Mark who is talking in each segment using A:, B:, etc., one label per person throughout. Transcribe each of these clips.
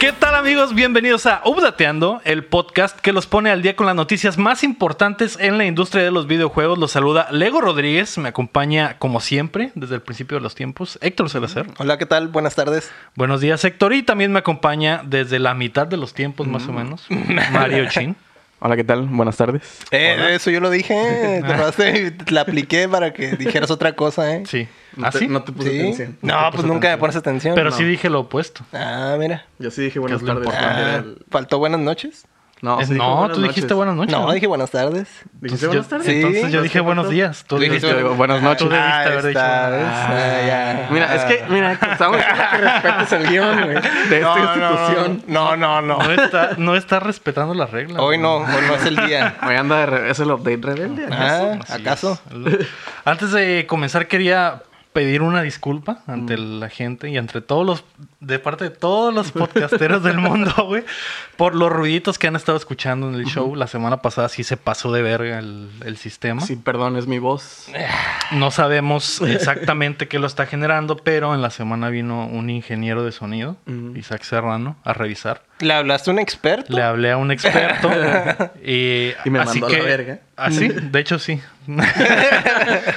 A: ¿Qué tal amigos? Bienvenidos a Updateando, el podcast que los pone al día con las noticias más importantes en la industria de los videojuegos. Los saluda Lego Rodríguez, me acompaña como siempre desde el principio de los tiempos, Héctor
B: Mm.
A: Salazar.
C: Hola, ¿qué tal? Buenas tardes.
A: Buenos días Héctor y también me acompaña desde la mitad de los tiempos
B: Mm.
A: más o menos, Mario Chin.
B: Hola, ¿qué tal? Buenas tardes.
C: Eh, eso yo lo dije, te robaste, la apliqué para que dijeras otra cosa, ¿eh?
A: Sí,
B: No
A: así.
B: te, no te puse
C: ¿Sí?
B: atención.
C: No,
B: te
C: pues
B: puse
C: nunca me
B: atención.
C: pones atención.
A: Pero
C: No.
A: sí dije lo opuesto.
C: Ah, mira.
B: Yo sí dije
A: es
B: buenas
A: lo
B: tardes.
A: importante.
B: era
C: Ah,
B: el-
C: ¿Faltó buenas noches?
B: No,
A: Es-
B: sí dijo
A: no,
B: buenas
A: tú dijiste
B: noches.
A: buenas noches.
C: No, dije buenas tardes.
B: ¿Dijiste
A: Entonces
B: buenas
A: yo-
B: tardes?
C: Sí.
A: Entonces yo dije buenos días. Tú
C: Dijiste-
A: dijiste-
B: Yo digo, buenas noches.
A: Tú debiste
C: Ah,
A: haber dicho.
C: esta vez. Ah, ya.
B: Mira, es que, mira, Héctor, estamos diciendo que respetes el guión, güey, de esta institución.
C: No, no, no.
A: no está, no está respetando las reglas.
C: Hoy
A: güey.
C: no, hoy no es el día.
B: Me anda de re- es el update rebelde.
C: Ah,
A: Así
C: ¿acaso?
A: es. Antes de comenzar quería pedir una disculpa ante la gente y entre todos los de parte de todos los podcasteros del mundo, güey, por los ruiditos que han estado escuchando en el show. La semana pasada sí se pasó de verga el, el sistema.
B: Sí, perdón, es mi voz.
A: No sabemos exactamente qué lo está generando, pero en la semana vino un ingeniero de sonido,
B: Ujú.
A: Isaac Serrano, a revisar.
C: ¿Le hablaste a un experto?
A: Le hablé a un experto y,
B: Y me
A: así
B: mandó a
A: que,
B: la verga.
A: Así, de hecho sí.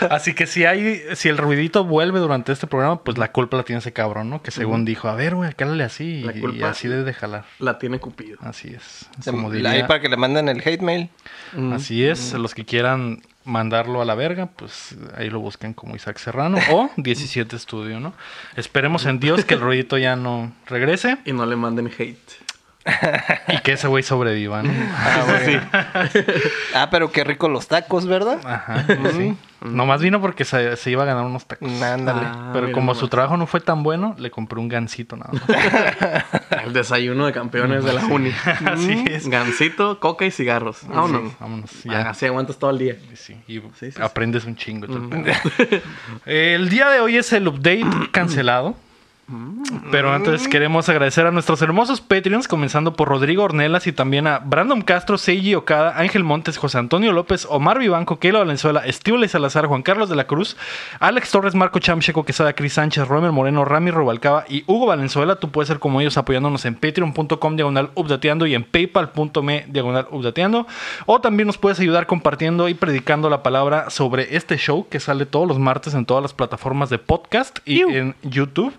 A: así que si hay, si el ruidito vuelve durante este programa, pues la culpa la tiene ese cabrón, ¿no? Que según dijo, a ver, güey, cálale así
B: La
A: y,
B: culpa-
A: y así debe de jalar.
B: La tiene Cupido.
A: Así es.
C: Se-
A: Como
C: la-
A: diría-
C: ahí para que le manden el hate mail.
B: Mm.
A: Así es. Los que quieran mandarlo a la verga, pues ahí lo buscan como Isaac Serrano o 17 Estudio, ¿no? Esperemos en Dios que el ruidito ya no regrese
B: Y no le manden hate.
A: y que ese güey sobreviva, ¿no?
C: Ah, bueno. Ah, pero qué rico los tacos, ¿verdad?
A: Ajá, sí. Nomás vino porque se, se iba a ganar unos tacos.
C: Ándale.
B: Ah,
A: Pero
B: mira
A: como
B: nomás.
A: su trabajo no fue tan bueno, le compré un gancito nada más.
B: El desayuno de campeones de la uni.
A: Así es.
B: Gancito, coca y cigarros. Vámonos.
A: Sí, vámonos.
B: Ah,
A: Ya.
B: Así aguantas todo el día.
A: Sí, y
B: Sí, sí, sí.
A: aprendes un chingo. todo el pedo. El día de hoy es el update cancelado. Pero antes queremos agradecer a nuestros hermosos Patreons, comenzando por Rodrigo Ornelas y también a Brandon Castro, Seiji Okada, Ángel Montes, José Antonio López, Omar Vivanco, Keila Valenzuela, Estíbal Salazar, Juan Carlos de la Cruz, Alex Torres, Marco Chamcheco, Quesada, Cris Sánchez, Romer Moreno, Rami Rubalcaba y Hugo Valenzuela. Tú puedes ser como ellos apoyándonos en patreon.com diagonal updateando y en paypal.me diagonal updateando. O también nos puedes ayudar compartiendo y predicando la palabra sobre este show que sale todos los martes en todas las plataformas de podcast y en YouTube.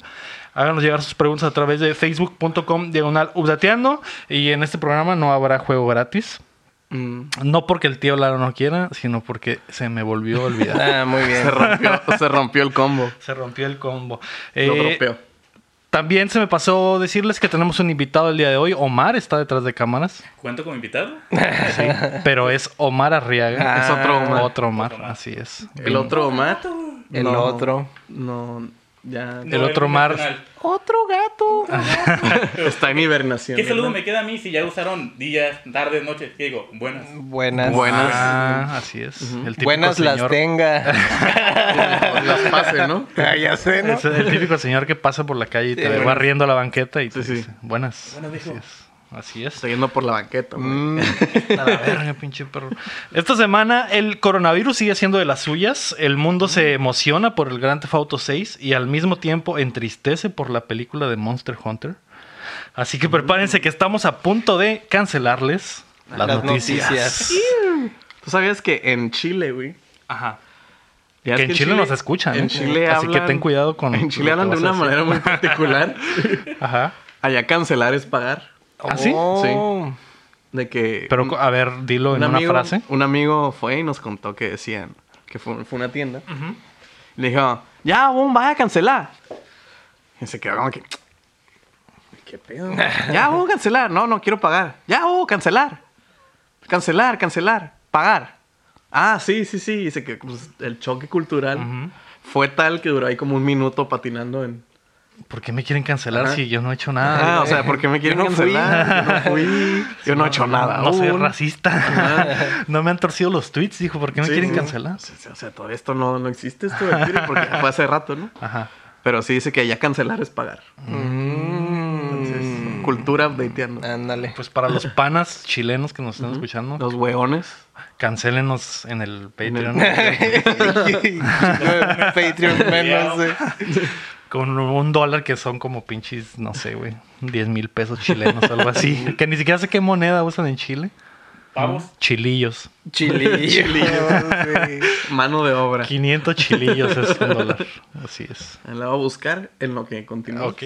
A: Háganos llegar sus preguntas a través de facebook.com diagonal updateando. Y en este programa no habrá juego gratis.
B: Mm.
A: No porque el tío Laro no quiera, sino porque se me volvió a olvidar.
C: Ah, muy bien.
B: Se rompió, se rompió el combo.
A: se rompió el combo.
B: Lo
A: Eh,
B: dropeó.
A: también se me pasó decirles que tenemos un invitado el día de hoy. Omar está detrás de cámaras,
D: ¿Cuento como invitado?
A: pero es Omar Arriaga.
B: Es Ah, otro Omar.
A: Otro Omar, así es.
B: El otro Omar.
C: El
B: No,
C: otro.
B: No, ya.
A: El otro mar.
D: mar.
C: Otro gato.
B: Está en hibernación.
D: ¿Qué saludo
B: ¿verdad?
D: me queda a mí si ya usaron días, tardes, noches? ¿Qué digo? Buenas.
C: Buenas.
B: Buenas.
A: Ah, así es. El típico
C: Buenas las
A: señor-
C: tenga.
B: Las pase, ¿no?
C: Ah, ya sé, ¿no?
A: Es el típico señor que pasa por la calle y te
C: Sí,
A: ve
C: buenas.
A: barriendo la banqueta y te
B: Sí, sí.
A: dice, buenas.
D: Buenas,
A: así
D: viejo.
A: es. Así es.
B: Estoy yendo por la banqueta. güey.
C: Mm,
A: A la verga, pinche perro. Esta semana el coronavirus sigue siendo de las suyas. El mundo se emociona por el Grand Theft Auto 6 y al mismo tiempo entristece por la película de Monster Hunter. Así
B: Mm.
A: que prepárense que estamos a punto de cancelarles las,
C: Las
A: noticias.
C: noticias.
B: Tú sabías que en Chile, güey.
A: Ajá.
B: ya
A: Que
B: es
A: en Chile nos escuchan, ¿eh?
B: En Chile
A: Así que
B: hablan-
A: ten cuidado con
B: En
A: lo que
B: Chile hablan de
A: vas a
B: una
A: decir.
B: manera muy particular.
A: Ajá.
B: Allá cancelar es pagar.
A: ¿Ah, sí?
C: oh.
B: De que.
A: Pero
B: un-
A: co- a ver, dilo en
B: un amigo,
A: una frase.
B: Un amigo fue y nos contó que decían que fue, fue una tienda. Le dijo, ya, boom, vaya a cancelar. Y se quedó como que. ¿Qué pedo? ya, boom, cancelar. No, no quiero pagar. Ya, boom, cancelar. Cancelar, cancelar. Pagar. Ah, sí, sí, sí. Y se quedó, pues, el choque cultural
A: Ujú.
B: fue tal que duró ahí como un minuto patinando en.
A: ¿Por qué me quieren cancelar
B: Ajá.
A: si yo no he hecho
B: Ah,
A: nada?
B: o sea, ¿por qué me quieren
C: no fui.
B: cancelar? Yo no fui. Yo no he hecho nada.
A: No soy
B: aún. Ah.
A: racista. no me han torcido los tweets. Dijo, ¿por qué me
B: Sí,
A: quieren
B: sí.
A: cancelar?
B: Sí, sí, O sea, todo esto no, no existe, esto de Twitter, porque fue hace rato, ¿no?
A: Ajá.
B: Pero sí dice que ya cancelar es pagar. Entonces,
A: Mm.
B: cultura updateando.
C: Mm. Ándale.
A: Pues para los panas chilenos que nos están escuchando,
B: Los hueones.
A: cancelenos en el Patreon.
C: Patreon menos. eh.
A: Con un dólar que son como pinches, no sé, güey, 10 mil pesos chilenos, algo así. que ni siquiera sé qué moneda usan en Chile.
D: Pavos.
A: Chilillos.
C: Chilillo. güey.
B: Mano de obra.
A: 500 chilillos es un dólar. Así es.
B: La voy a buscar en lo que continúa.
A: Ok.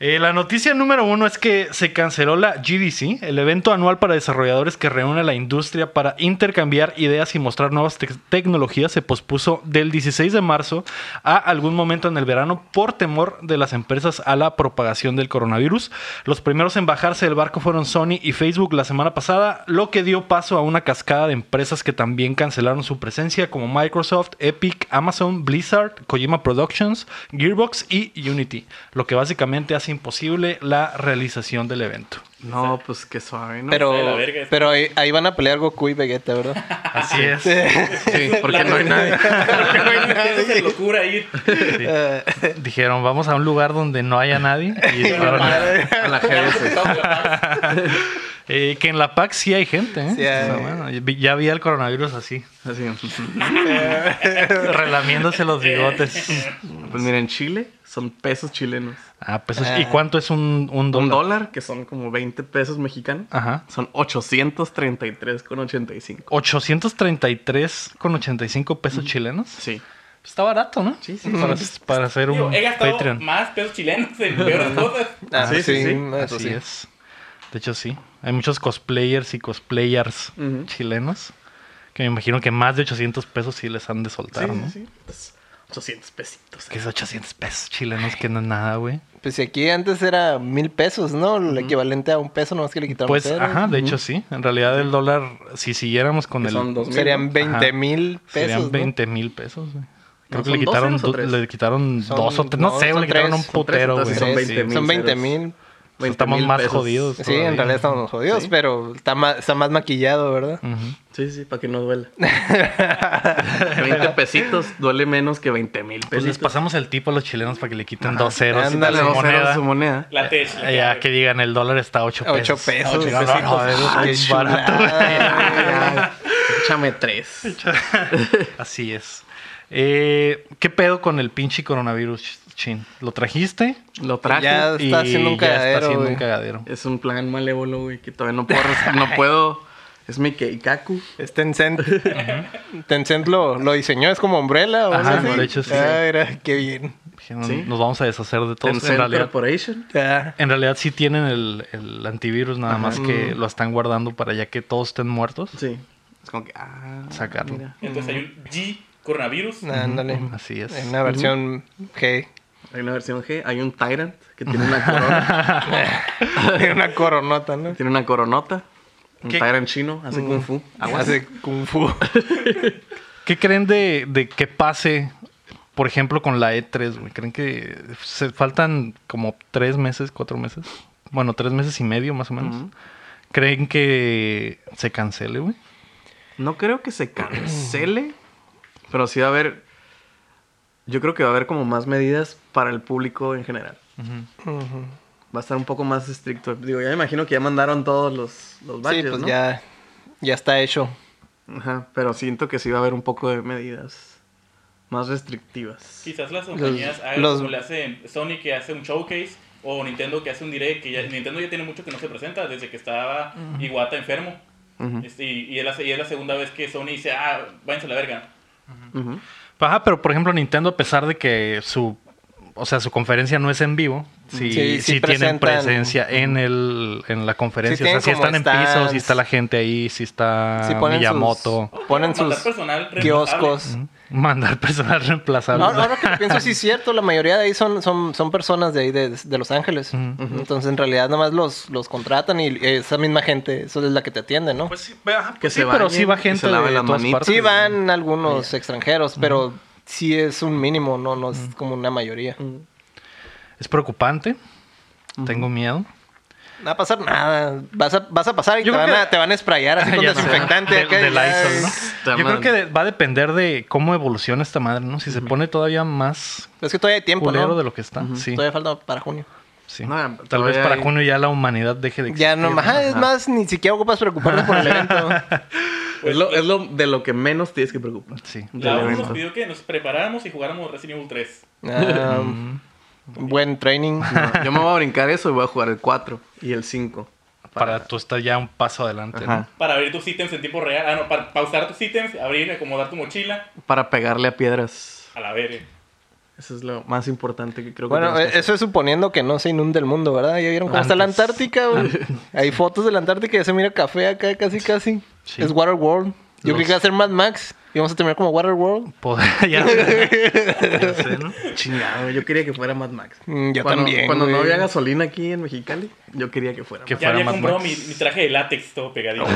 A: Eh, la noticia número uno es que se canceló la GDC, el evento anual para desarrolladores que reúne a la industria para intercambiar ideas y mostrar nuevas tec- tecnologías. Se pospuso del 16 de marzo a algún momento en el verano por temor de las empresas a la propagación del coronavirus. Los primeros en bajarse del barco fueron Sony y Facebook la semana pasada, lo que dio paso a una cascada de empresas que también cancelaron su presencia como Microsoft, Epic, Amazon, Blizzard, Kojima Productions, Gearbox y Unity, lo que básicamente hace imposible la realización del evento.
B: No, pues qué suave, ¿no?
C: Pero,
D: Está de la verga esto.
C: pero ahí, ahí van a pelear Goku y Vegeta, ¿verdad?
A: Así es.
B: Sí, porque no hay nadie.
D: Esa es locura ir.
A: Dijeron, vamos a un lugar donde no haya nadie y dispararon.
B: A la GDC.
A: Eh, que en la PAC sí hay gente, ¿eh?
C: Sí hay.
A: O sea, bueno, ya vi- ya había el coronavirus así,
B: Así.
A: relamiéndose los bigotes.
B: Pues mira, en Chile son pesos chilenos.
A: Ah, pesos.
C: Ah.
A: ¿Y cuánto es un, un dólar?
B: Un dólar, que son como 20 pesos mexicanos,
A: Ajá.
B: son 833,85.
A: 833,85 pesos chilenos.
B: Sí.
A: Está barato, ¿no?
B: Sí, sí.
A: Para, para hacer
D: Digo,
A: un
D: he gastado
A: Patreon.
D: más pesos chilenos en peores cosas.
C: Ah,
B: Sí, sí, sí.
C: eso
A: Así
C: sí.
A: es. De hecho, sí. Hay muchos cosplayers y cosplayers
B: Ujú.
A: chilenos que me imagino que más de 800 pesos sí les han de soltar,
B: sí,
A: ¿no?
B: sí. Entonces, 800 pesitos.
A: Que es 800 pesos chilenos que no es nada, güey.
C: Pues si aquí antes era mil pesos, ¿no? El equivalente a un peso, nomás que le quitaron
A: Pues,
C: cero.
A: ajá, de hecho sí. En realidad el dólar, si siguiéramos con
B: Que
A: el...
B: son 2000.
C: Serían
B: ¿no?
C: 20 mil pesos.
A: Serían
C: ¿no?
A: 20 mil pesos, güey. Creo que le
B: No, son dos
A: quitaron,
B: ceros o
A: do-
B: tres.
A: le quitaron
C: Son-
A: dos o tres. No,
C: no,
A: sé,
C: son
A: le quitaron
C: tres,
A: un
C: son
A: putero, güey.
B: entonces
C: Son
B: son
A: Sí.
C: Pues Son
B: 20,000
C: 20 mil.
A: Estamos
B: 20,000
A: más
B: pesos.
A: jodidos.
C: Sí,
A: Todavía.
C: en realidad estamos jodidos,
B: Sí.
C: pero está más, está más maquillado, ¿verdad?
A: Ujú.
B: Sí, sí, para que no duela. 20 pesitos duele menos que 20 mil
A: Pues les
B: pesos.
A: pasamos el tipo a los chilenos para que le quiten dos ceros. y
C: Ándale,
A: su
B: dos ceros
A: moneda.
B: a su moneda.
D: La tech. la
A: Eh, Ya que digan, el dólar está a 8
C: A
A: pesos.
C: ocho pesos,
A: Ah,
C: pesitos.
A: no, joder,
C: Ay,
A: qué barato, güey.
C: chulada,
B: Échame tres.
A: Así es. Eh, ¿Qué pedo con el pinche coronavirus, ch- Chin? ¿Lo trajiste?
B: Lo traje.
C: Ya
A: Y
C: está haciendo un
A: ya está
C: cagadero,
A: haciendo un
C: güey.
A: cagadero.
B: Es un plan malévolo, güey, que todavía no puedo. res- no puedo. Es mi Keikaku.
C: Es Tencent. Tencent lo, lo diseñó, es como Umbrella. ¿o
A: Ajá,
C: algo así?
A: de hecho, sí.
C: Ah, mira, qué bien.
A: Dijeron,
B: Sí.
A: Nos vamos a deshacer de todo. En
B: Tencent
A: realidad,
B: Corporation.
C: Ah,
A: en realidad sí tienen el, el antivirus, nada
B: Ajá.
A: más que
C: Mm.
A: lo están guardando para ya que todos estén muertos.
B: Sí. Es como que. Ah,
A: Sacarlo.
B: mira.
D: tech. Entonces hay un G coronavirus.
C: ándale.
A: Así es.
C: En una versión G.
B: Hay una versión G. Hay un Tyrant que tiene una corona.
C: En una coronota, ¿no?
B: tiene una coronota. Un
A: ¿Qué?
B: Tyrant chino. Hace Kung Fu. Aguas.
C: Hace Kung Fu.
A: ¿Qué creen de, de que pase, por ejemplo, con la E3? güey? ¿Creen que se faltan como tres meses, cuatro meses? Bueno, tres meses y medio más o menos. ¿Creen que se cancele, güey?
B: No creo que se cancele. pero sí va a haber. Yo creo que va a haber como más medidas para el público en general.
C: Ujú.
B: Va a estar un poco más estricto. Digo, ya me imagino que ya mandaron todos los, los
C: Sí,
B: badges,
C: pues
B: ¿no?
C: ya, ya está hecho.
B: Ajá, pero siento que sí va a haber un poco de medidas más restrictivas.
D: Quizás las compañías hagan
C: los-
D: como le hacen Sony que hace un showcase o Nintendo que hace un direct. Que ya, Nintendo ya tiene mucho que no se presenta desde que estaba Iwata enfermo.
B: Ujú.
D: Este, y, y es la, y es la segunda vez que Sony dice, ah, váyanse a la verga.
B: Ujú.
A: Ajá, pero por ejemplo, Nintendo, a pesar de que su. O sea, su conferencia no es en vivo. Sí,
C: Sí,
A: sí,
C: sí
A: tienen
C: presentan.
A: presencia en el en la conferencia. o sea,
C: tienen
A: sí
C: como
A: están en piso,
C: stands.
A: sí está la gente ahí, sí está
C: Sí ponen
A: Ah, Miyamoto.
C: sus, ponen
D: Mandar
C: sus
D: personal reemplazable.
C: kioscos.
A: Mandar personal reemplazable.
C: Ahora, ahora que lo pienso, sí es cierto, la mayoría de ahí son, son, son personas de ahí de, de Los Ángeles. Entonces, en realidad, nada más los, los contratan y esa misma gente, eso es la que te atiende, ¿no?
A: Pues sí, ve, ajá,
B: Que
A: pues sí,
B: se
A: pero
B: bañen,
A: sí va
B: que
A: gente
B: se laven
A: de
B: las
A: todas
B: manitas.
A: partes.
C: sí van algunos extranjeros, pero sí es un mínimo, no, no es como una mayoría.
A: Es preocupante. Tengo miedo.
C: No va a pasar nada. Vas a, vas a pasar y te
A: Yo creo
C: van,
A: que-
C: a, te van a sprayar así con
A: Ya sé.
C: desinfectante.
A: Del-
C: acá y
A: del
C: ya,
A: Lysol, ¿no?
C: es-
A: Yo creo que de- va a depender de cómo evoluciona esta madre, ¿no? Si se pone todavía más
C: Es que todavía hay tiempo,
A: culero
C: ¿no?
A: de lo que está. Sí.
C: Todavía falta para junio.
A: sí.
B: No,
A: Tal
B: todavía
A: vez para
B: hay-
A: junio ya la humanidad deje de existir.
C: Ya no, ajá, es más, ni siquiera ocupas preocuparte por el evento.
B: es, lo, es lo de lo que menos tienes que preocupar.
A: Sí.
B: Del
D: La ONU
B: evento.
D: nos pidió que nos preparáramos y jugáramos Resident Evil 3.
C: Ah, Buen training.
B: No, yo me voy a brincar eso y voy a jugar el 4 y el 5.
A: Para tú estar ya un paso adelante. ¿no?
B: Ajá.
D: Para abrir tus ítems en tiempo real. Ah, no, para pausar tus ítems, abrir, acomodar tu mochila.
B: Para pegarle a piedras.
D: A la verga.
B: Eso es lo más importante que creo que
C: Bueno,
B: tenemos que
C: eh, eso es suponiendo que no se inunde el mundo, ¿verdad? Ya vieron cómo está la
A: Antes.
C: Antártica, güey. Hay fotos de la Antártica y ya se mira café acá casi casi. Es Waterworld. Yo creí que iba a ser Mad Max y vamos a terminar como Waterworld.
A: Poder- ya sé. Ya sé, ¿no?
B: hacer. Chingado, yo quería que fuera Mad Max.
C: Mm, yo
B: cuando,
C: también,
B: Cuando no
C: güey.
B: había gasolina aquí en Mexicali, yo quería que fuera.
A: Que
B: Mad
D: Ya había
A: Mad
D: comprado mi,
A: Max.
D: mi traje de látex todo pegadito.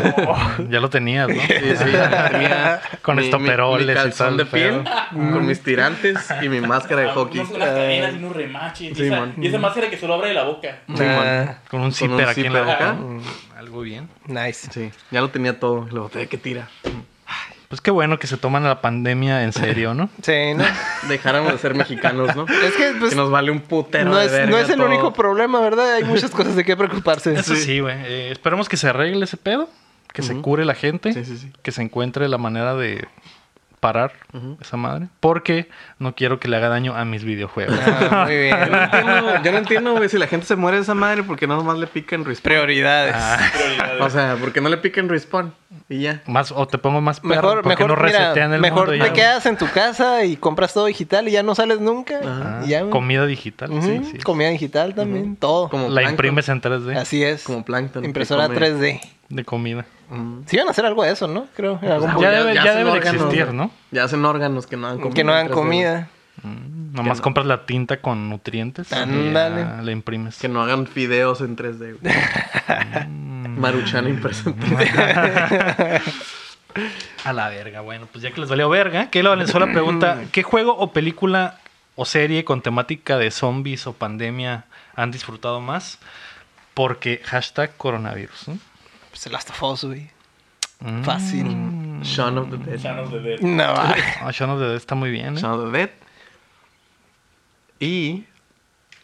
A: Ya lo tenías, ¿no?
B: Max. Sí, sí, tenía
A: Con
B: mi- mi-
A: estoperoles
B: mi
A: y
B: calzón
A: tal,
B: de piel,
A: pero-
B: con mis tirantes y mi máscara de
D: Ah,
B: hockey.
D: unos- unas cadenas y unos remaches.
B: Sí,
D: y, esa,
B: man.
D: y esa máscara que solo abre la boca.
B: Sí, man.
A: Con un zipper
B: un
A: aquí en la
B: zipper
A: boca.
B: acá.
A: Mm, Algo bien.
C: Nice.
B: Sí, ya lo tenía todo. Lo botella que tira.
A: Pues qué bueno que se toman la pandemia en serio, ¿no?
C: Sí, ¿no?
B: Dejáramos de ser mexicanos, ¿no?
C: Es que, pues,
B: que nos vale un putero.
C: no
B: de
C: es,
B: verga
C: no es el
B: todo.
C: único problema, ¿verdad? Hay muchas cosas de qué preocuparse.
A: Eso sí, güey. Eh, esperemos que se arregle ese pedo, que se cure la gente,
B: Sí, sí, sí.
A: que se encuentre la manera de parar esa madre, porque no quiero que le haga daño a mis videojuegos.
C: Ah, muy bien.
B: Yo no entiendo- Yo no entiendo, güey, si la gente se muere de esa madre, porque no nomás le pican respawn?
C: Prioridades.
B: Ah.
D: Prioridades.
B: O sea, porque no le pican respawn? Y ya.
A: Más o te pongo más perro
C: Mejor,
A: porque
C: mejor,
A: no
C: mira,
A: resetean el
C: mejor
A: mundo y
C: te
A: ya,
C: quedas en tu casa y compras todo digital y ya no sales nunca.
A: güey.
C: Y ya,
A: Ah, Comida digital,
C: Ujú,
A: sí, sí.
C: Comida digital también, todo.
B: Como
A: la
B: Plankton.
A: imprimes en 3D
C: Así es.
B: Como Plankton, que
C: Impresora
B: come. Mm.
C: 3D.
A: de comida.
C: Sí van a hacer algo de eso, ¿no? Creo. en algún
A: Ya
C: punto.
A: debe- ya
B: hacen
A: debe de existir,
B: güey.
A: ¿no?
B: Ah, Ya hacen órganos que no dan comida.
C: que no dan
B: Entonces,
C: comida.
A: Nomás compras la tinta con nutrientes y ya
C: Ándale.
A: la imprimes.
B: Que no hagan fideos en 3D, güey. Maruchan impreso en 3D.
A: A la verga, bueno, pues ya que les valió verga, que la Valenzuela pregunta, ¿qué juego o película o serie con temática de zombies o pandemia han disfrutado más? Porque hashtag coronavirus. ¿no?
C: Pues el Last of Us, güey.
A: Mm.
C: Fácil.
B: Shaun of the Dead.
D: Shaun of the Dead.
C: No, va.
A: Ah, Shaun of the Dead está muy bien. ¿eh?
B: Shaun of the Dead. Y...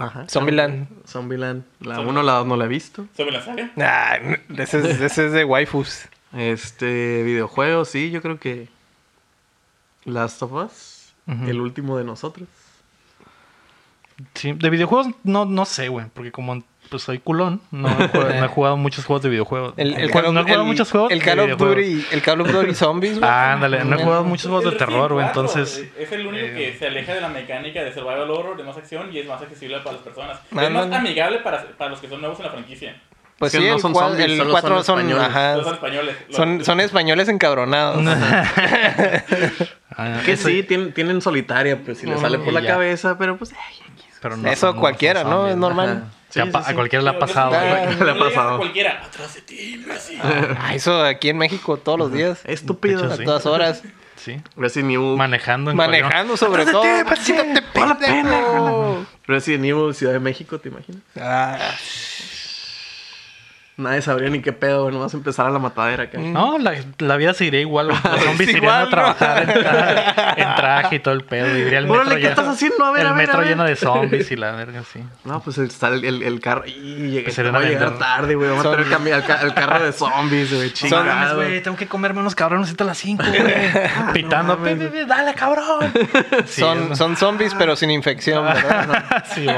B: Ajá.
C: Zombieland.
B: Zombieland. La 1 la 2 no la he visto.
D: ¿Sobre la saga?
C: Nah, Ah, n- ese, es, ese es de waifus.
B: Este videojuego, sí, yo creo que Last of Us,
A: Ujú.
B: el último de nosotros.
A: Sí, de videojuegos no, no sé, güey, porque como pues soy culón, no, he jugado- no he jugado muchos juegos de videojuegos. Eh,
C: El, el
A: Bueno,
C: Call of-
A: no he jugado
C: el-
A: muchos juegos
C: El
A: de
C: Call of
A: videojuegos.
C: Duty. El Call of Duty Zombies, güey.
A: Ah, ándale, no he
C: Mm.
A: jugado muchos juegos de
D: El
A: terror, güey,
D: Resident Evil
A: entonces...
D: 4 Es el único que se aleja de la mecánica de survival horror, de más acción y es más accesible para las personas.
C: Ah,
D: es más
C: no.
D: amigable para, para los que son nuevos en la franquicia.
C: Pues
B: Es que
C: sí,
B: no
C: el,
B: son
C: cua-
B: zombies,
C: el
B: solo son
C: 4 son,
B: españoles.
C: ajá,
D: Los son españoles. Los-
C: Ah, son, son españoles encabronados.
A: Ah,
B: Que
A: eso-
B: sí, tienen, tienen solitaria, pues si le sale por
A: Y
B: la
A: ya.
B: cabeza, pero pues... ay,
A: pero no
C: Eso
A: son- no
C: cualquiera,
A: son
C: ¿no?
A: zombies,
C: Es normal.
B: ajá.
A: Que a
B: Sí,
A: pa-
B: sí,
A: A
B: sí.
A: cualquiera le ha
D: Pero no-
A: pasado,
D: no-
A: güey.
D: no
B: Le ha
D: le digas a
B: pasado.
D: cualquiera, atrás de ti, no es así.
C: Ah, eso aquí en México todos los días.
B: Estúpido.
A: De
C: A
A: hecho, sí.
C: todas horas.
A: Sí.
B: Resident Evil.
A: Manejando en
C: Manejando sobre todo. Quítate, pendejo.
B: Resident Evil, Ciudad de México, ¿te imaginas?
C: Ah,
B: Nadie sabría ni qué pedo, nomás empezar a la matadera acá.
A: Culiacán. No, la, la vida se iría igual. güey. Los zombies
C: Es
A: irían a
C: igual, ¿no?
A: trabajar en, tra- en traje y todo el pedo. y iría el metro
B: Órale, ¿qué
A: lleno-
B: estás haciendo? A ver,
A: el
B: a ver,
A: metro
B: a ver.
A: lleno de zombies y la verga, sí.
B: No, pues está el, el, el carro. Y llegué,
A: Pues se le
B: voy a
A: van a
B: llegar
A: vender.
B: tarde, güey. Vamos a tener que
C: Son-
B: cambiar el, ca- el carro de zombies, güey.
A: Mames,
B: Chingado.
A: güey, tengo que comerme unos cabrones hasta las 5, güey. Pitando. "Ve, ve, ve, dale, cabrón. Sí, Ah,
C: son,
A: ¿no?
C: son zombies, pero sin infección, ¿verdad?
A: Sí, güey.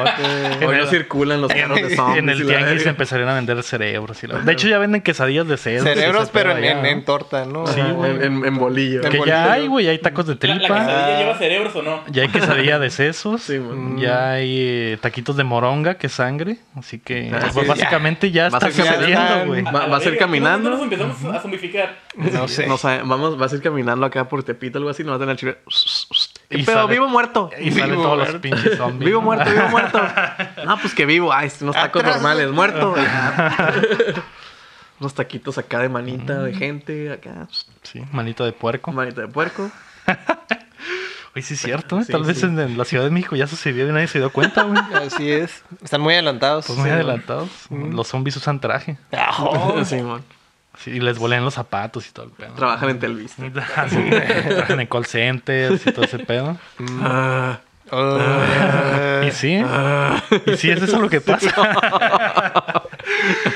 A: En
B: Hoy no
A: el-
B: circulan los carros de zombies.
A: En
B: y
A: el
B: la
A: tianguis
B: verga.
A: empezarían a vender cerebros. Y la... De hecho, ya venden quesadillas de cerebros. y
C: Cerebros,
A: ese
C: pero
A: pedo
C: en,
A: allá,
C: en-
A: ¿no?
C: en torta, ¿no?
A: Sí,
B: Ajá,
A: güey.
B: en, en, en bolillo.
A: Que ya hay, güey. Hay tacos de
D: La,
A: tripa.
D: la quesadilla lleva cerebros o no.
A: Ya hay quesadilla de sesos.
B: Sí, mon.
A: ya hay eh, taquitos de moronga, que es sangre. Así que
B: Ah,
A: pues,
B: sí,
A: básicamente ya, está
B: Básicamente
A: sucediendo,
C: están-
A: güey.
B: Va, va a ser
D: Oiga,
B: caminando.
D: Nos empezamos a zombificar.
C: No sé.
B: No sabe- vamos, vas a ir caminando acá por Tepito, algo así, no vas a tener chile.
A: Y
B: Pero
A: sale-
B: vivo muerto.
A: Y salen
B: Vivo
A: todos los
B: muerto.
A: pinches zombies.
B: Vivo
A: ¿no?
B: muerto, vivo muerto. No, pues que vivo. Ay, unos tacos
C: Atrás.
B: normales, muerto. unos taquitos acá de manita,
A: Mm.
B: de gente, acá. pues,
A: Sí, manito de puerco.
B: Manita de puerco.
A: Oye, sí es cierto, ¿eh?
B: Sí,
A: Tal vez
B: sí.
A: en, en la Ciudad de México ya sucedió y nadie se dio cuenta, güey.
C: Así es. Están muy adelantados.
A: Pues muy
C: Sí.
A: adelantados. Los zombies usan traje.
C: Ah, oh.
B: Simón.
A: Sí, y les volean los zapatos y todo el pedo.
B: Trabajan en Telvista.
A: Así, Trabajan en call centers y todo ese pedo.
B: Ah,
C: Ah.
A: Y sí, y sí, es eso lo que pasa.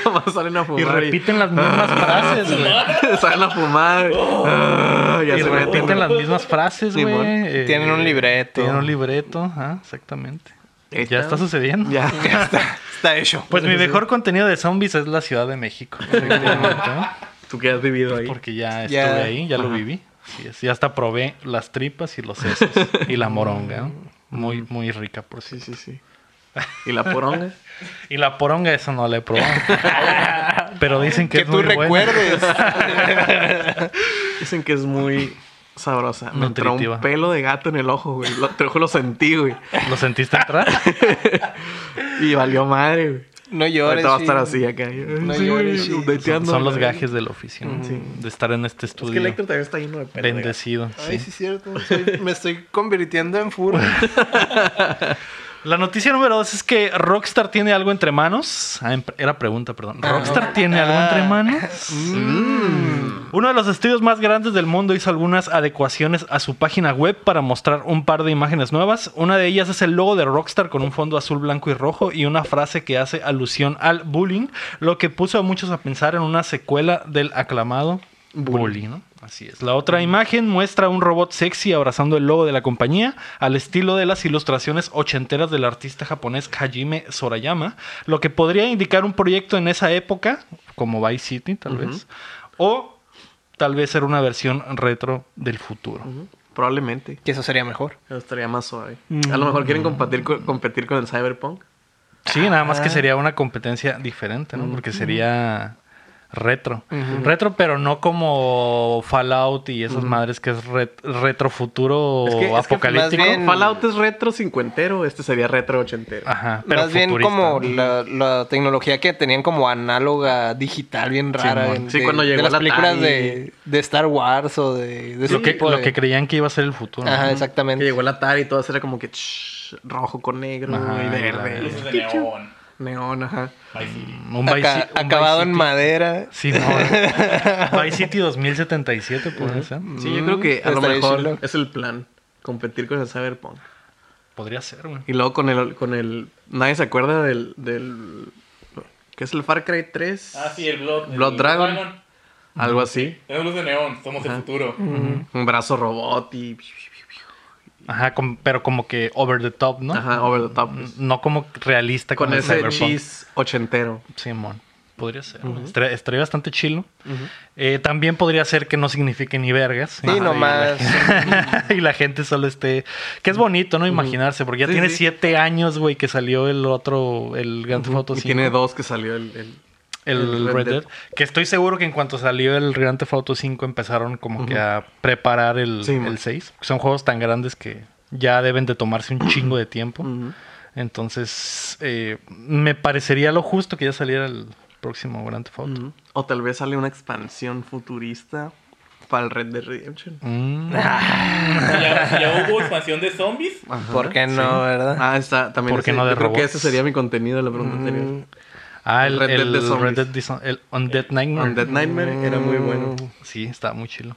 B: nomás salen a
A: Y
B: fumar. Y
A: repiten las mismas frases, güey.
B: salen a fumar. Ah, ya
A: Oh. Y
B: se meten.
A: repiten las mismas frases, güey.
B: Simón.
A: Eh,
C: Tienen un libreto.
A: Tienen un libreto, ajá, exactamente. Ya está sucediendo.
B: Ya.
C: Ya está, está hecho.
A: Pues mi mejor contenido de zombies es la Ciudad de México. efectivamente, ¿no?
B: Tú que has vivido ahí.
A: Porque ya estuve
C: Ya.
A: ahí, ya lo viví. Así es, ya hasta probé las tripas y los sesos y la moronga. ¿no? Muy, muy rica, por sí.
B: Mm. Sí, sí, sí. ¿Y la poronga?
A: Y la poronga, esa no la he probado. Pero dicen que,
C: Que
A: es
C: tú
A: muy buena.
C: recuerdes.
B: Dicen que es muy sabrosa. Me entró
A: Nutritiva.
B: un pelo de gato en el ojo, güey. Lo, te lo juro, lo sentí, güey.
A: ¿Lo sentiste entrar?
B: Y valió madre, güey.
C: No llores.
B: Ahorita va a estar
C: sí.
B: así acá.
C: No
B: Sí, güey,
C: llores, sí.
A: Son,
B: updateando,
A: son los
B: güey.
A: gajes del oficio, ¿no?
B: Sí.
A: de estar en este
B: Es
A: estudio.
B: que el Héctor también está lleno de pelo. de gato.
A: Bendecido.
C: Ay,
A: sí.
C: sí, es cierto. soy- me estoy convirtiendo en furro.
A: La noticia número dos es que Rockstar tiene algo entre manos. Ah, em- era pregunta, perdón. ¿Rockstar tiene algo entre manos? Uno de los estudios más grandes del mundo hizo algunas adecuaciones a su página web para mostrar un par de imágenes nuevas. Una de ellas es el logo de Rockstar con un fondo azul, blanco y rojo y una frase que hace alusión al bullying, lo que puso a muchos a pensar en una secuela del aclamado Bully, ¿no? Así es. La otra imagen muestra un robot sexy abrazando el logo de la compañía al estilo de las ilustraciones ochenteras del artista japonés Hajime Sorayama, lo que podría indicar un proyecto en esa época, como Vice City tal vez, o tal vez ser una versión retro del futuro.
B: ¿Mm? Probablemente.
C: Que eso sería mejor.
B: Pero estaría más suave. A lo mejor quieren competir, co- competir con el Cyberpunk.
A: Sí, nada más
B: Ah.
A: que sería una competencia diferente, ¿no? Porque sería retro. Retro, pero no como Fallout y esas madres que es ret- retro futuro
B: Es que- es que
A: apocalíptico.
C: más bien-
B: Fallout es retro cincuentero, este sería retro ochentero.
A: Ajá, pero
C: Más bien
A: futurista,
C: como
A: ¿no?
C: la, la tecnología que tenían como análoga digital bien rara.
A: Simón.
C: en-
B: Sí,
C: de-
B: cuando llegó
C: de
B: la
C: las películas
B: Atari.
C: de, de Star Wars o de, de ese
A: lo, que,
C: tipo
A: lo
C: de-
A: que creían que iba a ser el futuro.
C: Ajá,
A: ¿no?
B: Que
C: exactamente.
B: llegó el Atari y todo eso era como que shh, rojo con negro
A: Ajá,
B: y
A: y la
D: Luces de
B: verde.
D: neón.
B: Neón, ajá.
D: Vice City.
A: Un Vice
C: Aca-
A: Ci- un
C: acabado
A: Vice
C: en
A: City.
C: madera.
A: Sí, no. Vice City 2077 puede ser.
B: Sí, yo creo que a lo
C: Estaría
B: mejor
C: chido.
B: es el plan. Competir con el Cyberpunk.
A: Podría ser, güey.
B: Y luego con el... Con el nadie se acuerda del... del ¿Qué es el Far Cry 3?
D: Ah, sí, el Blood. el
B: Blood Dragon. Algo así.
D: Tenemos luz de neón, somos el futuro.
B: Un brazo robot y...
A: Ajá, com- pero como que over the top, ¿no?
B: Ajá, over the top.
A: N- No como realista
B: Con
A: como Mm, el
B: ese
A: Cyberpunk.
B: cheese ochentero.
A: Simón. Podría ser. güey. Estra- Estaría bastante chilo. Eh, también podría ser que no signifique ni vergas.
C: Sí, nomás.
A: y la gente solo esté. Que es bonito, ¿no? Imaginarse, porque ya
B: Sí,
A: tiene
B: sí.
A: siete años, güey, que salió el otro, el Grand Theft Auto
B: Y
A: 5.
B: tiene dos que salió el... el-
A: El,
B: el
A: Red,
B: Red
A: Dead.
B: Dead.
A: Que estoy seguro que en cuanto salió el Grand Theft Auto 5 empezaron como que a preparar el,
B: Sí,
A: el
B: man.
A: 6. Son juegos tan grandes que ya deben de tomarse un chingo de tiempo. Entonces, eh, me parecería lo justo que ya saliera el próximo Grand Theft Auto.
B: Ujú. O tal vez sale una expansión futurista para el Red Dead Redemption.
A: Mm.
D: Ya, ya hubo expansión de zombies.
C: ¿Por qué no, verdad?
B: Ah, está. También
A: ¿Por qué
B: ese-
A: no de
B: yo creo que
A: robots?
B: ese sería mi contenido de la pregunta
C: Mm,
B: anterior.
A: Ah, el,
B: Red Dead
A: el
B: de zombies.
A: Red Dead de zo- el Undead Nightmare.
B: Undead
A: mm,
B: Nightmare era muy bueno.
A: Sí, está muy chilo.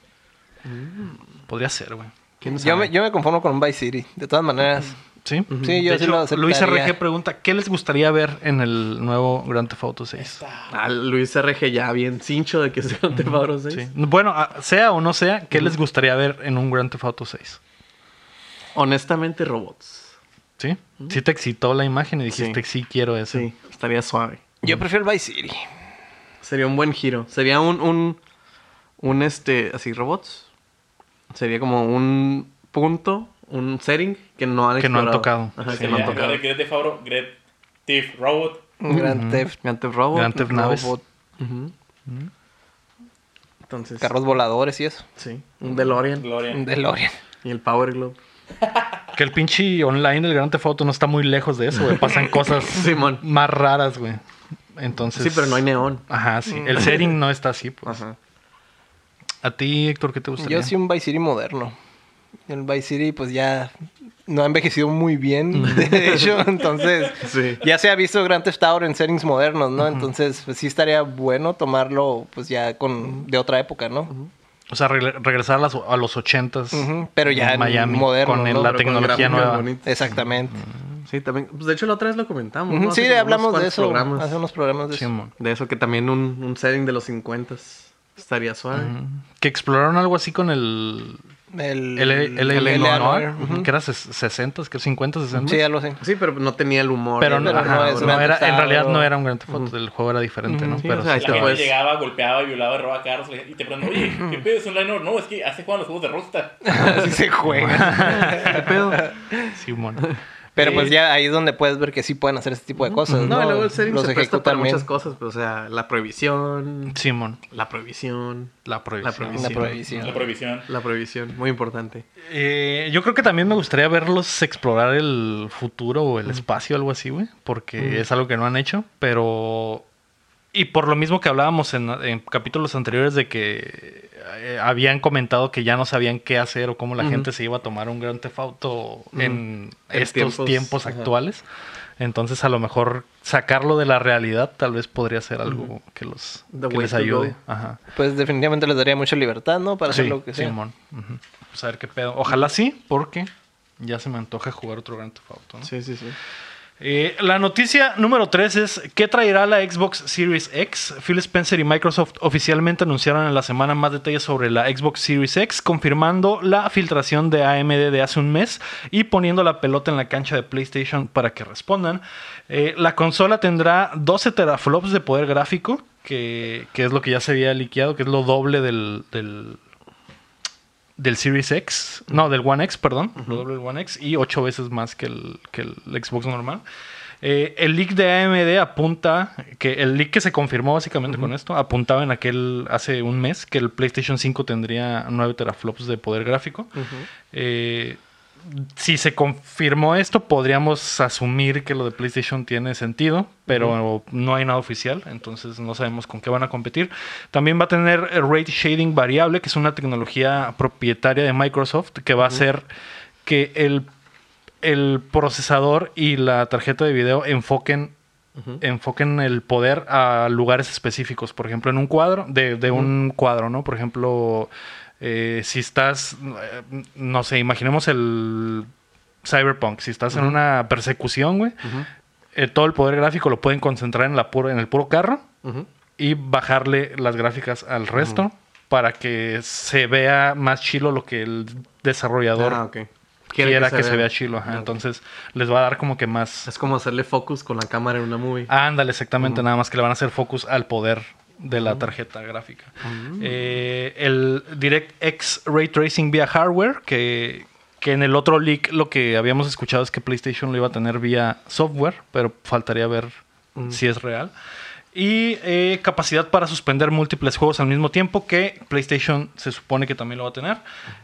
B: Mm.
A: Podría ser, güey.
B: ¿Quién sabe?
C: yo, me, yo me conformo con un Vice City. De todas maneras.
A: Sí.
C: Sí, yo
A: De
C: sí
A: hecho,
C: lo aceptaría.
A: Luis RG pregunta, ¿qué les gustaría ver en el nuevo Grand Theft Auto 6?
B: Ah, Luis RG ya bien cincho de que sea un Tefabro 6.
A: Sí. Bueno, a- sea o no sea, ¿qué les gustaría ver en un Grand Theft Auto 6?
B: Honestamente, robots.
A: ¿Sí? Sí te excitó la imagen y dijiste, sí, quiero eso.
B: Sí, estaría suave.
C: Yo prefiero el Vice City.
B: Sería un buen giro. Sería un, un, un este, así, robots. Sería como un punto, un setting que no han
A: Que no han
B: explorado.
A: tocado.
B: Ajá,
A: Sí.
B: que no han
D: Este, Ya,
B: tocado.
D: de Greg de Favreau, Greg Thief Robot.
C: Un gran theft.
B: Grand Theft Robot.
A: Grand Theft Naves.
B: Robot. Ujú. Entonces,
C: Carros voladores y eso.
B: sí, un DeLorean
D: Gloria.
C: Un DeLorean.
B: y el Power Globe.
A: Que el pinche online del Grand Theft Auto no está muy lejos de eso, güey. Pasan cosas
B: Simón.
A: más raras, güey. Entonces...
B: Sí, pero no hay neón.
A: Ajá, sí. El setting no está así, pues.
B: Ajá.
A: ¿A ti, Héctor, qué te gustaría?
C: Pues Yo sí un Vice City moderno. El Vice City pues ya no ha envejecido muy bien, de hecho, entonces
B: Mm. Sí.
C: ya se ha visto Grand Theft Auto en settings modernos, ¿no? Entonces pues, sí estaría bueno tomarlo pues ya con de otra época, ¿no?
A: O sea, re- regresar a, las- a los ochentas.
C: Ujú, pero ya en moderno,
A: Con el-
C: ¿no?
A: la
C: Pero
B: con
A: tecnología
B: gráficos
A: nueva.
B: bonitos.
C: Exactamente.
B: Sí, también. Pues de hecho, la otra vez lo comentamos.
C: Ujú,
B: ¿no? Hace
C: Sí,
B: como
C: hablamos
B: unos
C: de
B: cuantos
C: eso,
B: programas.
C: hace unos programas de eso.
A: Simón.
B: De eso que también un, un setting de los 50 estaría suave.
A: Que exploraron algo así con el
C: El,
A: El, el, el,
C: el
A: Noir,
C: Noir.
A: ujú, que era ses- 60, que 50, 60.
C: Sí, algo así.
B: Sí, pero no tenía el humor.
A: pero no,
C: pero
A: ajá,
C: no es
A: no
C: Grand
A: era,
C: Theft
A: en realidad
C: Auto.
A: no era un gran Theft Auto, el juego era diferente, ¿no?
B: Sí,
A: pero
B: o
A: sí
B: sea, Ahí
D: La
B: te
A: estaba-
D: gente
B: puedes-
D: llegaba, golpeaba, violaba, robaba carros. Y te preguntan, oye, ¿qué pedo es un liner? No, es que así juegan los juegos de Rockstar.
C: Así se juega.
B: ¿Qué pedo?
A: "Ah, Simón.
C: Pero pues ya ahí es donde puedes ver que sí pueden hacer este tipo de cosas. No,
B: No, y luego el setting
C: Los
B: se presta para
C: ejecutan bien.
B: muchas cosas. Pero, o sea, la prohibición.
A: Simón.
B: La prohibición.
A: La prohibición.
C: La
B: La prohibición.
D: La
C: prohibición.
D: prohibición.
B: La prohibición, muy importante.
A: Eh, yo creo que también me gustaría verlos explorar el futuro o el espacio, algo así, güey. Porque es algo que no han hecho, pero... Y por lo mismo que hablábamos en, en capítulos anteriores de que eh, habían comentado que ya no sabían qué hacer o cómo la gente se iba a tomar un gran tefauto en
B: En
A: estos tiempos,
B: tiempos, ajá.
A: actuales. Entonces a lo mejor sacarlo de la realidad tal vez podría ser algo que, los,
B: The
A: que
B: way
A: les
B: to go.
A: ayude. Ajá.
C: Pues definitivamente les daría mucha libertad, ¿no? Para hacer
A: Sí,
C: lo que sea.
A: Simón. Ujú. Pues a ver qué pedo. Ojalá sí, porque ya se me antoja jugar otro Grand Theft Auto. ¿no?
B: Sí, sí, sí.
A: Eh, la noticia número 3 es ¿qué traerá la Xbox Series X? Phil Spencer y Microsoft oficialmente anunciaron en la semana más detalles sobre la Xbox Series X, confirmando la filtración de AMD de hace un mes y poniendo la pelota en la cancha de PlayStation para que respondan. Eh, la consola tendrá 12 teraflops de poder gráfico, que, que es lo que ya se había liqueado, que es lo doble del- del, del Series X, no, del One X, perdón, lo doble del One X y ocho veces más que el, que el Xbox normal. Eh, el leak de AMD apunta, que el leak que se confirmó básicamente con esto, apuntaba en aquel, hace un mes, que el PlayStation 5 tendría 9 teraflops de poder gráfico. Eh, si se confirmó esto, podríamos asumir que lo de PlayStation tiene sentido, pero no hay nada oficial, entonces no sabemos con qué van a competir. También va a tener eh, Rate Shading Variable, que es una tecnología propietaria de Microsoft, que va a hacer que el, el procesador y la tarjeta de video enfoquen enfoquen el poder a lugares específicos, por ejemplo, en un cuadro, de, de un cuadro, ¿no? Por ejemplo, eh, si estás, eh, no sé, imaginemos el cyberpunk, si estás en una persecución, güey, eh, todo el poder gráfico lo pueden concentrar en, la puro- en el puro carro
B: Ujú.
A: y bajarle las gráficas al resto para que se vea más chilo lo que el desarrollador...
B: Ah, ok. Quiere
A: Quiera que, se vea chilo, ajá.
B: Ah, ok.
A: entonces les va a dar como que más
B: Es como hacerle focus con la cámara en una movie.
A: Ándale, exactamente, nada más que le van a hacer focus al poder de la tarjeta gráfica. Eh, el DirectX Ray Tracing vía hardware, que, que en el otro leak lo que habíamos escuchado es que PlayStation lo iba a tener vía software, pero faltaría ver si es real. Y eh, capacidad para suspender múltiples juegos al mismo tiempo, que PlayStation se supone que también lo va a tener.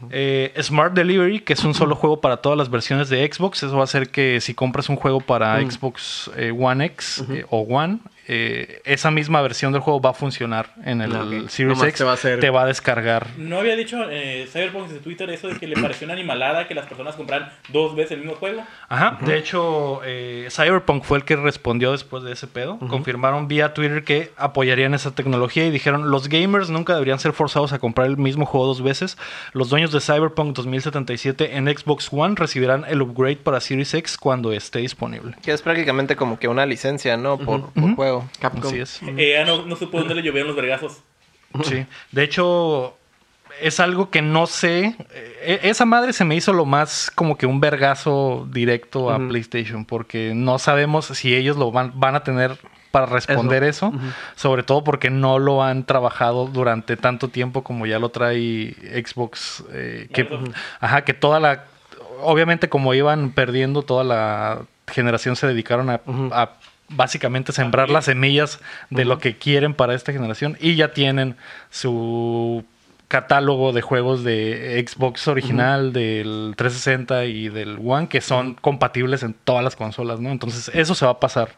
A: Eh, Smart Delivery, que es un solo juego para todas las versiones de Xbox. Eso va a hacer que si compras un juego para
B: Mm.
A: Xbox eh, One X eh, o One, eh, esa misma versión del juego va a funcionar en el
B: Ah, ok.
A: Series
B: Nomás
A: X.
B: te va a hacer-
A: te va a descargar.
D: ¿No había dicho eh, Cyberpunk en su Twitter eso de que le pareció una animalada que las personas compraran dos veces el mismo juego?
A: Ajá, de hecho, eh, Cyberpunk fue el que respondió después de ese pedo. Confirmaron vía Twitter que apoyarían esa tecnología y dijeron, los gamers nunca deberían ser forzados a comprar el mismo juego dos veces. Los dueños de Cyberpunk 2077 en Xbox One recibirán el upgrade para Series X cuando esté disponible.
C: Que es prácticamente como que una licencia, ¿no? Por, por
A: Ujú.
C: juego.
B: Capcom.
A: Así es.
D: Eh, ya no, no supo dónde le llovieron los vergazos.
A: Sí. De hecho, es algo que no sé. Eh, Esa madre se me hizo lo más como que un vergazo directo a PlayStation, porque no sabemos si ellos lo van, van a tener para responder eso, sobre todo porque no lo han trabajado durante tanto tiempo como ya lo trae Xbox, eh, que,
D: Microsoft.
A: ajá, que toda la, obviamente como iban perdiendo toda la generación se dedicaron a, a básicamente sembrar las semillas de lo que quieren para esta generación y ya tienen su catálogo de juegos de Xbox original, del 360 y del One que son compatibles en todas las consolas, ¿no? Entonces eso se va a pasar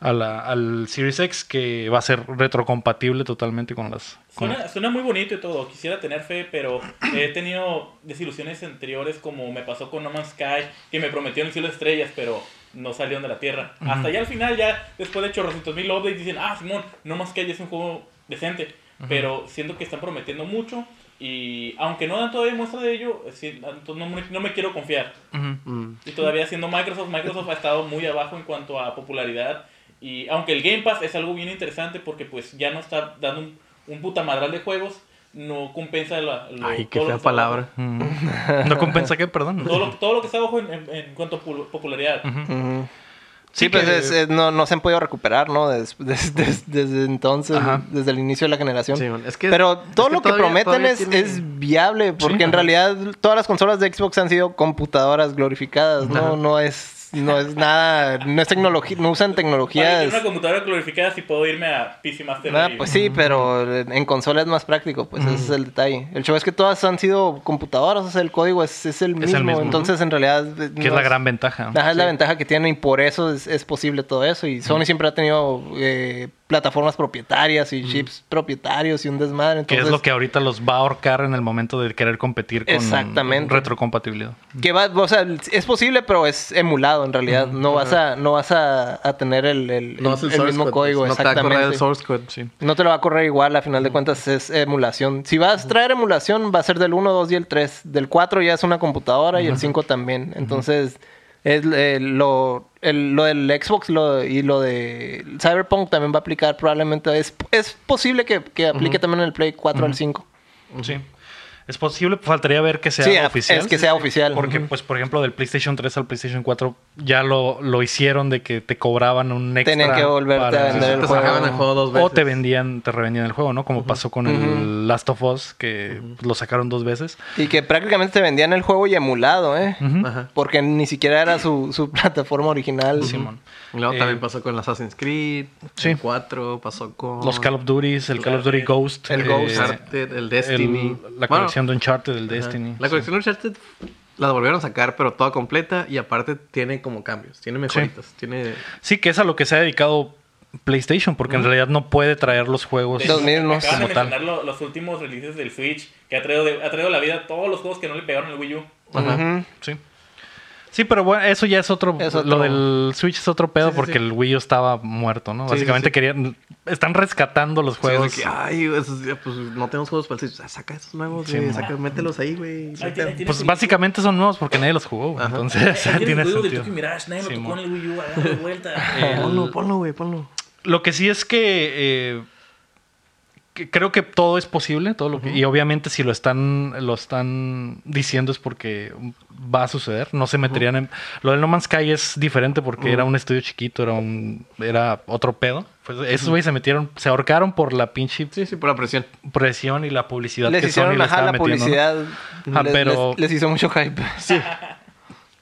A: a la- al Series X que va a ser retrocompatible totalmente con las... con
D: Suena, suena muy bonito y todo, quisiera tener fe, pero he tenido desilusiones anteriores como me pasó con No Man's Sky, que me prometieron el cielo de estrellas, pero no salieron de la tierra. Hasta ya al final, ya después de chorrocientos mil updates, dicen, ah, Simón, No Man's Sky ya es un juego decente, pero siento que están prometiendo mucho y aunque no dan todavía muestra de ello, eh, sí, no, no me- no me quiero confiar.
B: Mm.
D: Y todavía siendo Microsoft, Microsoft ha estado muy abajo en cuanto a popularidad. Y aunque el Game Pass es algo bien interesante porque pues ya no está dando un, un puta madral de juegos, no compensa la, lo-
B: Ay, qué
D: todo lo
B: fea
D: que está
B: palabra.
D: abajo.
A: Mm. ¿No compensa qué? Perdón.
D: Todo lo, todo lo que está abajo en, en- en cuanto a pul- popularidad.
C: Ujú.
A: Sí
C: Sí, pues
A: que-
C: es- es- no, no se han podido recuperar, ¿no? Des- des- des- desde entonces,
A: Ajá.
C: desde el inicio de la generación.
B: Sí, bueno, es que-
C: Pero todo
B: es que
C: lo que
B: todavía-
C: prometen
B: todavía
C: es,
B: tiene-
C: es viable, porque en
A: ajá.
C: realidad todas las consolas de Xbox han sido computadoras glorificadas, ¿no? No es no es nada, no es tecnología, no usan
D: Para
C: tecnologías.
D: tener una computadora glorificada si puedo irme a PC Master
C: Ah,
D: Race.
C: pues sí, pero en consola es más práctico, pues ese es el detalle. El show es que todas han sido computadoras, o sea, el código es, es el, mismo,
A: el mismo.
C: entonces en realidad... eh,
A: Que es
C: no
A: la gran ventaja.
C: Ajá, es la ventaja que tienen y por eso es, es posible todo eso. Y Sony siempre ha tenido eh, plataformas propietarias y chips propietarios y un desmadre.
A: Que
C: Entonces,
A: es lo que ahorita los va a ahorcar en el momento de querer competir con
C: Exactamente.
A: retrocompatibilidad.
C: que va, o sea, es posible, pero es emulado en realidad. No vas a, no vas a, a tener el, el-
B: No
C: el-
B: es el,
C: el
B: source
C: mismo
B: code,
C: código.
B: pues, No te va a correr el
C: exactamente.
B: source code. Sí.
C: No te lo va a correr igual, a final de cuentas es emulación. Si vas a traer emulación, va a ser del 1, 2 y el 3. Del 4 ya es una computadora y el 5 también. Entonces, es, eh, lo, el- lo del Xbox lo- y lo de Cyberpunk también va a aplicar probablemente. Es, es posible que, que aplique también en el Play 4 al 5.
A: Sí. Es posible, faltaría ver que sea
C: Sí, a-
A: oficial.
C: es que sea oficial.
A: Porque, pues, por ejemplo, del PlayStation 3 al PlayStation 4 ya lo, lo hicieron de que te cobraban un extra.
C: Tenían que volverte a vender
B: Te
C: el
B: sacaban el juego dos veces.
A: O te vendían, te revendían el juego, ¿no? Como pasó con el Last of Us, que lo sacaron dos veces.
C: Y que prácticamente te vendían el juego y emulado, ¿eh?
A: Ujú.
B: Ajá.
C: Porque ni siquiera era su, su plataforma original.
A: Simón.
B: Y luego
A: Eh,
B: también pasó con el Assassin's Creed.
A: Sí.
B: El 4, pasó con...
A: Los Call of Duty, el Call of Duty Ghost. eh,
C: El Ghost.
B: Uncharted, el Destiny.
A: el-
B: Bueno,
A: la colección de Uncharted, el Destiny.
B: La colección Uncharted la volvieron a sacar, pero toda completa. Y aparte tiene como cambios. Tiene mejoritas. Tiene...
A: Sí, que es a lo que se ha dedicado PlayStation, porque en realidad no puede traer los juegos.
D: De
C: Los
D: hecho,
C: mismos,
D: acaban de
A: como tal.
D: mencionar lo- los últimos releases del Switch, que ha traído, de- ha traído a la vida a todos los juegos que no le pegaron al Wii U.
B: Ajá.
C: Ujú.
A: Sí. Sí, pero bueno, eso ya es otro,
C: Es otro-
A: Lo del Switch es otro pedo
B: Sí, sí,
A: porque
B: sí.
A: el Wii U estaba muerto, ¿no?
B: Sí, sí,
A: Básicamente
B: sí.
A: querían. Están rescatando los juegos.
B: Sí, es de que, ah, ay, esos- ya, pues no tenemos juegos para el Switch. Ah, Saca esos nuevos,
A: Sí,
B: güey,
A: man.
B: saca, mételos ahí, güey.
D: Ahí tiene- ahí tiene
A: pues
D: su-
A: básicamente son nuevos porque nadie los jugó. güey.
B: Ajá.
A: Entonces,
D: Ahí tiene
A: tiene
D: el juego de
A: sentido.
D: Tokyo Mirage, nadie lo tocó
A: Simón.
D: en el Wii U, agarra de vuelta.
B: Ponlo, ponlo, güey, ponlo.
A: Lo que sí es que, eh, que creo que todo es posible, todo lo que, y obviamente si lo están lo están diciendo es porque va a suceder. No se meterían en lo del No Man's Sky es diferente porque era un estudio chiquito, era un era otro pedo. Pues esos güeyes se metieron, se ahorcaron por la pinche
B: Sí, sí, por la presión.
A: presión y la publicidad
C: Les
A: que Sony
C: hicieron
A: le
C: ajá,
A: estaba
C: la
A: metiendo. ¿no?
C: publicidad.
A: Ajá,
C: les,
A: pero-
C: les- les hizo mucho hype.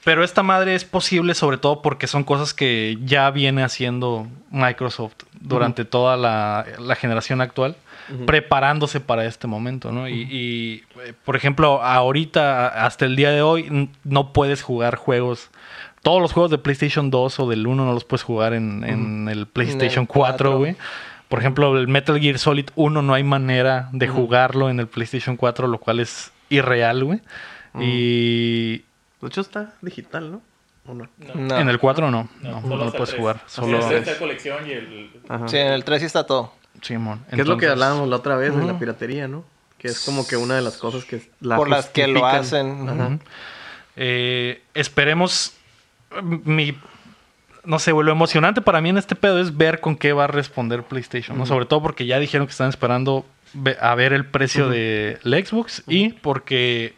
A: Pero esta madre es posible sobre todo porque son cosas que ya viene haciendo Microsoft durante toda la, la generación actual, preparándose para este momento, ¿no? Y, y, eh, por ejemplo, ahorita, hasta el día de hoy, n- no puedes jugar juegos... Todos los juegos de PlayStation 2 o del 1 no los puedes jugar en, en el PlayStation 4,
C: cuatro.
A: güey. Por ejemplo, el Metal Gear Solid 1 no hay manera de jugarlo en el PlayStation 4, lo cual es irreal, güey. Y,
B: De hecho, está digital, ¿no? ¿O no?
C: No.
A: en el 4 no. No,
D: No,
A: no,
D: solo hasta el
A: puedes
D: tres.
A: jugar.
D: Así
A: Solo
D: es, esta colección y el...
B: Ajá.
C: Sí, en el 3 sí está todo.
A: Simón.
B: Que es lo que
A: Entonces,
B: hablábamos la otra vez de la piratería, ¿no? Que es como que una de las cosas que la
C: por las que lo
B: justifican.
C: hacen.
B: Ajá.
A: eh, esperemos. Mi. No sé, güey, lo emocionante para mí en este pedo es ver con qué va a responder PlayStation, ¿no? Sobre todo porque ya dijeron que están esperando ve- a ver el precio del Xbox y porque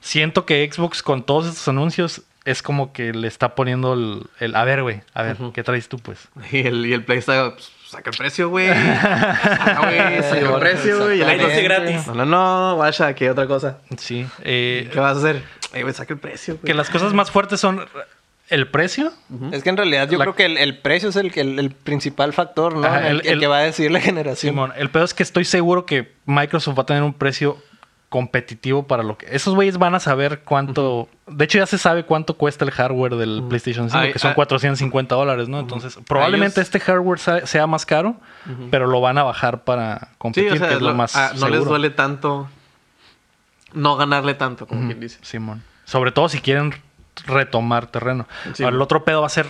A: siento que Xbox con todos estos anuncios es como que le está poniendo el... el, a ver, güey, a ver, ¿qué traes tú, pues?
B: Y el, y el Play está, pues, saca el precio, güey. Saca, Ah, güey, saca el precio, güey. Y el
D: Ahí lo hace
B: Xbox,
D: gratis.
B: No, no, no, vaya, que otra cosa.
A: Sí. eh,
B: ¿Qué vas a hacer? Eh, güey, saca el precio, güey.
A: que las cosas más fuertes son el precio,
C: Es que en realidad yo
A: La-
C: creo que el, el precio es el, que- el, el principal factor, ¿no?
A: Ajá, el-
C: el, el
A: el-
C: que va a decidir la generación.
A: Simón. El pedo es que estoy seguro que Microsoft va a tener un precio competitivo para lo que... Esos güeyes van a saber cuánto... De hecho, ya se sabe cuánto cuesta el hardware del PlayStation 5,
B: Ay,
A: que son
B: ay.
A: 450 dólares, ¿no? Entonces, probablemente
B: Ellos-
A: este hardware sa- sea más caro, pero lo van a bajar para
B: Sí,
A: competir,
B: o sea,
A: que es lo,
B: lo-
A: más
B: ah, no les
A: seguro.
B: duele tanto no ganarle tanto, como quien dice.
A: Simón. Sobre todo si quieren retomar terreno.
B: Sí.
A: Ahora, el otro pedo va a ser...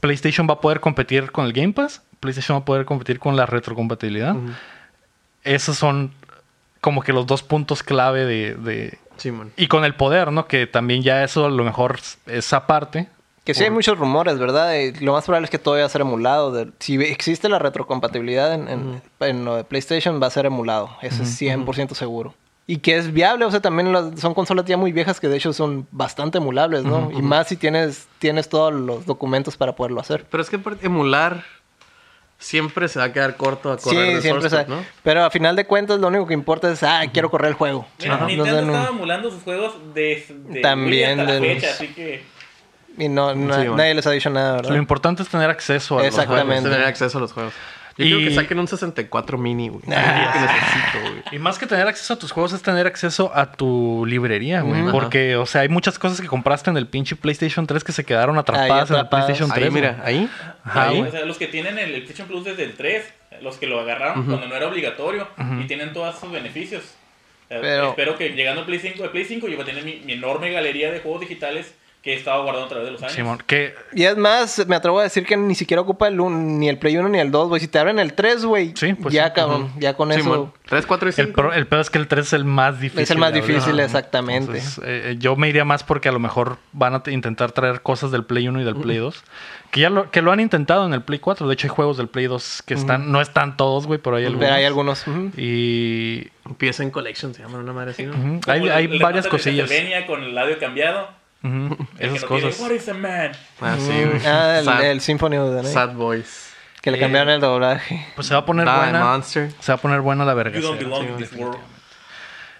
A: PlayStation va a poder competir con el Game Pass. PlayStation va a poder competir con la retrocompatibilidad. Esos son como que los dos puntos clave de... de-
B: Simón.
A: Y con el poder, ¿no? Que también ya eso a lo mejor es aparte.
C: Que sí hay muchos rumores, ¿verdad? Y lo más probable es que todo vaya a ser emulado. de- si existe la retrocompatibilidad en, en- en lo de PlayStation, va a ser emulado. Eso es 100% seguro. Y que es viable, o sea, también las- son consolas ya muy viejas que de hecho son bastante emulables, ¿no? Y más si tienes, tienes todos los documentos para poderlo hacer.
B: Pero es que por- emular siempre se va a quedar corto a correr
C: Sí,
B: de
C: siempre
B: source
C: se...
B: code, ¿no?
C: Pero a final de cuentas lo único que importa es, ah, quiero correr el juego.
D: Mira,
C: No
D: Nintendo
C: sé, no-
D: estaba emulando sus juegos desde
C: También
D: Wii hasta la
C: de los-
D: fecha, así que
C: Y no, na-
B: bueno.
C: nadie les ha dicho nada,
A: Lo
C: ¿verdad?
A: importante es tener acceso a los
C: Exactamente.
A: juegos.
B: Tener acceso a los juegos. Yo
A: Y-
B: creo que saquen un 64 mini, güey.
C: Ah.
B: Es lo que necesito, güey.
A: Y más que tener acceso a tus juegos es tener acceso a tu librería, güey.
B: Ujú.
A: Porque, o sea, hay muchas cosas que compraste en el pinche PlayStation 3 que se quedaron atrapadas,
C: atrapadas.
A: en el PlayStation 3.
B: Ahí,
A: güey.
B: mira, ahí.
A: Ajá,
B: ahí.
A: güey.
D: o sea, los que tienen el PlayStation Plus desde el 3, los que lo agarraron cuando no era obligatorio y tienen todos sus beneficios. Eh,
C: Pero-
D: Espero que llegando al Play 5, el Play 5 yo voy a tener mi, mi enorme galería de juegos digitales que he estado guardando a través de los años.
A: Simón, que
C: Y es más, me atrevo a decir que ni siquiera ocupa el un- ni el Play 1 ni el 2, güey. Si te abren el 3, güey,
A: Sí, pues
C: ya,
A: sí.
C: cabrón, ya con eso...
B: Simón, 3, 4 y
A: el,
B: 5.
A: pro- el pedo es que el 3 es el más difícil.
C: Es el más
A: de abrir.
C: difícil,
A: Ajá.
C: exactamente.
A: Entonces, eh, eh, yo me iría más porque a lo mejor van a t- intentar traer cosas del Play 1 y del Play 2. Que ya lo, que lo han intentado en el Play 4. De hecho, hay juegos del Play 2 que están... No están todos, güey, pero hay algunos.
C: Mm. Pero hay algunos... ujú.
A: Y...
B: PSN Collection se llama una madre así, ¿no?
A: ujú,
D: Como
A: Hay,
D: el-
A: hay
D: el
A: varias
D: remate de
A: cosillas.
D: Castlevania con el labio cambiado.
A: Ujú,
D: el que
A: Esas
D: no tiene,
A: cosas.
D: What is a man?
B: Ah, sí, güey.
C: Ah, el,
B: Sad-
C: el Symphony of the Night.
B: Sad Boys.
C: Que le
A: Eh,
C: cambiaron el doblaje.
A: Pues se va a poner
B: Die
A: buena.
B: Monster.
A: Se va a poner buena la verga.
D: You don't
A: sí.
D: belong in this world.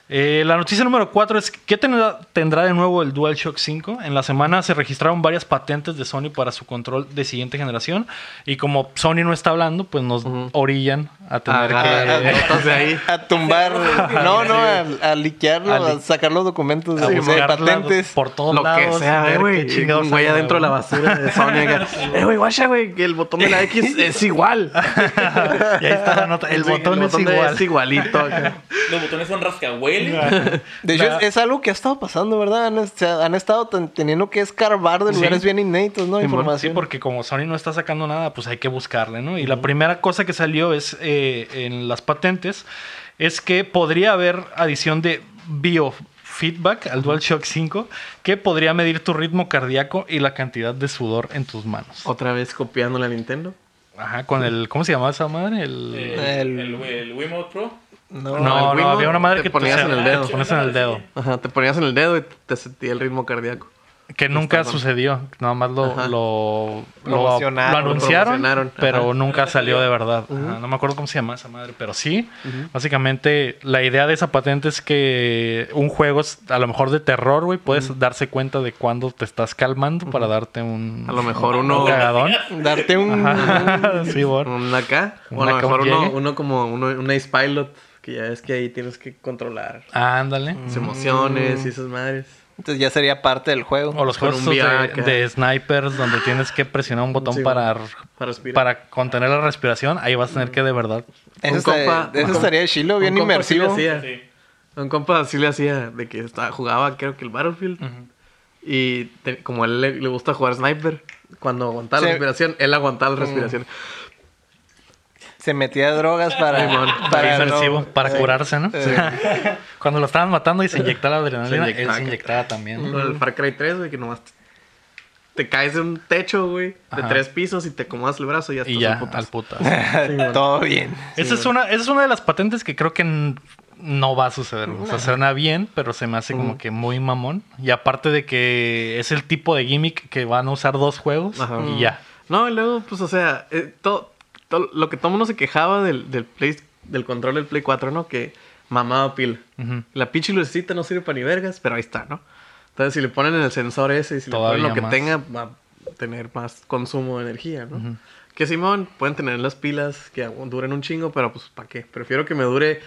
A: Eh, la noticia número 4 es ¿qué tendrá, tendrá de nuevo el DualShock 5? En la semana se registraron varias patentes de Sony para su control de siguiente generación y como Sony no está hablando, pues nos orillan a
B: Ah,
A: tener
B: Agarra
A: que...
B: notas de ahí.
C: A tumbar... no, no, a, a liquearlo,
A: A li-
C: a sacar los documentos
A: a
C: de, de
A: buscarla
C: patentes.
A: por todos
B: Lo
A: lados.
B: que sea, eh,
A: ver
B: güey.
A: qué chingados
B: Un güey
A: hay,
B: adentro de la
A: güey.
B: basura de Sony. acá. eh, güey, guacha, güey. que El botón de la X es igual.
A: Y ahí está la nota. El,
B: Sí,
A: botón,
B: de-
A: es igual.
B: es igualito. acá.
D: Los botones son rascahueles.
C: De hecho,
A: La-
C: es, es algo que ha estado pasando, ¿verdad? Han, se han estado ten- teniendo que escarbar de lugares bien inéditos, ¿no?
A: Sí,
C: Información.
A: porque como Sony no está sacando nada, pues hay que buscarle, ¿no? Y la primera cosa que salió es eh, en las patentes es que podría haber adición de biofeedback al DualShock 5 que podría medir tu ritmo cardíaco y la cantidad de sudor en tus manos.
B: Otra vez copiando la Nintendo.
A: Ajá, con el ¿cómo se llamaba esa madre? El
D: El,
C: El-
D: Eh, el, el Wiimote Pro.
A: No,
C: No,
A: no,
B: Eh, el Wiimote
A: había una madre
B: te
A: que tú-
B: ponías
A: o sea,
B: en el
A: te
B: dedo.
A: ponías en el dedo.
B: Ajá, te ponías en el dedo y te sentía el ritmo cardíaco.
A: Que nunca
B: Estaba-
A: sucedió, nada más lo,
B: Pues, Ajá.
A: lo, lo, lo
C: Promocionaron.
A: anunciaron,
B: Promocionaron,
A: pero
B: ajá.
A: nunca salió de verdad. Ajá, No me acuerdo cómo se llama esa madre, pero sí, básicamente la idea de esa patente es que un juego, es, a lo mejor de terror, güey, puedes darse cuenta de cuando te estás calmando para darte un...
B: A lo mejor
A: un
B: uno- Mm.
A: cagadón.
C: Darte un...
A: Ajá, sí, bueno.
B: Un acá. O a
A: Un
B: lo
A: acá,
B: mejor
A: un
B: uno,
A: llegue.
B: uno como uno, un Ace Pilot. Que ya es que ahí tienes que controlar
A: Ándale.
B: las emociones y esas madres.
C: Entonces ya sería parte del juego.
A: O los
B: Con
A: juegos
B: un
A: esos
B: VR
A: de,
B: acá.
A: de snipers donde tienes que presionar un botón
B: Sí,
A: para,
B: para respirar.
A: para contener la respiración, ahí vas a tener que de verdad
C: Eso,
B: Un
C: está-
B: compa-
C: eso
B: un
C: estaría chilo,
B: un
C: bien
B: compa sí le
C: inmersivo.
B: hacía.
D: Sí.
B: Un compa así le hacía de que estaba, jugaba, creo que el Battlefield. Y te- como a él le, le gusta jugar sniper, cuando aguantaba
C: Sí.
B: la respiración, él aguantaba la respiración.
C: Se metía drogas
B: Simón.
C: para...
A: para,
C: no-
A: para
C: Sí.
A: curarse, ¿no?
C: Sí.
A: Cuando lo estaban matando y se inyectaba la adrenalina,
B: Se inyectaba
A: él se
B: acá.
A: inyectaba también.
B: Con el Far Cry 3, güey, que nomás te, te caes de un techo, güey, de
A: Ajá.
B: tres pisos y te acomodas el brazo y ya
A: Y
B: estás
A: ya,
B: al putazo.
A: al putas.
C: Todo bien.
A: esa, es una, esa es una de las patentes que creo que n- no va a suceder. O sea, suena bien, pero se me hace como que muy mamón. Y aparte de que es el tipo de gimmick que van a usar dos juegos
B: Ajá.
A: y ya.
B: No, y luego, pues, o sea, eh, todo, todo- lo que todo mundo se quejaba del, del, Play- del control del Play 4, ¿no? Que mamaba pila.
A: Ujú.
B: La pinche lucecita no sirve para ni vergas, pero ahí está, ¿no? Entonces, si le ponen el sensor ese y si
A: Todavía
B: le ponen lo que
A: más.
B: tenga, va a tener más consumo de energía, ¿no? Que Simón, pueden tener las pilas que agu- duren un chingo, pero pues, ¿para qué? Prefiero que me dure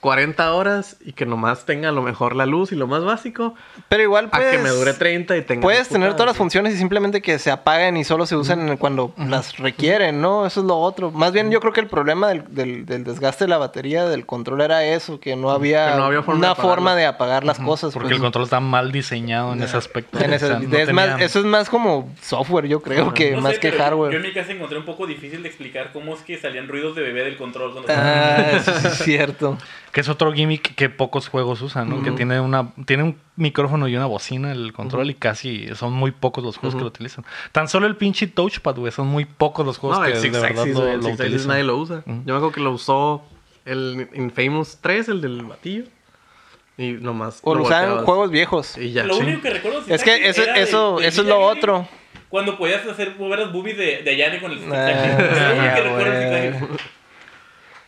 B: 40 horas y que nomás tenga a lo mejor la luz y lo más básico,
C: Pero igual
B: a
C: puedes...
B: que me dure 30 y tenga.
C: Puedes
B: la
C: tener todas
B: putada,
C: las funciones y simplemente que se apaguen y solo se usen cuando las requieren, ¿no? Eso es lo otro. Más bien yo creo que el problema del, del- del desgaste de la batería del control era eso, que no había,
B: Que no había forma
C: una
B: de
C: forma de apagar las cosas.
A: Porque
C: pues.
A: el control está mal diseñado en ese aspecto.
C: En ese-
A: O sea, no
C: es
A: tenía-
C: más, eso es más como software, yo creo, que
D: No sé,
C: más que
D: pero yo-
C: hardware.
D: Yo en mi casa encontré un poco difícil de explicar cómo es que salían ruidos de bebé del control. cuando-
C: Ah, eso sí es cierto.
A: Que es otro gimmick que pocos juegos usan, ¿no? Que tiene una tiene un micrófono y una bocina el control y casi son muy pocos los juegos que lo utilizan. Tan solo el pinche touchpad, güey, son muy pocos los juegos
B: No,
A: que
B: el
A: de
B: Six
A: verdad
B: Axis,
A: lo,
B: el
A: lo
B: Six Axis
A: utilizan.
B: nadie lo usa. Yo
A: Ujú.
B: me acuerdo que lo usó el Infamous 3, el del batillo. Y nomás.
C: O lo usaban
B: volteabas.
C: en juegos viejos.
B: Y ya.
D: lo
B: chin.
D: único que recuerdo de
C: Es que
D: Sitaki
C: eso,
D: era de-
C: eso,
D: de
C: eso es
D: Ninja
C: lo
D: Gaiden,
C: otro.
D: Cuando podías hacer mover las boobies de, de Ayane con el Sitaki.
C: Ah,
D: Es lo único que
C: güey.
D: recuerdo de Sitaki.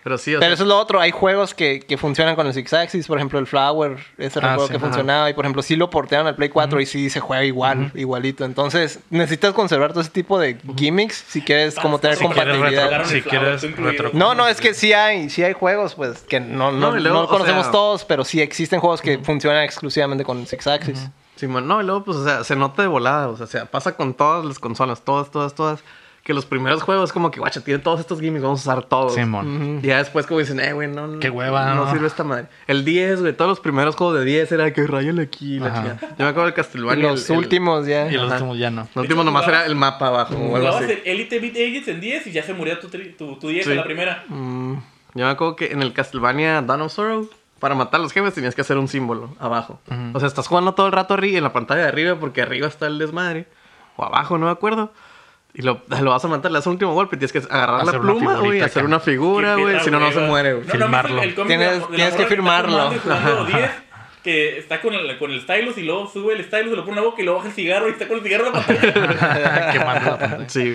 B: Pero sí, o
C: Pero
B: sea,
C: eso es lo otro. Hay juegos que, que funcionan con el Six Axis. Por ejemplo, el Flower. Ese
A: Ah,
C: recuerdo
A: sí,
C: que
A: ajá.
C: funcionaba. Y por ejemplo, sí lo portearon al Play 4 y sí se juega igual, igualito. Entonces, necesitas conservar todo ese tipo de gimmicks si quieres como tener
D: Si quieres
C: compatibilidad.
D: retrocar-
A: si
D: Flower,
A: quieres
D: tú incluido.
A: retro-
C: No, no, es que sí hay, sí hay juegos, pues, que no, no,
B: No, y luego,
C: no
B: o
C: conocemos
B: sea-
C: todos, pero sí existen juegos que funcionan exclusivamente con Six Axis.
B: Simón, no, y luego, pues, o sea, se nota de volada. O sea, se pasa con todas las consolas, todas, todas, todas. Que los primeros juegos, como que, guacha, tiene todos estos gimmicks, vamos a usar todos.
A: Simón.
B: Y ya después, como dicen, eh, güey, no. no-
A: Qué hueva,
B: No
A: ¿no?
B: sirve esta madre. El 10, güey, todos los primeros juegos de 10 era que rayale aquí, la
A: Ajá.
B: chingada. Yo me acuerdo del
C: Y
B: Castlevania.
C: los
B: el- el-
C: últimos ya.
A: Y los
B: Ajá.
A: últimos ya no.
B: Los últimos nomás era el mapa abajo o algo
D: Jugabas
B: así.
D: el Elite Beat Agents en 10 y ya se murió tu, tri- tu, tu 10
B: Sí.
D: en la primera.
C: Mm,
B: Yo me acuerdo que en el Castlevania Dawn of Sorrow, para matar a los jefes tenías que hacer un símbolo abajo. O sea, estás jugando todo el rato arriba, en la pantalla de arriba, porque arriba está el desmadre. O abajo, no me acuerdo. Y lo, lo vas a matar, le das un último golpe, tienes que agarrar
A: Hacer
B: la
A: una
B: pluma, güey,
A: figurita
B: hacer
A: acá.
B: una figura,
D: Que
B: güey,
D: empieza,
B: si no, no se
D: güey,
B: muere, güey.
D: no, no,
A: Filmarlo.
D: el- el cómic
C: Tienes-
D: de la- de la
C: tienes que
D: morra está
C: firmarlo.
D: fumando y jugando 10, que está con el, con el stylus y luego sube el stylus, se lo pone en la boca y luego baja el cigarro y está con el cigarro en la pantalla.
A: Quemando la pantalla.
B: Sí.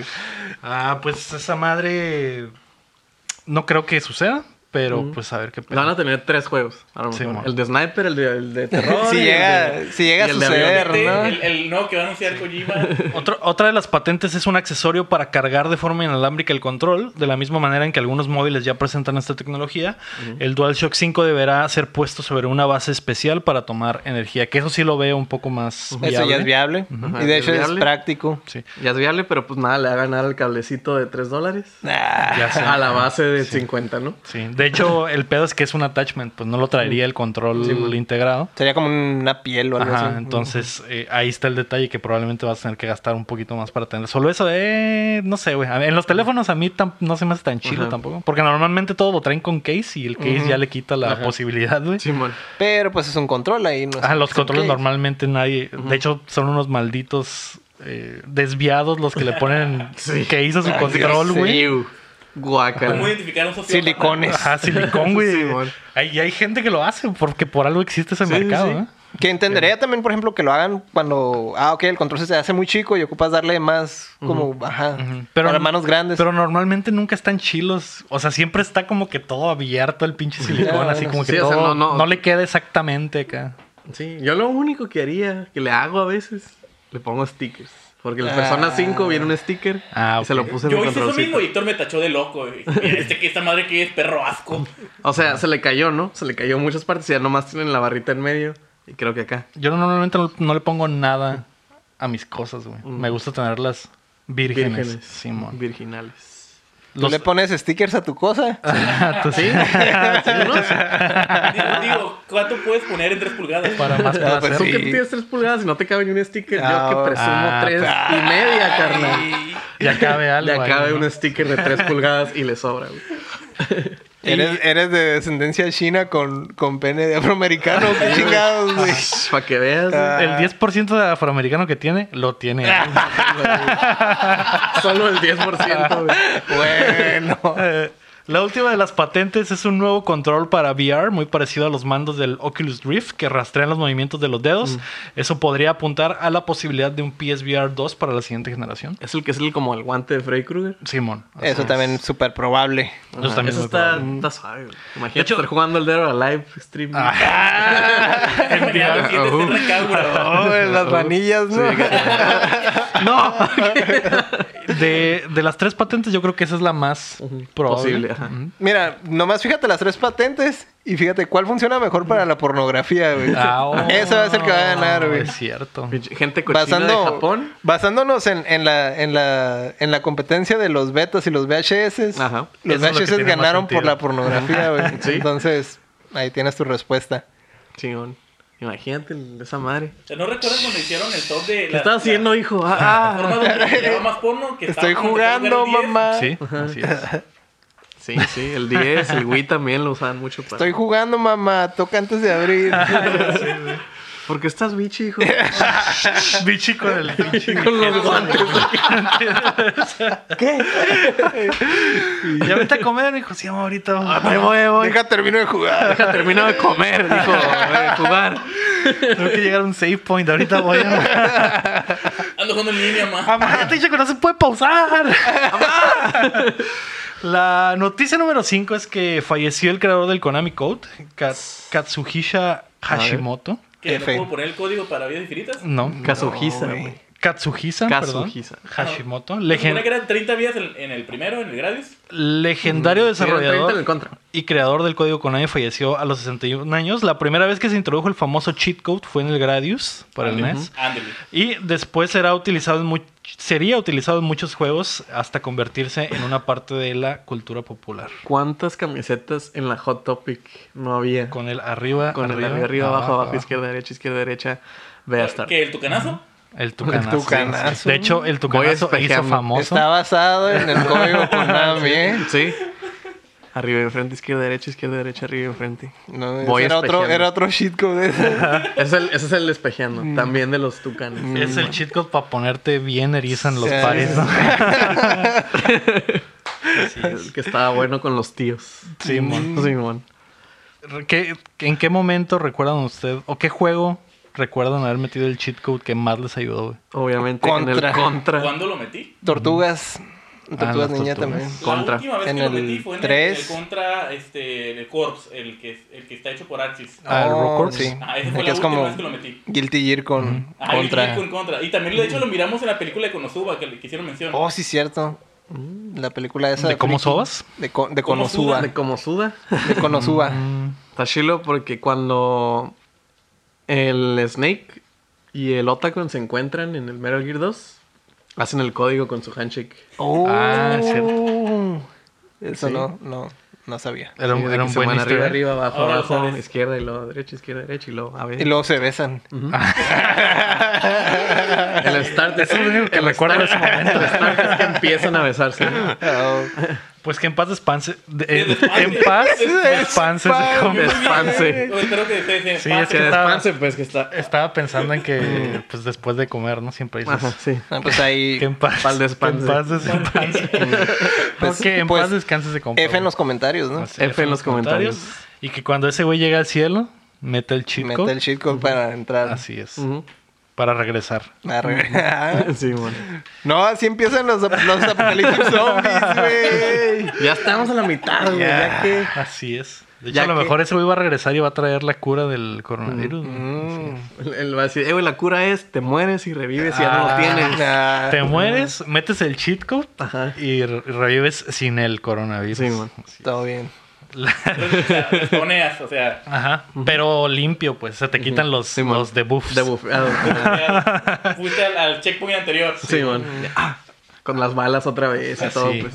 A: Ah, pues esa madre no creo que suceda, pero pues a ver qué
B: Van
A: pasa.
B: a tener tres juegos. a lo
A: Sí,
B: mejor.
A: mon.
B: el de Sniper, el de, el de terror.
C: Si
B: y el
C: llega-
B: de-
C: si llega a
B: y el de
C: suceder,
B: avión.
D: Este,
C: ¿no?
D: el, el nuevo que va a anunciar Kojima.
A: Otro- otra de las patentes es un accesorio para cargar de forma inalámbrica el control, de la misma manera en que algunos móviles ya presentan esta tecnología. El DualShock 5 deberá ser puesto sobre una base especial para tomar energía, que eso sí lo veo un poco más viable.
C: Eso ya es viable.
B: Ajá,
C: Y
B: ya
C: de
B: es
C: hecho es
B: viable.
C: práctico.
A: Sí,
B: Ya es viable, pero pues nada, le va a ganar el cablecito de 3 dólares.
C: Ah,
A: ya sé.
B: A la base de 50, ¿no?
A: Sí. De hecho, el pedo es que es un attachment, pues no lo traería el control integrado.
C: Sería como una piel o algo
A: Ajá,
C: así.
A: entonces eh, ahí está el detalle que probablemente vas a tener que gastar un poquito más para tener. Solo eso, eh, no sé, güey. A ver, En los teléfonos a mí tam- no se me hace tan chido
B: Ajá.
A: tampoco. Porque normalmente todo lo traen con case y el case ya le quita la posibilidad, güey.
B: Simón.
C: Pero pues es un control ahí. No
A: Ah,
C: sé,
A: los
C: es un
A: controles
C: case.
A: normalmente nadie. De hecho, son unos malditos eh, desviados los que le ponen
B: Sí.
A: case a su control, güey.
B: Sí, guácala.
D: ¿Cómo identificar a un sociópata?
C: Silicones.
A: Ajá, silicón, güey.
B: Simón.
A: Ahí- y hay gente que lo hace porque por algo existe ese
B: Sí, sí,
A: mercado,
B: sí.
A: ¿eh?
C: Que entendería también, por ejemplo, que lo hagan cuando. Ah, ok, el control se hace muy chico y ocupas darle más como. Ajá.
A: Ujú.
C: para manos grandes.
A: Pero normalmente nunca están chilos. O sea, siempre está como que todo abierto el pinche silicón,
C: Ya,
A: así como que
B: sí, o
A: todo
B: sea,
A: no,
B: no, no.
A: le queda exactamente acá.
B: Sí, yo lo único que haría, que le hago a veces, le pongo stickers. Porque en el Persona
C: Ah.
B: 5 viene un sticker
A: Ah,
B: y se lo
A: ok.
B: puse en
D: Yo
B: mi
D: hice eso mismo
B: controlcito.
D: y Héctor me tachó de loco. güey. Mira, este que esta madre que es perro asco.
B: O sea, se le cayó, ¿no? Se le cayó en muchas partes y ya nomás tienen la barrita en medio. Y creo que acá.
A: Yo normalmente no, no le pongo nada a mis cosas, güey. Me gusta tenerlas vírgenes.
B: Mm. Vírgenes.
A: Simón.
B: Virginales.
C: ¿Tú
A: Los-
C: le pones stickers a tu cosa?
A: Ah, Tú sí,
D: Digo, digo, ¿cuánto puedes poner en 3 pulgadas?
A: para más
C: Ah, pues
A: placer.
B: Tú que
C: Sí.
B: tienes 3 pulgadas y no te cabe ni un sticker.
C: Ah,
B: yo que presumo
A: ah,
B: 3 y media, carnal.
A: Y acabe algo.
B: Le
A: ahí,
B: cabe
A: ¿no?
B: un sticker de 3 pulgadas y le sobra, güey.
C: ¿Eres, eres de descendencia china con, con pene de afroamericano. Qué chingados, güey.
B: Para que veas. güey.
A: El 10% de afroamericano que tiene, lo tiene.
B: Ah.
A: él.
B: Solo el 10%, güey.
C: Bueno.
A: Eh, La última de las patentes es un nuevo control para VR, muy parecido a los mandos del Oculus Rift, que rastrean los movimientos de los dedos.
C: Mm.
A: Eso podría apuntar a la posibilidad de un PSVR 2 para la siguiente generación.
B: Es el que es el, como el guante de Freddy Krueger.
A: Simón. así
C: Eso
A: es.
C: también es súper probable.
A: Eso también es
B: Eso
A: muy
B: está,
A: probable.
B: está suave. güey. Imagínate estar jugando el Dead or Alive stream.
A: Ah.
D: En VR, siete
B: ujú.
D: cerra cámara.
C: Oh, en las manillas, ¿no?
B: ¡No!
A: De, de las tres patentes, yo creo que esa es la más probable. Mm.
B: Posible, ajá.
A: Ujú.
C: Mira, nomás fíjate las tres patentes y fíjate cuál funciona mejor para la pornografía, güey.
A: Ah, oh,
C: Eso va a ser que va a ganar, güey.
A: Ah, Es cierto.
B: Pinche Gente cochina
C: Basando,
B: de Japón.
C: Basándonos en, en la, en, la, en la competencia de los betas y los VHS,
B: Ajá.
C: los
A: Eso es lo que
C: VHS
A: tiene más
C: ganaron por
A: sentido.
C: la pornografía, güey.
B: Sí.
C: Entonces, ahí tienes tu respuesta.
B: Chingón. Imagínate el- esa madre.
D: O sea, ¿No recuerdas cuando hicieron el top de
B: ¿Qué estás haciendo, hijo? Ah,
D: forma donde llevaba más porno que
C: Estoy
D: estaba como que
C: jugando,
D: estaba en 10?
C: mamá.
A: Sí, así es.
B: ah. Sí, sí, el 10, el Wii también lo usaban mucho para.
C: Estoy jugando, mamá. Toca antes de abrir.
B: Porque estás bichi, hijo.
A: Bichi con el bichi.
B: Con los guantes.
A: Ya vete a comer, hijo. Sí, mamá, ahorita. vamos.
B: Me voy, me voy.
C: Deja, termino de jugar.
B: Deja, termino de comer, dijo, de jugar.
A: Tengo que llegar a un save point. Ahorita voy a.
D: Ando jugando en línea, ma.
A: Mamá, ya te he dicho que no se puede pausar. Mamá. La noticia número 5 es que falleció el creador del Konami Code, Ka- Katsuhisha Hashimoto.
D: Que no
C: F.
D: puedo poner el código para vidas infinitas. Se
A: No,
B: Kazuhisa,
C: güey.
B: güey.
A: Katsuhisa, perdón.
B: Katsuhisa.
A: Hashimoto.
D: supone
A: legen-
D: que eran 30 vidas en, en el primero, en el Gradius.
A: legendario
B: Era el 30
A: desarrollador.
B: en el contra.
A: y creador del código Konami falleció a los 61 años. La primera vez que se introdujo el famoso cheat code fue en el Gradius para el NES.
D: Ándale.
A: Y después será utilizado en mu- sería utilizado en muchos juegos hasta convertirse en una parte de la cultura popular.
B: ¿Cuántas camisetas en la Hot Topic no había? Con,
A: Con el arriba,
B: el arriba, arriba, abajo, abajo, izquierda, derecha, izquierda, derecha. Ve hasta.
D: Que el tucanazo.
A: El tucanazo.
C: El tucanazo.
A: De hecho, el tucanazo
B: Voy
A: hizo
B: espejeando.
A: famoso.
C: Está basado en el código Konami, ¿eh?
B: Sí. Arriba, enfrente, izquierda, derecha, izquierda, derecha, arriba, enfrente.
C: No,
B: Voy
C: ese era otro,
B: espejeando.
C: era otro shitcode de
A: Ah,
C: ese.
B: Es el, ese es el espejeando, también de los tucanes.
A: Es el cheat code para ponerte bien erizan los
C: Sí.
A: pares. ¿no?
B: El que estaba bueno con los tíos. Mm.
A: Simón.
B: Simón.
A: ¿Qué- ¿En qué momento recuerdan usted o qué juego recuerdan haber metido el cheat code que más les ayudó? güey?
B: Obviamente en
C: Contra.
B: el contra.
D: ¿Cuándo lo metí?
C: Tortugas.
A: Ah,
C: Tortugas
A: las
C: niña
A: tortugas.
C: también.
D: La
B: Contra.
D: última vez
C: En
D: que lo
C: el
D: metí fue en el- en el,
C: tres.
D: contra este, el Corps, el que, es- el que está hecho por Archis.
A: Ah, el Rock Corps.
C: Oh, Sí.
D: Ah, esa
C: El
D: fue
C: que
D: la
C: es
D: última
C: como
D: vez que lo metí.
C: Guilty Gear con
D: Ah, el
C: contra. Mm.
D: Kiriko en contra. Y también, de hecho, lo miramos en la película de Konosuba, que le quisieron mención.
C: Oh, sí, cierto. La película esa.
A: Mm. ¿De cómo
C: friki.
A: sobas?
C: De, co- de
D: ¿Cómo
C: Konosuba.
B: De como suda.
C: De Konosuba.
B: Está chilo porque cuando el Snake y el Otacon se encuentran en el Metal Gear 2, hacen el código con su handshake.
C: Oh.
A: Ah, es
C: Eso
B: Sí.
C: no, no, no sabía.
A: Era
B: Sí,
A: un,
B: de
A: era
B: que
A: un
B: se
A: buen
B: van
A: easter
B: arriba,
A: egg.
B: arriba, abajo,
D: Ahora lo
B: abajo,
D: sabes.
B: izquierda y luego derecha, izquierda, derecha y luego a ver.
C: Y luego se besan.
B: El start es
A: lo único que recuerdo de ese momento.
B: El start es que empiezan a besarse.
C: Oh.
A: Pues que en paz despanse. de-
D: Que despanse.
A: en paz despanse.
C: Despanse.
A: como-
B: Despanse.
D: Yo pues, espero que ustedes se
A: Ah, Sí,
D: pasen.
A: es
B: Que
A: que estaba,
B: despanse, pues que está.
A: estaba pensando en que pues después de comer, ¿no? Siempre dices.
B: Ajá, sí.
C: Ah, pues ahí.
A: Que en paz.
B: Pal despanse.
A: que en paz despanse.
C: Pues,
A: que en
C: pues,
A: paz descanses de comprar.
C: F en los comentarios, ¿no?
B: F en los comentarios.
A: Y que cuando ese güey llega al cielo, mete el cheat
C: Mete
A: code.
C: el shitcode para entrar.
A: Así es.
B: Ujú.
A: Para regresar.
C: Arre-
B: Sí, bueno.
C: no, así empiezan los, los apocalipsis zombies, güey.
B: Ya estamos a la mitad, güey. Ya que.
A: Así es. De hecho,
B: Ya
A: a lo
B: que-
A: mejor ese güey va a regresar y va a traer la cura del coronavirus. güey.
C: Mm.
B: Él- Él va a decir, eh, güey, la cura es, te mueres y revives y ya no
A: Ah.
B: lo tienes.
C: Nah.
A: Te mueres, metes el cheat code
B: Ajá.
A: y re- revives sin el coronavirus.
B: Sí, man.
A: Así.
C: Todo bien.
A: La-
D: Entonces, o sea, las poneas, o sea.
A: Ajá. Pero limpio, pues. Se te quitan los,
B: Sí, man.
A: los debuffs.
B: De buff. ah,
D: ya Fuiste al, al checkpoint anterior.
B: sí, man. Ah, con las balas otra vez y
A: Así.
B: todo, pues.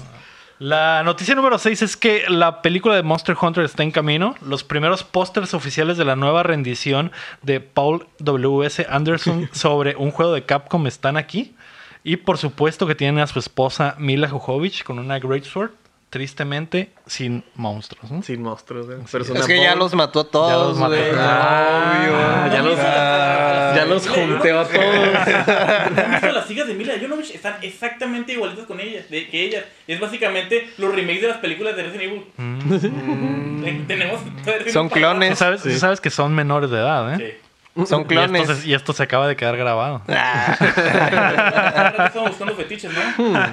A: La noticia número 6 es que la película de Monster Hunter está en camino. Los primeros pósters oficiales de la nueva rendición de Paul W.S. Anderson sobre un juego de Capcom están aquí. Y por supuesto que tienen a su esposa Mila Jovovich con una Great Sword, tristemente sin monstruos. ¿no?
B: Sin monstruos, güey. Pero
C: Es que ya los mató a todos,
A: Ya los mató.
C: güey.
A: Ah,
C: Obvio.
B: ya los-
C: Ah.
B: Ya los junteó a todos.
D: ¿Han visto las hijas de Mila Jovovich? Están exactamente igualitas con ella, de, que ellas. Es básicamente los remakes de las películas de Resident Evil. Ten- Tenemos.
C: Son clones.
A: Tú sabes, tú
B: Sí.
A: sabes que son menores de edad, ¿eh?
D: Sí.
C: Son
A: Y esto,
C: clones.
A: se, y esto se acaba de quedar grabado.
C: Ah,
D: Ahora estamos buscando fetiches, ¿no?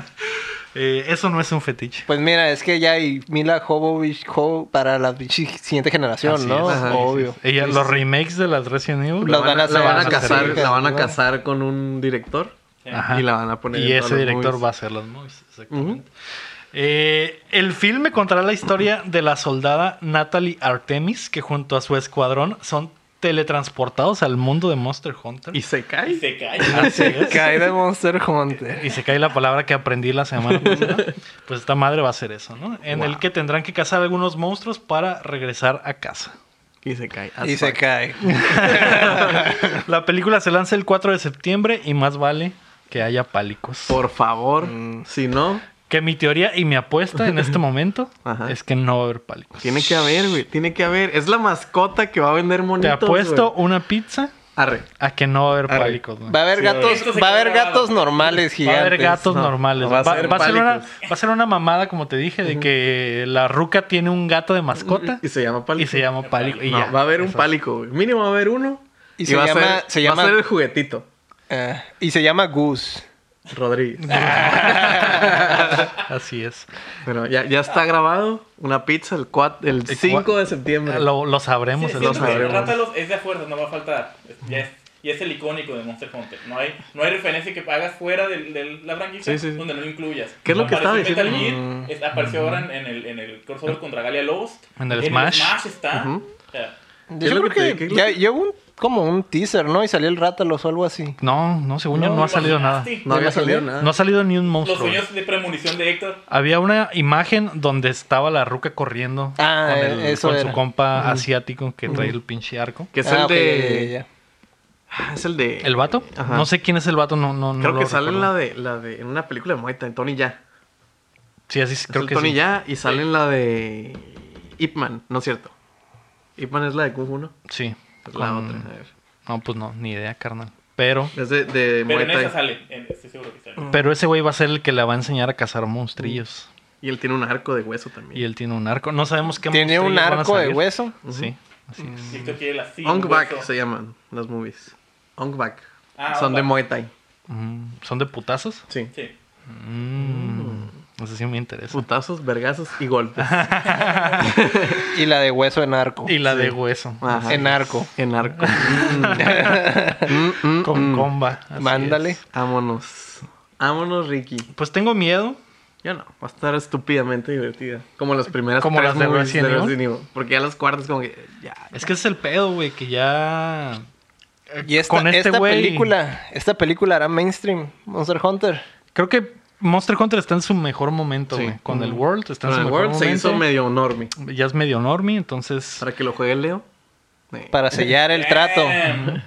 A: Eh, eso no es un fetiche.
C: Pues mira, es que ya hay Mila Jovovich Jo- para la bichi- siguiente generación,
A: Así
C: ¿no?
A: es.
B: Ajá,
C: Obvio.
A: Ella- los remakes de las Resident Evil.
C: Los
B: La van a,
C: van a
B: la van a
A: hacer-
B: casar,
C: hacer-
B: la van a
C: bueno.
B: casar con un director
A: Ajá.
B: y la van a poner.
A: Y
B: en
A: ese
B: todos los
A: director
B: movies.
A: va a hacer las movies, exactamente. Eh, el film contará la historia de la soldada Natalie Artemis, que junto a su escuadrón son teletransportados al mundo de Monster Hunter.
B: y se
D: Y
B: cae.
D: se cae.
B: Ah,
A: Así es.
C: Cae de Monster Hunter.
A: Y se cae la palabra que aprendí la semana pasada. Pues esta madre va a ser eso, ¿no? En el que tendrán que cazar algunos monstruos para regresar a casa.
B: Y se cae.
C: Y se cae.
A: La película se lanza el 4 de septiembre y más vale que haya pálicos.
B: Por favor, si no,
A: Que mi teoría y mi apuesta en este momento
B: Ajá.
A: es que no va a haber pálicos.
B: Tiene que haber, güey. Tiene que haber. Es la mascota que va a vender
A: Te
B: monitos.
A: apuesto
B: güey.
A: una pizza
B: Arre.
A: a que no va a haber
B: Arre.
A: pálicos, güey.
C: Va a haber
B: Sí,
C: gatos,
D: esto se
C: va a
D: queda
C: haber
D: grabado.
C: gatos normales
A: Va a
C: gigantes.
A: haber gatos
B: no,
A: normales.
B: va
A: Va,
B: a ser
A: va a ser una,
B: pálicos.
A: va a ser una mamada, como te dije, de que la ruca tiene un gato de mascota
B: Y se llama pálico.
A: y se llama pálico. Y
B: No,
A: ya.
B: va a haber un
A: Eso.
B: pálico, güey. Mínimo va a haber uno.
C: Y se
B: va a
C: llama-
B: ser-
C: se
B: Va
C: llama-
B: a ser el juguetito.
C: Eh, y se llama Goose.
B: Rodríguez.
A: Así es.
B: Bueno, ya, ya está grabado una pizza el, cuat- el
A: cua-
B: 5 de septiembre.
A: Lo, lo sabremos.
D: Sí,
A: el
D: siento
B: los
A: otro
D: que
A: día.
B: sabremos.
D: Rátalos es de afuera, no va a faltar. Ya es, ya es el icónico de Monster Hunter. No hay, no hay referencia que hagas fuera de, la franquicia
B: Sí, sí, sí.
D: donde no lo incluyas.
B: ¿Qué es lo que estaba
D: Apareció en
B: diciendo? Mm.
D: Metal Gear, es- apareció ahora en, en el, en el crossover contra Galia Lost.
A: En el Smash.
D: está.
B: Ujú.
D: O sea,
B: ¿Qué es
C: Yo
B: lo
C: creo
B: que te-
C: que,
B: qué es lo
C: ya,
B: que-
C: ya hubo un- como un teaser, ¿no? Y salió el Rátalos o algo así.
A: No, no, según yo
C: No,
A: no ha salido nada.
D: imaginaste.
B: no había
C: ¿Te
B: salido
C: imaginé?
B: nada.
A: No ha salido ni un
D: Los
A: monstruo. güey.
D: sueños de premonición de Héctor.
A: Había una imagen donde estaba la ruca corriendo
C: Ah,
A: con,
C: eh, eso
A: con su
C: era.
A: compa asiático que trae el pinche arco.
B: Que es
C: Ah,
B: el
C: ok,
B: de.
C: ya, ya, ya.
B: Ah, Es el de.
A: ¿El vato?
B: Ajá.
A: No sé quién es el vato, no, no, no
B: Creo
A: lo
B: que sale en la
A: recuerdo.
B: de, la de. En una película de Muay Thai, Tony Ya.
A: Sí, así es, creo
B: es
A: que
B: el Tony
A: sí.
B: Ya y sale en la de. Ip Man, no es cierto. Ip Man es la de Kung Fu, ¿no?
A: Sí.
B: Es la
A: con-
B: otra. A ver.
A: No, pues no, ni idea, carnal. Pero,
B: Es de, de
D: Pero
B: Muay
D: en esa
B: Thai.
D: sale. en- estoy seguro que sale.
A: pero ese güey va a ser el que la va a enseñar a cazar monstrillos.
B: Y él tiene un arco de hueso
A: Y
B: también.
A: él tiene un arco. No sabemos qué
C: Tiene un
A: monstrillos van a
C: arco de
A: salir.
C: hueso.
A: Sí, así es.
D: Y Héctor quiere la sí,
B: Ong
D: un
B: Bak
D: hueso.
B: se llaman las movies. Ong Bak.
D: Ah,
B: Son
D: Ong
B: de
D: Bak.
B: Muay Thai.
A: Mm, ¿Son de putazos?
B: Sí.
D: Sí.
A: Mm, Eso sí me interesa.
B: Putazos, vergazos y golpes.
C: Y la de hueso en arco.
A: Y la de hueso.
B: Ajá.
C: En arco.
B: En arco. Mm, mm,
A: Con
B: mm.
A: comba. así
C: Mándale.
A: es.
B: Vámonos. Vámonos, Ricky.
A: Pues tengo miedo.
B: Ya no, va a estar estúpidamente divertida. Como las primeras
A: Como
B: tres
A: las de
B: movies
A: Resident Evil.
B: Evil. Porque ya las cuartas como que ya.
A: Es que ese es el pedo, güey, que ya...
C: Y esta,
A: Con este
C: esta
A: güey.
C: película, esta película hará mainstream, Monster Hunter.
A: Creo que Monster Hunter está en su mejor momento,
B: Sí.
A: güey. Con el World está en su
B: Pero el
A: mejor
B: World se
A: momento.
B: hizo medio enorme.
A: Ya es medio normie, entonces...
B: Para que lo juegue Leo. Eh,
C: Para sellar el trato.
D: Damn.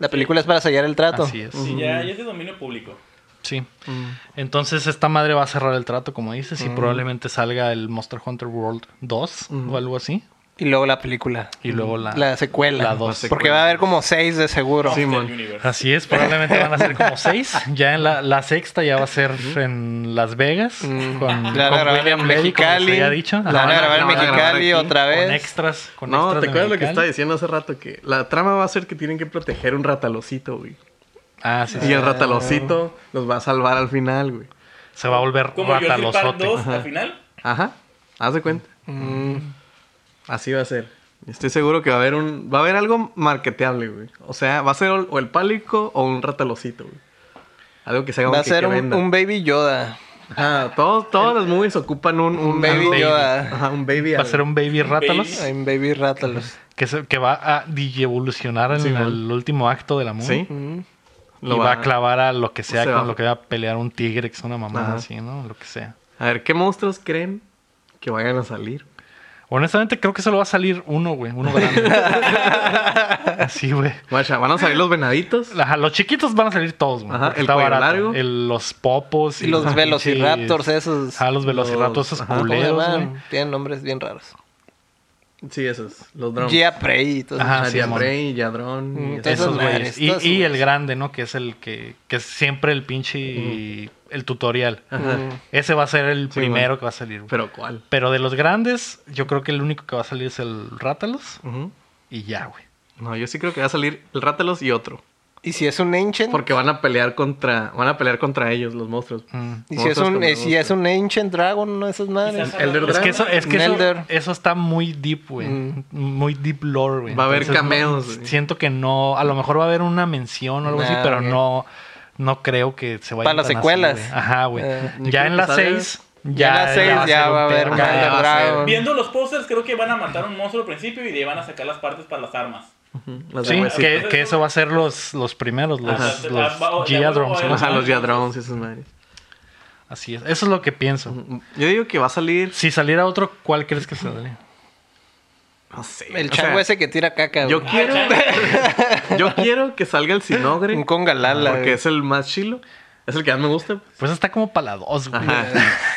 C: La película es para sellar el trato.
A: Eh. Así es.
D: Sí, ya, ya es de dominio público.
A: Sí.
B: mm.
A: Entonces esta madre va a cerrar el trato, como dices, y probablemente salga el Monster Hunter World 2 o algo así.
C: Y luego la película.
A: Y luego la...
C: La secuela.
A: La dos.
B: La
C: Porque
B: secuela.
C: va a haber como seis de seguro.
B: Sí. Simón.
D: Monster Universe.
A: Así es, probablemente van a ser como seis. Ya en la, la sexta ya va a ser en Las Vegas.
C: Mm.
A: Con,
C: La van a
A: con
C: grabar en
A: William Levy, como se
C: Mexicali.
A: había dicho.
C: La
A: Ajá.
C: van a grabar en
B: la van a grabar
C: Mexicali
B: aquí,
C: otra
A: con
C: vez.
A: extras. Con
B: No,
A: extras
B: ¿te
A: de
B: acuerdas lo que estaba
A: Mexicali.
B: diciendo hace rato? Que la trama va a ser que tienen que proteger un ratalocito, güey.
A: Ah, sí, sí.
B: Y el ratalocito los va a salvar al final, güey.
A: Se va a volver
D: Como Jurassic Park
A: ratalosote.
D: 2 al final.
B: Ajá. Haz de cuenta.
C: Mm.
B: Mm, Así va a ser. Estoy seguro que va a haber un... Va a haber algo marketeable, güey. O sea, va a ser o o el pálico o un ratalocito, güey. Algo que se haga
C: Va a
B: que-
C: ser
B: que
C: un,
B: venda.
C: un Baby Yoda.
B: Ajá, todos, todas las movies ocupan un... Un
C: Un Baby
A: baby.
C: Yoda.
B: Ajá, un baby.
A: Va a ser un baby rátalos
C: Hay un Baby Rátalos.
A: que, se- que va a digievolucionar en
B: Sí,
A: el
B: man.
A: último acto de la movie.
B: Sí.
C: Mm.
A: Y
B: Lo
A: va a clavar a lo que sea,
B: Se
A: con
B: va.
A: lo que va a pelear un tigre, que es una mamada
B: Ajá.
A: así, ¿no? Lo que sea.
B: A ver, ¿qué monstruos creen que vayan a salir?
A: Honestamente, creo que solo va a salir uno, güey. Uno grande. así, güey.
B: Guacha, ¿van a salir los venaditos?
A: Ajá, los chiquitos van a salir todos, güey.
B: Ajá,
A: porque
B: el
A: está
B: cuello
A: barato.
B: largo.
A: El- los popos.
C: Y los
A: pinches-
C: Velociraptors esos.
A: Ajá, los velociraptors,
B: Los-
A: esos
B: ajá.
C: ¿Cómo se
A: culeros,
C: llaman?
A: güey.
C: Tienen nombres bien raros.
B: Sí, esos. Los drones.
C: Gia Prey y todo eso.
A: Ajá.
B: Ajá,
A: Ah, sí, mon.
B: Diabrey, Yadrón. y
C: Mm,
B: esas-
C: esos
A: Esos
C: madres,
A: güeyes. Y,
C: todos
A: y
C: esos
A: el grande, ¿no? Que es el que, que es siempre el pinche. El tutorial.
B: Ajá.
C: Mm.
A: Ese va a ser el
B: Sí,
A: primero
B: güey.
A: que va a salir. güey. Pero,
B: Pero ¿cuál?
A: de los grandes, yo creo que el único que va a salir es el Rátalos.
B: Ujú.
A: Y ya, güey.
B: No, yo sí creo que va a salir el Rátalos y otro.
C: Y si es un Ancient.
B: Porque van a pelear contra. Van a pelear contra ellos, los monstruos.
A: Mm.
C: Y si es
B: Monstruos
C: un,
B: contra
C: eh, si es
B: monstruos.
C: un Ancient Dragon, no esas madres.
D: Quizás-
B: Elder
A: Es que eso, es que eso,
C: Nelder.
A: eso está muy deep, güey.
C: Mm.
A: Muy deep lore, güey.
B: Va a haber
A: Entonces,
B: cameos,
A: no-
B: güey.
A: siento que no. A lo mejor va a haber una mención o algo así,
C: Nah,
A: pero
C: güey.
A: no, no creo que se vaya
C: Para las secuelas.
A: Ajá, güey.
C: Eh,
B: yo
A: ya
B: creo
A: en
B: que
A: las
B: sale-
A: 6.
C: Ya en las seis ya va a haber
B: perro. Ya va
C: Elder
B: a ser.
C: Dragon.
D: Viendo los pósters, creo que van a matar a un monstruo al principio y le van a sacar las partes para las armas.
B: Ujú, Las de
A: Mm. Sí,
C: pues,
B: huesito.
A: que, que eso va a ser los, los primeros, los,
D: Ajá.
A: los
D: Ah, va-
A: Gia
D: ya va-
A: Drones,
D: va-
A: ¿no?
B: Ajá, los Yadrons y esas madres.
A: Así es. Eso es lo que pienso.
B: Ujú. Yo digo que va a salir.
A: Si saliera otro, ¿cuál crees que saldría?
B: No sé.
C: El
B: o
C: chango
B: sea,
C: ese que tira caca.
B: Yo
C: güey.
B: quiero. yo quiero que salga el Sinogre.
C: Un Kongalala.
B: Porque
C: güey.
B: es el más chilo. Es el que más me gusta. pues.
A: Pues está como para la 2, güey.
B: Ajá.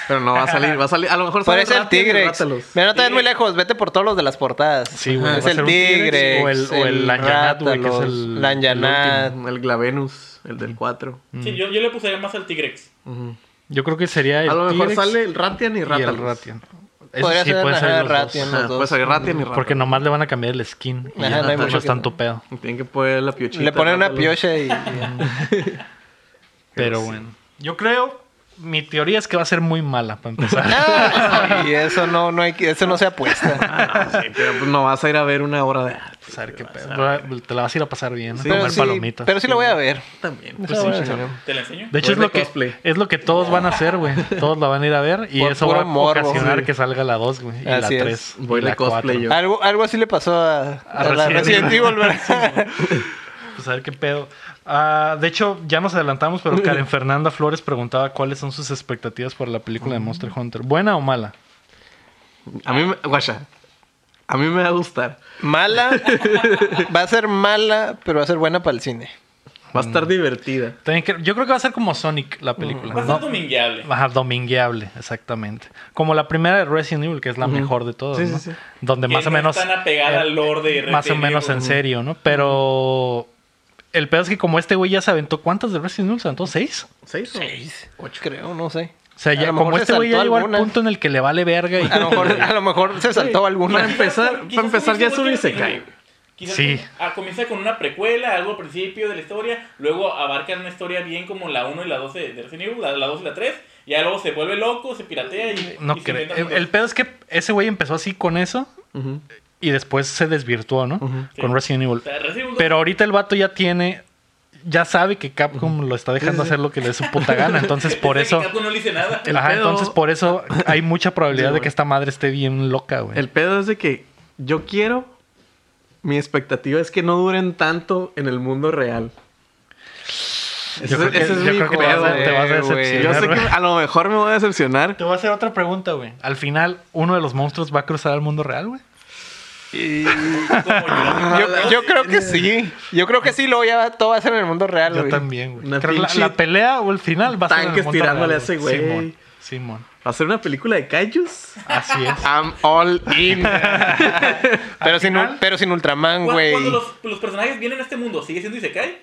B: Pero no va a salir, va a salir. A lo mejor sale
C: Parece el
B: Rattian y
C: tigre.
B: Rathalos.
C: Mira, no te ves muy lejos. Vete por todos los de las portadas.
A: Sí, güey,
C: Es
A: va a ser
C: el
A: un Tigrex
C: tigre.
A: o el- o el Lanyanat, güey, que es el-
C: Lanyanat.
B: El Glavenus, el del 4.
A: Mm.
D: Sí, yo, yo le pusiera más al Tigrex.
A: Yo creo que sería el
B: A lo mejor
A: T-Rex
B: sale el Ratian y
A: y el
B: Rathalos.
A: Ratian. Eso
C: Podría
A: sí
C: ser
A: puede
C: ajá,
A: ser los dos.
C: Rattian, los
B: Ah,
C: dos.
B: Puede salir Ratian y Rathalos.
A: Porque nomás le van a cambiar el skin. Y
C: Ajá,
A: ya
C: no hay
A: no
C: mucho
A: mucho
C: que-
A: tanto pedo.
B: Tienen que poner la piochita.
C: Le ponen una
B: Rathalos.
C: piocha y. y-
A: Pero bueno. Yo creo. Mi teoría es que va a ser muy mala para empezar.
C: Ah, y eso no, no hay que- eso no se apuesta.
B: Ah, sí, pero pues no vas a ir a ver una obra de arte.
A: Pues, a ver qué pedo. Va- Te la vas a ir a pasar bien. a
C: pero,
A: comer
C: sí,
A: palomitas.
C: pero sí lo voy a ver.
B: También.
C: Eso
A: sí,
C: voy a
A: sí.
C: ver.
D: ¿Te la enseño?
A: De hecho, es
B: Voy de
A: lo, que,
B: cosplay.
A: es lo que todos van a hacer, güey. Todos la van a ir a ver y
C: Por
A: eso
C: puro
A: va a
C: morbo,
A: ocasionar
C: sí.
A: que salga la 2, güey. Y la
C: Así es.
A: 3.
B: Voy
A: y
B: de
A: la 4.
B: cosplay yo.
C: Algo, algo así le pasó a,
A: A
C: a la
A: Resident
C: Resident Evil, ¿verdad?
A: Pues a ver qué pedo. Ah, de hecho, ya nos adelantamos, pero Karen Fernanda Flores preguntaba cuáles son sus expectativas para la película de Monster Hunter. ¿Buena o mala?
B: A mí, me, guacha, a mí me va a gustar.
C: Mala. Va a ser mala, pero va a ser buena para el cine.
B: Va a estar
C: Mm.
B: divertida.
A: También creo- yo creo que va a ser como Sonic la película.
D: Va a ser
A: ¿no?
D: Pues domingueable.
A: Ajá, domingueable, exactamente. Como la primera de Resident Evil, que es la mejor de todas,
B: Sí,
A: ¿no?
B: sí, sí.
A: Donde
D: Que
A: más o
D: no
A: menos...
D: es tan apegada
A: eh,
D: al lore de
A: más o
D: Resident
A: menos en
D: Evil.
A: serio, ¿no? Pero el pedo es que como este güey ya se aventó, ¿cuántas de Resident Evil se aventó? ¿Seis?
B: ¿Seis? o-
C: Ocho. Creo, no sé.
A: O sea,
C: A
A: ya,
C: lo
A: como
C: mejor se
A: este güey ya
C: saltó
A: llegó al
C: algunas.
A: punto en el que le vale verga y...
C: A lo mejor, a lo mejor se saltó
B: Para
C: alguna.
B: empezar, para empezar ya es un isekai.
D: Quizás
A: Sí.
D: com- ah, comienza con una precuela, algo al principio de la historia, luego abarcan una historia bien como la 1 y la 2 de de Resident Evil, la, la 2 y la 3, ya luego se vuelve loco, se piratea y...
A: No
D: y se
A: creo.
D: inventa
A: El,
D: mundos.
A: el pedo es que ese güey empezó así con eso
B: Ujú.
A: y después se desvirtuó, ¿no? Con
D: Sí.
A: Resident Evil.
D: O sea, Resident Evil
A: Pero ahorita el vato ya tiene... Ya sabe que Capcom lo está dejando hacer lo que le dé su puta gana. Entonces, por
D: Este
A: eso...
D: Capcom no le dice nada.
B: El
A: Ajá,
B: pedo-
A: entonces por eso hay mucha probabilidad
B: Sí,
A: de
B: güey.
A: que esta madre esté bien loca, güey.
B: El pedo es de que yo quiero. Mi expectativa es que no duren tanto en el mundo real. Ese,
A: creo que-
B: ese es
A: yo
B: mi
A: creo que te
B: pedo,
A: vas a-
B: güey.
A: te vas a
C: güey.
A: decepcionar.
B: Yo sé que
A: güey.
B: a lo mejor me voy a decepcionar.
A: Te voy a hacer otra pregunta, güey. Al final, ¿uno de los monstruos va a cruzar al mundo real, güey?
D: Como yo.
C: Yo, yo creo que sí. Yo creo que sí, luego ya va- todo va a ser en el mundo real,
A: Yo
C: güey.
A: también, güey.
B: Una
A: Creo que La,
B: pinche
A: la pelea o el final va a ser en el
B: tanques
A: mundo real,
B: tirándole a ese güey.
A: Simón. Simón.
B: ¿Hacer una película de kaijus?
A: Así es.
C: I'm all in. pero, sin,
A: final-
C: ul- pero sin Ultraman,
D: Cu-
C: güey.
D: Cuando los, los personajes vienen a este mundo, ¿sigue siendo Isekai?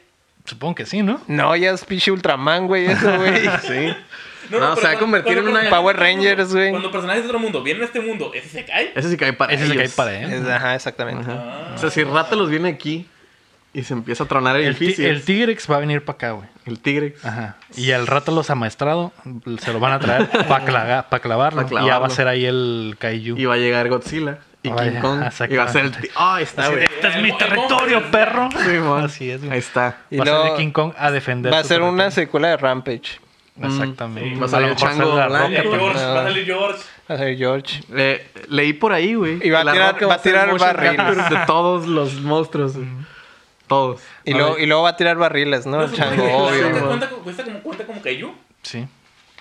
A: Supongo que sí, ¿no?
C: No, ya es pinche Ultraman, güey, eso, güey.
B: Sí.
D: No,
B: No, se
D: no, pero
B: va a
D: cuando-
B: convertir en
D: cuando
B: una.
D: personajes
C: Power
D: de otro mundo-
C: Rangers, güey.
D: Cuando personajes de otro mundo vienen a este mundo, ¿es Isekai?
B: Ese sí cae para
A: Ese es el que hay
B: ellos.
A: para él.
C: Es- ajá, exactamente.
B: Ajá. O sea, si Rata los viene aquí y se empieza a tronar
A: El, ti-
B: edificios.
A: el Tigrex va a venir para acá, güey.
B: El tigre.
A: Ajá. Y al rato los amaestrado se lo van a traer para clavarlo.
B: Pa'
A: Y ya va a
B: clavarlo.
A: ser ahí el Kaiju.
B: Y va a llegar Godzilla y
A: Vaya,
B: King Kong. Y va a ser el. ti- ¡Ah, está, güey!
A: Este es
D: El-
A: mi
D: el-
A: territorio,
D: el-
A: perro.
B: Sí, mon.
A: Así es,
B: Ahí
A: güey.
B: está.
C: Y
A: Va a ser de
C: luego
A: King Kong a defender.
C: va a
A: su
C: ser una
A: territorio.
C: secuela de Rampage.
A: Exactamente.
B: Mm, Va a salir
A: lo mejor
B: el chango
A: sale la
B: blanco.
A: roca, pero-
D: Dale, Eh, George,
C: no.
D: dale, George.
C: Va a ser George.
B: Le- leí por ahí, güey.
C: Y va a
B: que la
C: tirar-
B: Roca
C: va a
B: hacer
C: tirar
B: motion
C: barriles.
B: capture De todos los monstruos. güey. Todos.
C: Y,
A: A
C: luego,
A: ver.
C: y luego va a tirar barriles, ¿no?
D: No,
C: El
D: supongo
C: chango,
D: que la
C: obvio.
D: roca
B: güey.
D: cuenta como- cuesta como- ¿Cuenta como Kaiju?
A: Sí.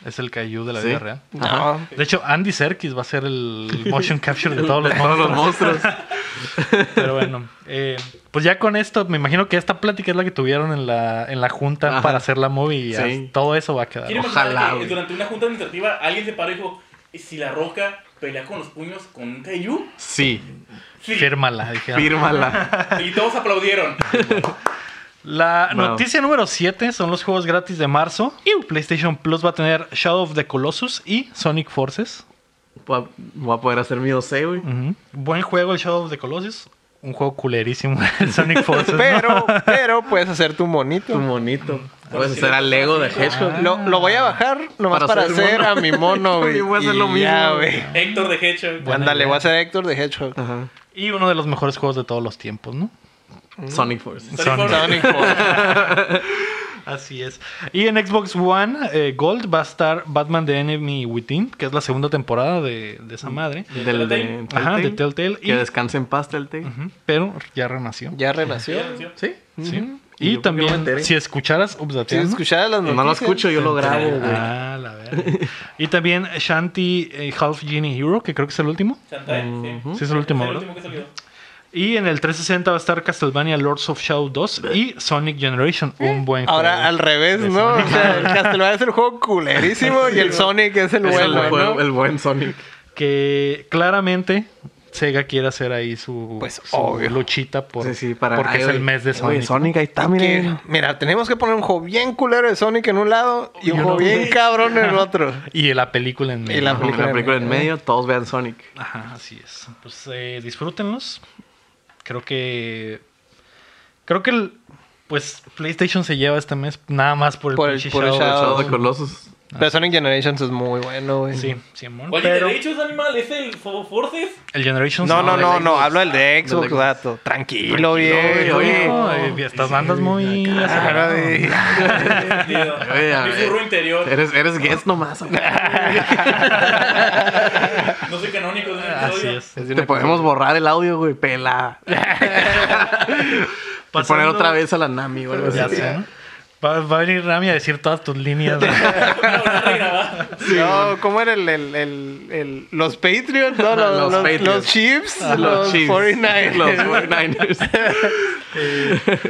A: Es el Kaiju de la
B: Sí.
A: vida real.
C: No.
A: De hecho, Andy Serkis va a ser el motion capture de todos los
B: Todos los
A: monstruos.
B: monstruos.
A: Pero bueno, eh, pues ya con esto, me imagino que esta plática es la que tuvieron en la, en la junta
B: Ajá.
A: para hacer la movie y ya
B: Sí.
A: todo eso va a quedar.
D: Quiero
B: Ojalá,
D: imaginar que
B: güey.
D: durante una junta administrativa alguien se paró y dijo, "¿Y si la roca pelea con los puños con un Kaiju?
B: Sí.
D: Sí.
A: Fírmala, dijeron.
B: Fírmala.
D: Y todos aplaudieron.
A: La
B: Wow.
A: noticia número 7 son los juegos gratis de marzo. PlayStation Plus va a tener Shadow of the Colossus y Sonic Forces.
B: Voy a- voy a poder hacer mi 12, güey.
A: Ujú. Buen juego el Shadow of the Colossus. Un juego culerísimo el Sonic Forces. ¿no?
C: Pero, pero puedes hacer tu
B: Tu
C: monito.
B: monito. Puedes hacer al Lego de Hedgehog.
C: Lo, lo voy a bajar nomás
B: Para
C: para,
B: hacer el
C: hacer
B: mono.
C: a mi mono, güey.
B: Y voy a hacer
C: Y Ya,
B: lo mismo.
C: güey.
D: Héctor de Hedgehog.
A: Buena
C: Ándale,
A: idea.
C: voy a ser Héctor de Hedgehog.
B: Ajá.
A: Y uno de los mejores juegos de todos los tiempos, ¿no?
B: Sonic Force.
D: Sonic
A: Sonic.
D: Forces.
C: Sonic Forces.
A: Así es. Y en Xbox One eh, Gold va a estar Batman The Enemy Within, que es la segunda temporada de, de esa madre.
B: Del Mm. de
D: Telltale.
A: Ajá, de
B: Telltale.
A: Telltale. Y,
B: Que descanse en paz, Telltale.
A: Ujú, pero ya renació.
C: Ya renació.
B: Sí.
A: Sí. Y
B: Y yo porque me
A: también,
B: enteré.
A: si escucharas... Ups,
C: Si
A: dateando.
C: escucharas las
B: No
C: noticias.
B: lo escucho, yo lo grabo, güey.
A: Ah, la verdad. Y también Shanti eh, Half Genie Hero, que creo que es el último.
D: Shantae, sí.
A: Sí, es el último,
D: el
A: ¿verdad?
D: último que salió.
A: Y en el 360 va a estar Castlevania Lords of Shadow 2 y Sonic Generation. Un buen juego.
C: Ahora al revés,
A: de
C: ¿no? O
A: Sonic.
C: sea, el Castlevania es el juego culerísimo y el Sonic es el
B: Es el,
C: bueno,
B: buen,
C: ¿no?
B: el buen Sonic.
A: Que claramente Sega quiere hacer ahí su,
C: Pues,
A: su
C: obvio.
A: luchita por,
B: Sí, sí, para-
A: porque
B: Ay,
A: es el
B: oye,
A: mes de Sonic.
B: Oye, Sonic ahí está,
C: Que,
B: miren.
C: mira, tenemos que poner un juego bien culero de Sonic en un lado y un
A: Yo
C: juego
A: no-
C: bien cabrón en el otro.
A: Y la película en medio.
C: la
A: ¿no?
B: Con la película en medio, todos vean Sonic.
A: Ajá, así es. Pues eh, disfrútenlos. Creo que. Creo que el. Pues PlayStation se lleva este mes nada más por el
C: Por el-
A: pinche
C: por el
A: Shadow.
C: Shadow.
B: Shadow de Colossus.
C: Pero Sonic Generations es muy bueno, güey.
A: Sí, Simón.
D: Oye,
A: Pero
D: de hecho es animal, es el Fo- Forces.
A: el Generations.
C: No, no,
B: del
C: no,
B: Xbox.
C: no, hablo el de
B: Del
C: Xbox,
B: Xbox.
C: gato. Tranquilo,
B: oye,
C: viejo.
B: oye.
A: Hijo, eh, estas bandas muy.
C: Claro,
A: aceleradas.
C: de-
D: Digo,
B: Oye, a
D: mi
B: ver.
D: furro interior.
B: Eres, eres guest nomás. güey.
D: No soy canónico de un
A: Así
D: episodio.
A: es.
B: Te podemos borrar el audio, güey, pela. Y poner
A: Pasando-
B: otra vez a la Nami, güey.
A: Ya sé, ¿no? Va, va a venir Rami a decir todas tus líneas. ¿no?
D: Una hora regrabada.
C: no, ¿cómo era el, el, el, el- los Patriots? No, los, los,
B: Los
C: los,
B: Patriots.
C: Chiefs,
B: Los,
C: los,
B: Chiefs,
C: 49ers.
B: Los 49ers.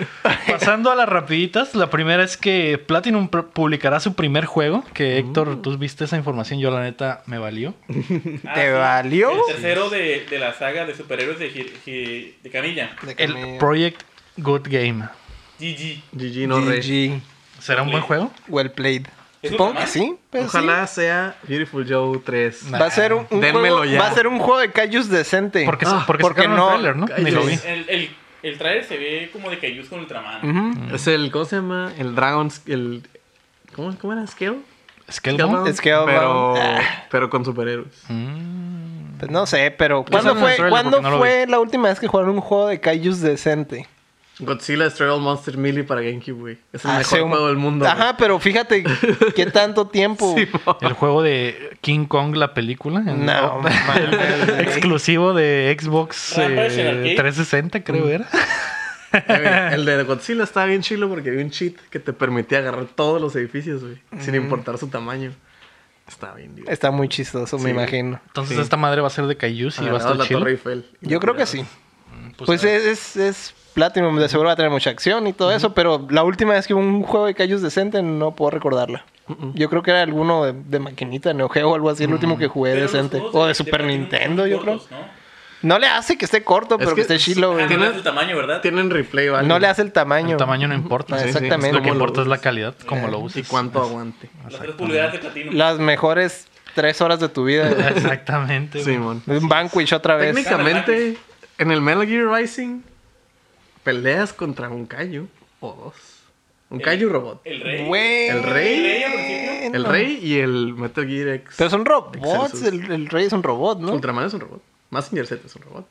A: Pasando a las rapiditas, la primera es que Platinum pr- publicará su primer juego, que
B: Mm.
A: Héctor, tú viste esa información, yo la neta me valió.
D: Ah,
C: ¿Te
D: sí.
C: valió?
D: El tercero de, de la saga de superhéroes de, Gi- Gi- de Camilla.
A: El Project Good Game.
D: GG.
B: GG no rey.
C: GG.
A: ¿Será un buen juego?
C: Well played.
D: ¿Es
C: Supongo
D: Ultraman?
C: que sí. pues sí.
B: Ojalá sea Beautiful Joe 3.
A: Nah.
C: Va a ser un, un
B: Dénmelo
C: juego,
B: ya.
C: va a ser un juego de Cayus decente.
A: Porque,
B: Ah,
A: porque,
C: porque
A: sacaron
C: no-
A: el trailer, ¿no? Ni lo vi.
B: Sí.
D: El, el, el trailer se ve como de Cayus con Ultraman.
C: Ujú.
B: Es el, ¿cómo se llama? El Dragon's, el... ¿Cómo, cómo era? ¿Scale?
A: Scalebound.
C: Es- Scalebound.
B: Pero, pero con superhéroes.
A: Mm.
C: Pues no sé, pero ¿cuándo
A: salió en el
C: fue,
A: trailer
C: ¿cuándo
A: porque no lo
C: fue la última vez que jugaron un juego de Cayus decente?
B: Godzilla Stray All Monster Melee para GameCube, güey. Es el
C: Hace
B: mejor
C: Ah, un-
B: juego del mundo. güey.
C: Ajá, pero fíjate qué tanto tiempo.
B: Sí, mo-
A: El juego de King Kong, la película. en-
C: no, mames, güey.
A: Exclusivo de Xbox
D: Rampage en
A: eh,
D: arcade.
A: 360,
B: Mm.
A: creo era.
B: Eh, Güey, el de Godzilla estaba bien chilo porque había un cheat que te permitía agarrar todos los edificios, güey. Sin
C: Mm.
B: importar su tamaño. Estaba bien, divertido.
C: Está muy chistoso, me
B: Sí.
C: imagino.
A: Entonces
B: Sí.
A: esta madre va a ser de Cayuse y va a
B: Agarrabas
A: estar
B: la Torre
A: chido.
B: Eiffel.
C: Yo creo que sí.
A: Pues,
C: Pues es, es, es Platinum, de seguro va a tener mucha acción y todo eso, pero la última vez que hubo un juego de callos decente no puedo recordarla. Yo creo que era alguno de, de maquinita, de Neo Geo o algo así, el último que jugué
D: Pero los
C: decente.
D: juegos
C: O de Super
D: Platinum son
C: Nintendo, yo creo.
D: cortos, ¿no?
C: No le hace que esté corto,
B: Es
C: pero que,
B: que
C: esté chilo, güey.
D: Ah, no
B: Tiene-
D: es el tamaño, ¿verdad?
B: Tienen replay, ¿vale?
C: No le hace el tamaño.
A: el tamaño no importa.
C: Ah,
A: Sí, sí.
C: exactamente.
A: Lo que
B: Cómo lo
A: importa es la
B: uses.
A: calidad, cómo lo uses.
B: Eh, Y cuánto aguante.
D: Las tres pulgadas de platino.
C: Las mejores tres horas de tu vida. güey.
A: Exactamente. güey.
B: Simón.
C: un Vanquish otra vez.
B: Técnicamente, en el Metal Gear Rising, peleas contra un Kaiju o dos. Un
C: Eh,
B: Kaiju robot.
D: El rey.
C: Güey.
B: El
D: El
B: rey.
D: rey al principio.
B: El rey y el Metal Gear X.
C: Pero son robots.
B: Excelsus.
C: El, el rey es un robot, ¿no?
B: Ultraman es un robot. Massinger Z es un robot.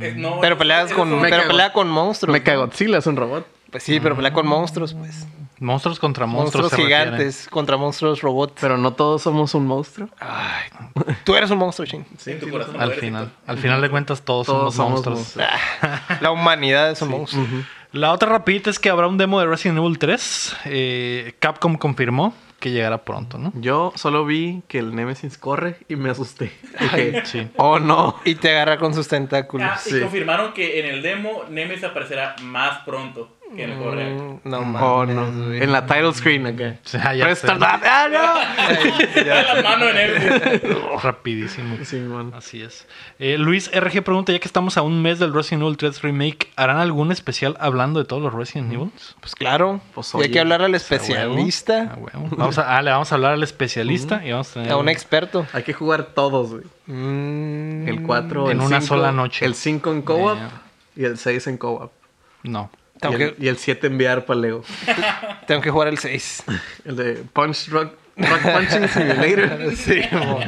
D: Eh, no,
C: Pero
D: esos-
C: peleas
D: esos
C: con,
D: son-
B: Me
C: pero
B: cago.
C: pelea con monstruos.
B: Mechagodzilla es un robot.
C: Pues sí, pero pelea con
B: Ah.
C: monstruos, pues.
A: Monstruos contra monstruos.
C: Monstruos,
A: se refieren.
C: gigantes contra monstruos robots.
B: Pero no todos somos un monstruo.
C: Ah, Tú eres un monstruo, ching.
B: Sí,
D: En tu
B: sí,
D: corazón.
A: Al final. Al final de cuentas, todos,
B: Todos
A: somos,
B: somos
A: monstruos.
B: monstruos.
C: La humanidad es un monstruo.
A: La otra rapidita es que habrá un demo de Resident Evil 3. Eh, Capcom confirmó que llegará pronto, ¿no?
B: Yo solo vi que el Nemesis corre y me asusté. Dije,
A: Sí.
B: oh no.
C: Y te agarra con sus tentáculos.
D: Ah, y
B: Sí.
D: confirmaron que en el demo Nemesis aparecerá más pronto que en el juego real.
C: Mm, No
B: Oh
C: mames.
B: no. En la title screen acá.
A: O sea, ya sé.
B: Presta ¡Ah,
D: la mano en él.
A: Rapidísimo.
B: no! Simón.
A: Así es. Eh, Luis RG pregunta, ya que estamos a un mes del Resident Evil 3 Remake, ¿harán algún especial hablando de todos los Resident Evil?
C: Pues claro.
B: Pues,
C: Y hay
B: oye,
C: que hablar
A: A
C: al
A: huevo, a
C: especialista,
A: huevo. Vamos a, ah, le vamos a hablar al especialista y vamos a tener
C: a un experto.
B: Hay que jugar todos, güey.
C: Mm,
B: El 4
A: En
B: el
A: una
B: cinco,
A: sola noche.
B: El 5 en co-op
A: Yeah.
B: y el 6 en co-op.
A: No.
C: Tengo,
B: Y el-
C: que,
B: Y el 7 en VR para Leo.
C: tengo que jugar el 6.
B: El de Punch Rock, Rock Punching Simulator.
C: Sí, mo.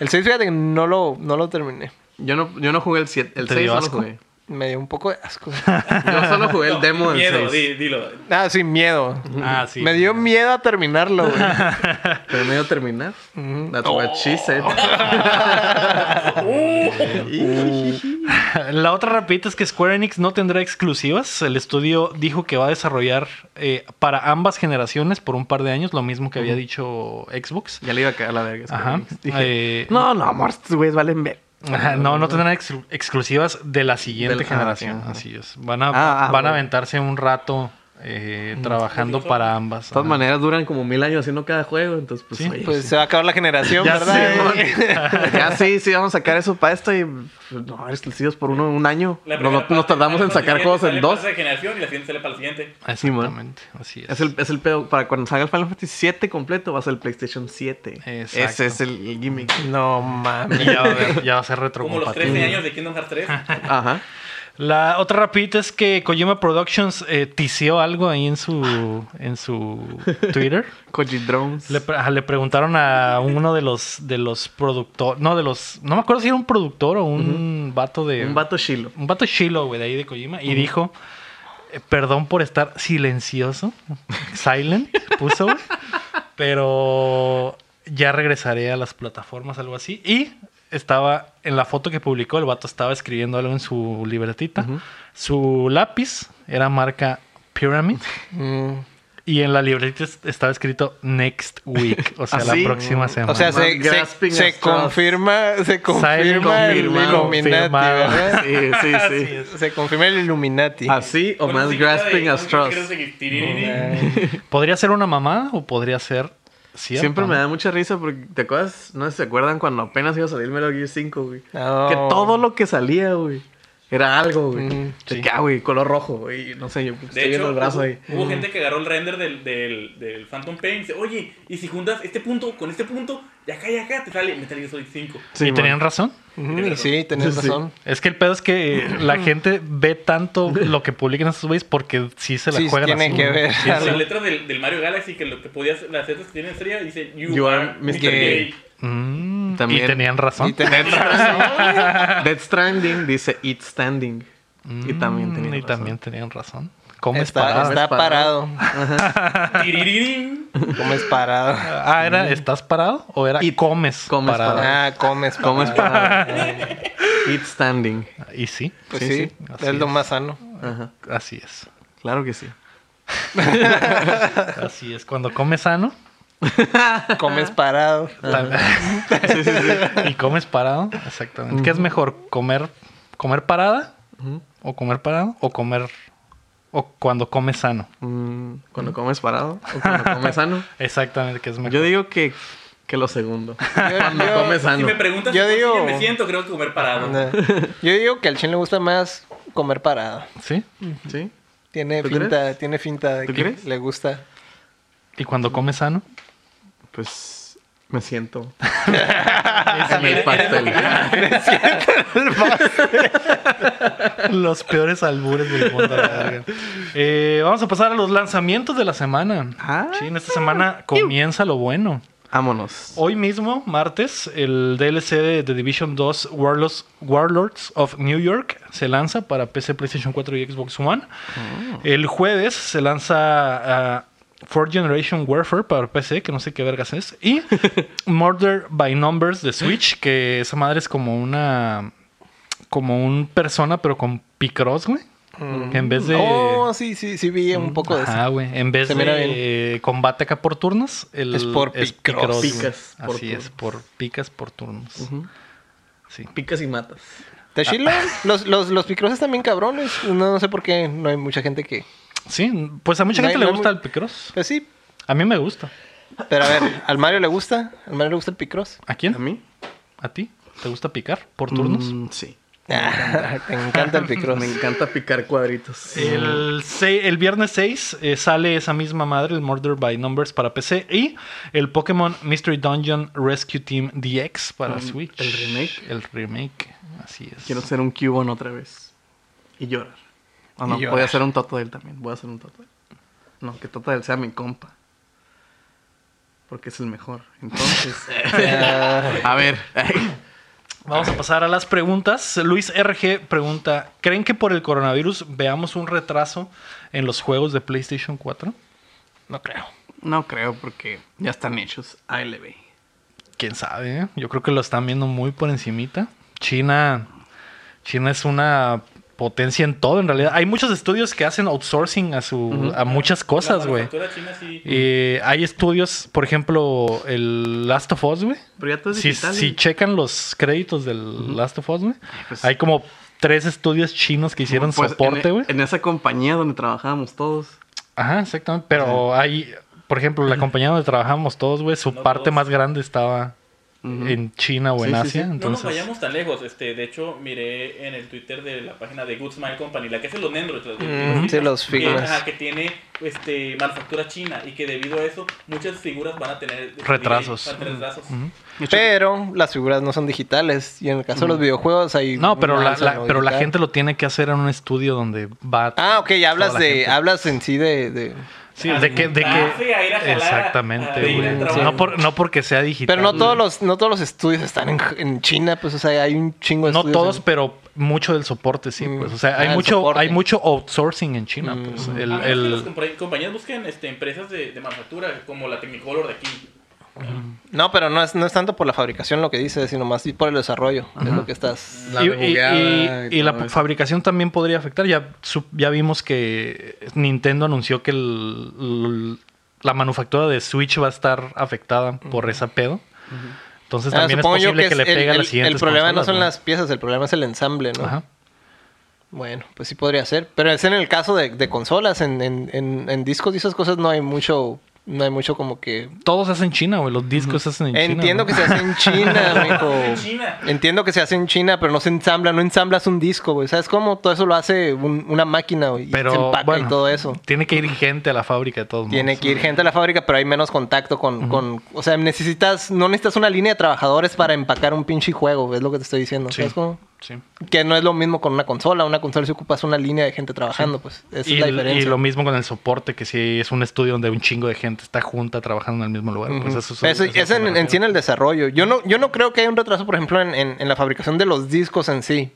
C: El 6, fíjate que no lo, no lo terminé.
B: Yo no, yo no jugué el 7. El
A: ¿Te
B: 6
A: dio
B: no lo
A: asco?
B: jugué.
C: Me dio un poco de asco.
B: Yo solo jugué el demo del
D: Miedo,
B: 6.
D: di- dilo.
C: Ah, sí, miedo.
A: Ah, sí.
C: Me dio miedo a terminarlo, güey.
B: Pero medio terminar. That's what she said.
A: Oh. Uh. La otra rapidita es que Square Enix no tendrá exclusivas. El estudio dijo que va a desarrollar eh, para ambas generaciones por un par de años, lo mismo que había dicho Xbox.
B: Ya le iba a caer la verga. Square
A: Ajá.
B: Enix. Dije,
A: Eh,
B: no, no, amor, estos güeyes valen ver.
A: Ajá, No, no tendrán exclu- exclusivas de la siguiente
B: Del- ah,
A: generación.
B: sí, ajá.
A: Así es. Van a,
B: Ah, ah,
A: van a
B: bueno.
A: aventarse un rato eh, trabajando para ambas.
B: De todas
A: Ajá.
B: maneras duran como mil años haciendo cada juego, entonces pues
A: Sí.
B: oye,
C: Pues se va a acabar la generación,
A: Ya
C: ¿verdad?
B: ya sí, sí, vamos a sacar eso para esto y pues, no, a ver, exclusivos por uno, un año.
D: La
B: Nos,
D: primera
B: nos
D: parte
B: tardamos en
D: sale para
B: sacar
D: la
B: juegos en
D: siguiente, sale
B: dos.
D: para esa generación y la siguiente sale para la siguiente.
A: Exactamente. Así es.
B: Es el, es el pedo, para cuando salga el Final Fantasy 7 completo va a ser el PlayStation 7.
A: Exacto.
B: Ese es el, el gimmick.
C: No mames.
A: Y ya, va a ver- ya va a ser
D: Como los
A: retrocompatible.
D: 13 años de Kingdom Hearts 3.
B: Ajá.
A: La otra rapidita es que Kojima Productions eh, tiseó algo ahí en su, en su Twitter.
B: Koji Drones.
A: Le, pre- ajá, le preguntaron a uno de los de los productores, no de los, no me acuerdo si era un productor o un vato de
B: Un vato chilo.
A: un vato chilo, güey, de ahí de Kojima y dijo, eh, "Perdón por estar silencioso." Silent puso, güey, pero ya regresaré a las plataformas algo así y estaba en la foto que publicó el vato estaba escribiendo algo en su libretita. Su lápiz era marca Pyramid.
C: Mm.
A: Y en la libretita es- estaba escrito next week, o sea,
B: ¿Ah,
A: la
B: sí?
A: próxima semana.
C: O sea,
B: Mamá,
C: se, se,
B: grasping
C: se
B: as trust.
C: confirma, se confirma el
A: confirmado,
C: Illuminati,
A: confirmado. Ah,
C: ¿verdad?
B: Sí, sí,
A: Así
B: sí.
A: es.
C: Se confirma el Illuminati.
B: Así o más grasping as trust.
C: Eh,
A: ¿Podría ser una mamada o podría ser cierto?
B: Siempre me
A: ¿no?
B: da mucha risa porque, ¿te acuerdas? No sé si se acuerdan cuando apenas iba a salir Metal Gear 5, güey.
C: No.
B: Que todo lo que salía, güey, era algo, güey.
C: Mm,
B: De
A: sí.
B: que, ah, güey, color rojo, güey. No sé, yo Pues estoy
D: De hecho,
B: viendo el brazo
D: hubo,
B: ahí.
D: hubo gente que agarró el render del, del, del Phantom Pain y dice, oye, y si juntas este punto con este punto, y acá y acá, te sale Metal Gear Solid 5.
B: Sí,
A: y
B: man.
A: tenían razón.
C: Ujú, y sí, tenés
B: Sí, sí.
C: razón.
A: Es que el pedo es que la gente ve tanto lo que publican estos güeyes porque sí se la
C: Sí,
A: juegan
C: tiene
A: así,
C: que
A: ¿no?
C: ver.
A: Sí,
D: Las
A: sí.
D: letras del, del Mario Galaxy, que lo que podías, las letras que tienen estrella, dice, You,
B: You
D: are
B: are
D: Mr.
B: Mr.
D: Gay.
B: Gay.
A: Mm,
B: También.
A: Y tenían razón.
C: Y tenés razón.
D: Ah.
B: Dead Stranding dice It's Standing. y también
A: Mm,
B: tenían
A: y
B: razón.
A: también tenían razón. ¿Cómo es
C: Está,
A: parado?
C: está parado.
D: Tiriririn.
C: Comes parado.
A: Ah, era ¿estás parado? ¿O era
B: Y-
A: comes,
B: comes
A: parado?
B: parado.
C: Ah, comes parado.
B: ¿Cómo es para It's Standing.
A: Ah, Y sí,
C: Pues
B: Sí,
C: sí,
B: sí,
A: así
C: es lo
A: es.
C: más sano.
B: Ajá.
A: así es.
B: Claro que sí.
A: Así es, cuando comes sano...
C: Comes parado.
A: Tal- y comes parado, exactamente. ¿Qué es mejor? ¿Comer, comer parada? ¿O comer parado? ¿O comer... o cuando comes sano?
B: Mm, cuando comes parado o cuando comes sano.
A: Exactamente, ¿qué es mejor?
B: Yo digo que, que lo segundo. Cuando
C: yo-
B: comes
D: Si
B: sano.
D: me preguntas
C: Yo
D: cómo
C: digo-
D: sí que me siento, creo que comer parado.
C: Anda. Yo digo que al chin le gusta más comer parado.
A: ¿Sí?
B: ¿Sí?
C: Tiene
B: ¿Tú
C: finta,
B: crees?
C: tiene finta de
B: ¿Tú
C: que
B: crees?
C: le gusta.
A: ¿Y cuando comes sano?
B: Pues me siento
D: Ah,
B: en el
D: mira,
B: pastel.
A: Los peores albures del mundo. la verga. Eh, vamos a pasar a los lanzamientos de la semana.
B: Ah.
A: Sí, en esta semana comienza lo bueno.
B: Vámonos.
A: Hoy mismo, martes, el DLC de The Division 2 Warlords, Warlords of New York se lanza para PC, PlayStation 4 y Xbox One. El jueves se lanza uh, Fourth Generation Warfare para PC, que no sé qué vergas es. Y Murder by Numbers de Switch, que esa madre es como una. como un persona, pero con Picross, güey. En vez de. Mm,
C: Oh, sí, sí, sí vi un poco de eso.
A: Ajá, güey. En vez
C: Se mira
A: de combate acá por turnos, el
C: Es por picross.
A: güey.
B: Picas por
A: Así es,
B: turnos.
A: por picas por turnos. Sí.
B: Picas y matas.
C: ¿Te chilo? Los, los, los picross están bien cabrones. No, no sé por qué no hay mucha gente que.
A: Sí, pues a mucha
C: No hay-
A: gente le
C: no hay
A: gusta
C: mu-
A: el picross.
C: Pues sí.
A: A mí me gusta.
C: Pero a ver, ¿al Mario le gusta? ¿Al Mario le gusta el picross?
A: ¿A
B: ¿A
A: quién?
B: mí?
A: ¿A ti? ¿Te gusta picar por turnos?
B: Mm, sí.
C: Te encanta el picross.
B: Me encanta picar cuadritos.
A: El, se- el viernes 6 eh, sale esa misma madre, el Murder by Numbers para PC y el Pokémon Mystery Dungeon Rescue Team DX para Switch.
B: Mm, el remake.
A: El remake, así es.
B: Quiero ser un Cubone otra vez. Y llorar. Ah,
C: Y
B: no,
C: llorar.
B: voy a hacer un Toto del también. Voy a hacer un Toto del. No, que Toto del sea mi compa. Porque es el mejor. Entonces. a ver.
A: Vamos a pasar a las preguntas. Luis RG pregunta, ¿creen que por el coronavirus veamos un retraso en los juegos de PlayStation 4?
C: No creo.
B: No creo porque ya están hechos. ALB.
A: Quién sabe, ¿eh? yo creo que lo están viendo muy por encimita. China China es una potencia en todo, en realidad. Hay muchos estudios que hacen outsourcing a, su, a muchas cosas, güey.
D: manufactura china sí.
A: Eh, hay estudios, por ejemplo, el Last of Us, güey.
B: Pero ya todo es
A: Si,
B: digital.
A: si
B: güey.
A: checan los créditos del Last of Us, güey,
B: pues-
A: hay como tres estudios chinos que hicieron
B: Pues, en-
A: soporte, güey.
B: En, esa compañía donde trabajábamos todos.
A: Ajá, exactamente. Pero hay, por ejemplo, la compañía donde trabajábamos todos, güey, su
D: No
A: parte
D: todos.
A: más grande estaba
B: Ujú.
A: en China o en
B: Sí, sí,
A: Asia.
B: sí.
A: Entonces,
D: No nos vayamos tan lejos. Este, de hecho, miré en el Twitter de la página de Good Smile Company, la que hace los Nendros. los-
C: Mm,
D: los-
C: sí, los
D: que-
C: figures.
D: ajá, Que, tiene este, manufactura china y que debido a eso muchas figuras van a tener este,
A: Retrasos.
D: van a tener retrasos.
B: De hecho,
C: Pero las figuras no son digitales. Y en el caso de los videojuegos hay...
A: no, pero,
C: un
A: la,
C: alza
A: la-
C: en lo
A: pero la
C: digital.
A: gente lo tiene que hacer en un estudio donde va.
C: Ah, ok, hablas
A: toda la
C: de...
A: gente.
C: Hablas en sí de... de-
A: Sí, de que. De
D: Ah,
A: que
D: sí, a ir a jalar,
A: exactamente,
D: a ir al
A: güey.
D: trabajo.
A: No, por- no porque sea digital.
C: Pero no todos los no todos los estudios están en, en China, pues, o sea, hay un chingo de
A: No
C: estudios
A: todos,
C: en-
A: pero mucho del soporte, sí.
C: Mm.
A: Pues, o sea,
C: Ah,
A: hay
C: el
A: mucho,
C: soporte.
A: hay mucho outsourcing en China.
C: Mm.
A: Pues,
D: A
A: el,
D: menos que
A: el-
D: las compra- compañías busquen este, empresas de, de manufactura como la Technicolor de aquí.
C: No, pero no es, no es tanto por la fabricación lo que dices, sino más por el desarrollo. Es lo que estás...
B: La
A: y,
B: bugueada
A: y-
B: y
A: y la
B: todo eso.
A: fabricación también podría afectar. Ya, su- ya vimos que Nintendo anunció que el- el- la manufactura de Switch va a estar afectada por esa pedo. Entonces
C: Ah,
A: también es
C: supongo yo
A: posible que, le
C: es el-
A: pegue a
C: el,
A: las siguientes
C: el problema no
A: consolas,
C: son las piezas, el problema es el ensamble, ¿no?
A: Ajá.
C: Bueno, pues sí podría ser. Pero es en el caso de, de consolas, en, en, en, en discos y esas cosas no hay mucho... No hay mucho como que...
A: Todos hacen China, güey. Los discos se hacen en China.
C: Entiendo
A: ¿no?
C: que se hace en China, mijo.
D: En China.
C: Entiendo que se hace en China, pero no se ensambla, no ensamblas un disco, güey. ¿Sabes cómo? Todo eso lo hace un- una máquina, güey. y
A: Pero,
C: se empaca
A: bueno,
C: y todo eso.
A: Tiene que ir gente a la fábrica de todos modos.
C: Tiene que ir gente a la fábrica, pero hay menos contacto con, con- O sea, necesitas... No necesitas una línea de trabajadores para empacar un pinche juego, es lo que te estoy diciendo.
A: Sí.
C: ¿Sabes cómo?
A: Sí.
C: Que no es lo mismo con una consola. Una consola si ocupas una línea de gente trabajando, pues. Esa es la
A: y,
C: diferencia.
A: y lo mismo con el soporte, que si es un estudio donde un chingo de gente está junta trabajando en el mismo lugar. pues eso es- eso
C: Eso- es
A: a lo que
C: en,
A: me
C: en sí en el desarrollo. Yo no, yo no creo que haya un retraso, por ejemplo, en, en- en la fabricación de los discos en sí.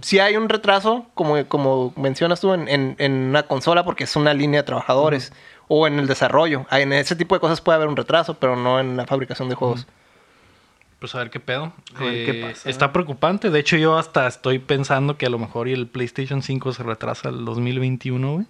C: Sí hay un retraso, como, como mencionas tú, en, en- en una consola porque es una línea de trabajadores. O en el desarrollo. Ah, En ese tipo de cosas puede haber un retraso, pero no en la fabricación de juegos.
A: Pues a ver qué pedo.
B: A ver qué
A: Eh,
B: pasa.
A: Está preocupante. De hecho, yo hasta estoy pensando que a lo mejor y el PlayStation 5 se retrasa al 2021, güey.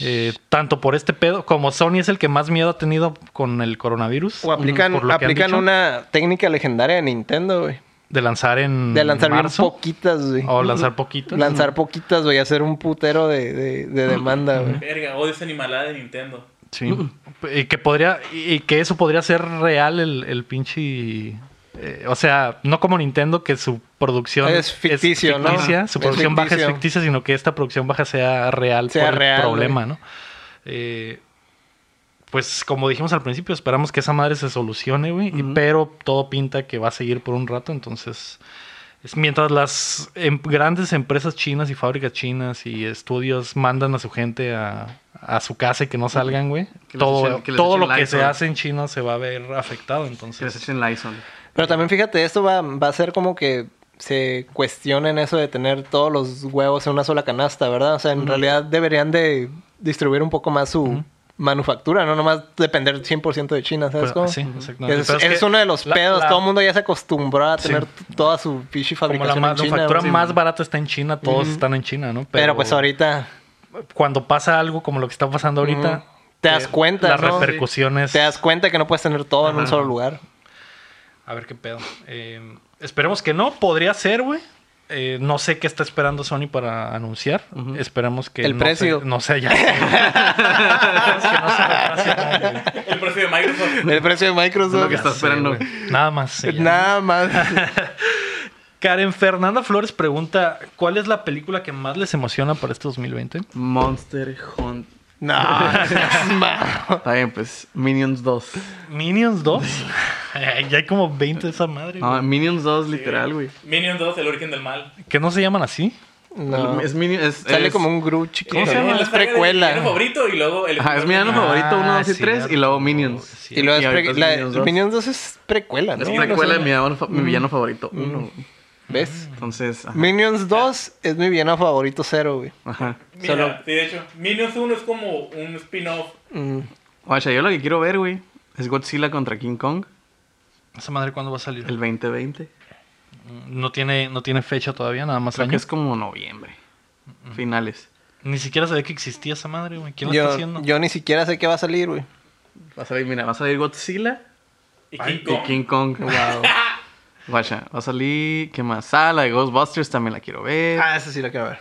A: Eh, tanto por este pedo, como Sony es el que más miedo ha tenido con el coronavirus.
C: O
A: por
C: aplican,
A: lo que han
C: aplican
A: dicho,
C: una técnica legendaria de Nintendo, güey.
A: De lanzar en.
C: De lanzar bien
A: Mm, marzo,
C: poquitas, güey.
A: O lanzar poquito.
C: Lanzar poquitas, güey. Hacer un putero de, de- de demanda, güey.
D: Verga, odio esa animalada de Nintendo.
A: Sí. Y que podría. Y y que eso podría ser real el, el pinche. eh, o sea, no como Nintendo, que su producción
C: Es ficticio, ¿no?
A: ficticia, Su
C: Es
A: producción baja es
C: ficticio.
A: ficticia, sino que esta producción baja sea real
C: Sea
A: por el
C: real,
A: problema, ¿no? Eh, pues como dijimos al principio, esperamos que esa madre se solucione, güey. y- Pero todo pinta que va a seguir por un rato, entonces. Es mientras las em- grandes empresas chinas y fábricas chinas y estudios mandan a su gente a, a su casa y que no salgan, güey.
B: Que les
A: Todo,
B: echen- que les
A: todo
B: echen
A: lo que se
B: Lysol.
A: hace en China se va a ver afectado,
B: Que les
A: entonces.
B: echen Lyson.
C: Pero también fíjate, esto va, va a ser como que se cuestionen eso de tener todos los huevos en una sola canasta, ¿verdad? O sea, en realidad deberían de distribuir un poco más su manufactura, no nomás depender 100% de China, ¿sabes
A: Pues,
C: cómo?
A: sí, exactamente.
C: Es,
A: Pero
C: es
A: que
C: uno de los
A: la-
C: pedos.
A: la-
C: Todo el mundo ya se acostumbró a
A: Sí.
C: tener t- toda su pichi
A: Como la
C: fabricación en China.
A: manufactura
C: güey.
A: más barata está en China, todos están en China, ¿no?
C: Pero, pues ahorita
A: Cuando pasa algo como lo que está pasando ahorita,
C: te das cuenta,
A: las
C: ¿no?
A: repercusiones.
C: Te das cuenta que no puedes tener todo en un solo lugar.
A: A ver qué pedo. Eh, esperemos que no, podría ser, güey. Eh, no sé qué está esperando Sony para anunciar. Esperemos que
C: El
A: no
C: precio.
A: se- no sé ya. Esperemos que no se retrase nada, güey.
D: El precio de Microsoft.
C: El precio de Microsoft.
B: Es lo que está
A: Sí,
B: esperando.
A: güey. Nada más. sí, ya.
C: Nada más.
A: Karen Fernanda Flores pregunta: ¿Cuál es la película que más les emociona para este 2020?
B: Monster Hunt.
C: no, es malo.
B: Está bien, pues. Minions 2.
A: ¿Minions 2? ya hay como 20 de esa madre.
B: No,
A: güey.
B: Minions 2, literal, güey.
D: Minion 2, el origen del mal.
A: ¿Que no se llaman así?
C: No.
B: Es Minions. Es,
C: Sale
B: es-
C: como un Gru chiquito.
A: ¿Cómo se
D: Eh,
A: llama?
D: la
C: Es
D: saga de mi
C: precuela.
D: villano favorito y luego el.
B: Ajá, es mi villano
D: Ah,
B: favorito, uno, dos y tres,
A: cierto.
B: y luego Minions.
A: Sí.
C: Y luego es
B: Y
C: pre-
B: ahorita es
C: la-
B: Minions dos.
C: Minions 2 es precuela, ¿no?
B: Es
C: No
B: precuela
C: sé.
B: de mi villano, fa- mi
A: Mm.
B: villano favorito, uno.
C: ¿Ves?
B: Entonces, ajá.
C: Minions 2 es mi villano favorito cero, güey.
B: ajá.
D: Mira,
C: Solo-
D: sí, de hecho, Minions 1 es como un spin-off.
C: Mm.
B: Guacha, yo lo que quiero ver, güey, es Godzilla contra King Kong,
A: ¿Esa madre cuándo va a salir? Mm,
B: el 2020.
A: No tiene, no tiene fecha todavía, nada más
B: Creo que
A: año.
B: es como noviembre. Finales.
A: Ni siquiera sabía que existía esa madre, güey. ¿Quién lo está
C: Yo,
A: haciendo?
C: yo ni siquiera sé qué va a salir, güey.
B: Va a salir, mira, va a salir Godzilla
D: Y
B: y
D: King Kong.
B: King Kong. Wow. Guacha, va a salir, ¿qué más? Ah, la de Ghostbusters también la quiero ver.
C: Ah, esa sí la quiero ver.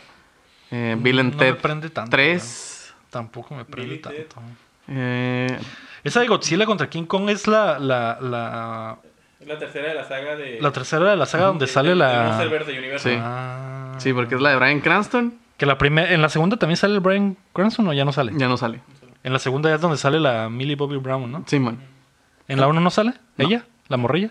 B: Eh, Bill and
A: no me
B: Ted
A: prende tanto,
B: 3.
A: Tampoco me prende
D: Billy Ted.
A: tanto.
B: Eh,
A: Esa de Godzilla contra King Kong es la, la, la,
D: Es la tercera de la saga de.
A: la tercera de la saga donde sale la...
D: Monsterverse de Universal.
B: Sí.
A: Ah.
B: sí, porque es la de Brian Cranston.
A: Que la primera... En la segunda también sale el Brian Cranston o ya no sale.
B: Ya no sale.
A: En la segunda ya es donde sale la Millie Bobby Brown, ¿no?
B: Sí, man.
A: ¿En la 1 no sale? ¿Ella? ¿La morrilla?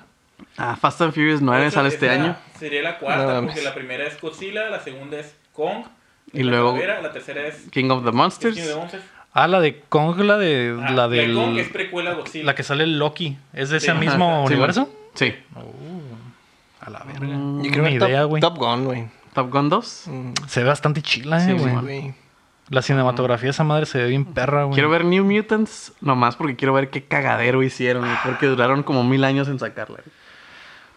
B: Ah, Fast and Furious 9
D: Esa-
B: sale este
D: esa
B: año.
D: Sería la cuarta,
C: No
D: porque
C: mames.
D: la primera es Godzilla, la segunda es Kong.
B: Y
D: la
B: luego-
D: calavera, la tercera es.
B: King of the
D: King of the
B: Monsters.
D: Monsters.
A: Ah, la de Kong, la de...
D: Ah,
A: la
D: de
A: del...
D: Kong es precuela a Godzilla.
A: La que sale el Loki. ¿Es de
D: Sí.
A: ese mismo
B: Ajá, sí,
A: universo?
B: bueno. Mm, Sí.
A: A la verga.
C: Yo
A: Ni
C: quiero ver Top-
A: idea, güey.
C: Top Gun, güey. Mm,
B: Top Gun 2.
A: Se ve bastante chila, eh,
B: Sí,
A: güey.
B: bueno.
C: Güey.
A: la cinematografía de esa madre se ve bien perra, güey.
B: Quiero ver New Mutants nomás porque quiero ver qué cagadero hicieron.
D: Ah.
B: Porque duraron como mil años en sacarla.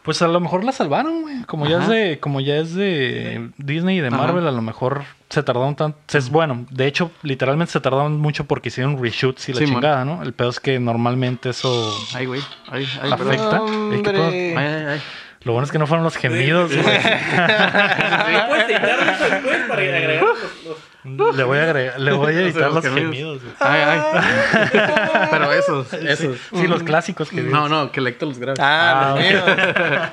A: Pues a lo mejor la salvaron, güey. Como ya
B: Ajá.
A: es de, como ya es de Disney y de
B: Ajá.
A: Marvel, a lo mejor se tardaron tanto. bueno, de hecho, literalmente se tardaron mucho porque hicieron reshoots y la
B: Sí, mon.
A: chingada, ¿no? El pedo es que normalmente eso
B: Ay, güey. Ay, ay, perdón.
A: afecta. Ey, ¿qué pedo?
C: Hombre.
B: Ay, ay, ay.
A: Lo bueno es que no fueron los gemidos, güey.
D: Ah, puedes editar eso después para agregar los. los-
A: Le voy a agregar- le voy a editar los
B: los gemidos.
A: gemidos, güey.
B: Ay, ay. Pero esos, esos.
A: Sí, los clásicos que
B: No, no, que Lecto los graba.
A: Ah,
C: Ah, los míos.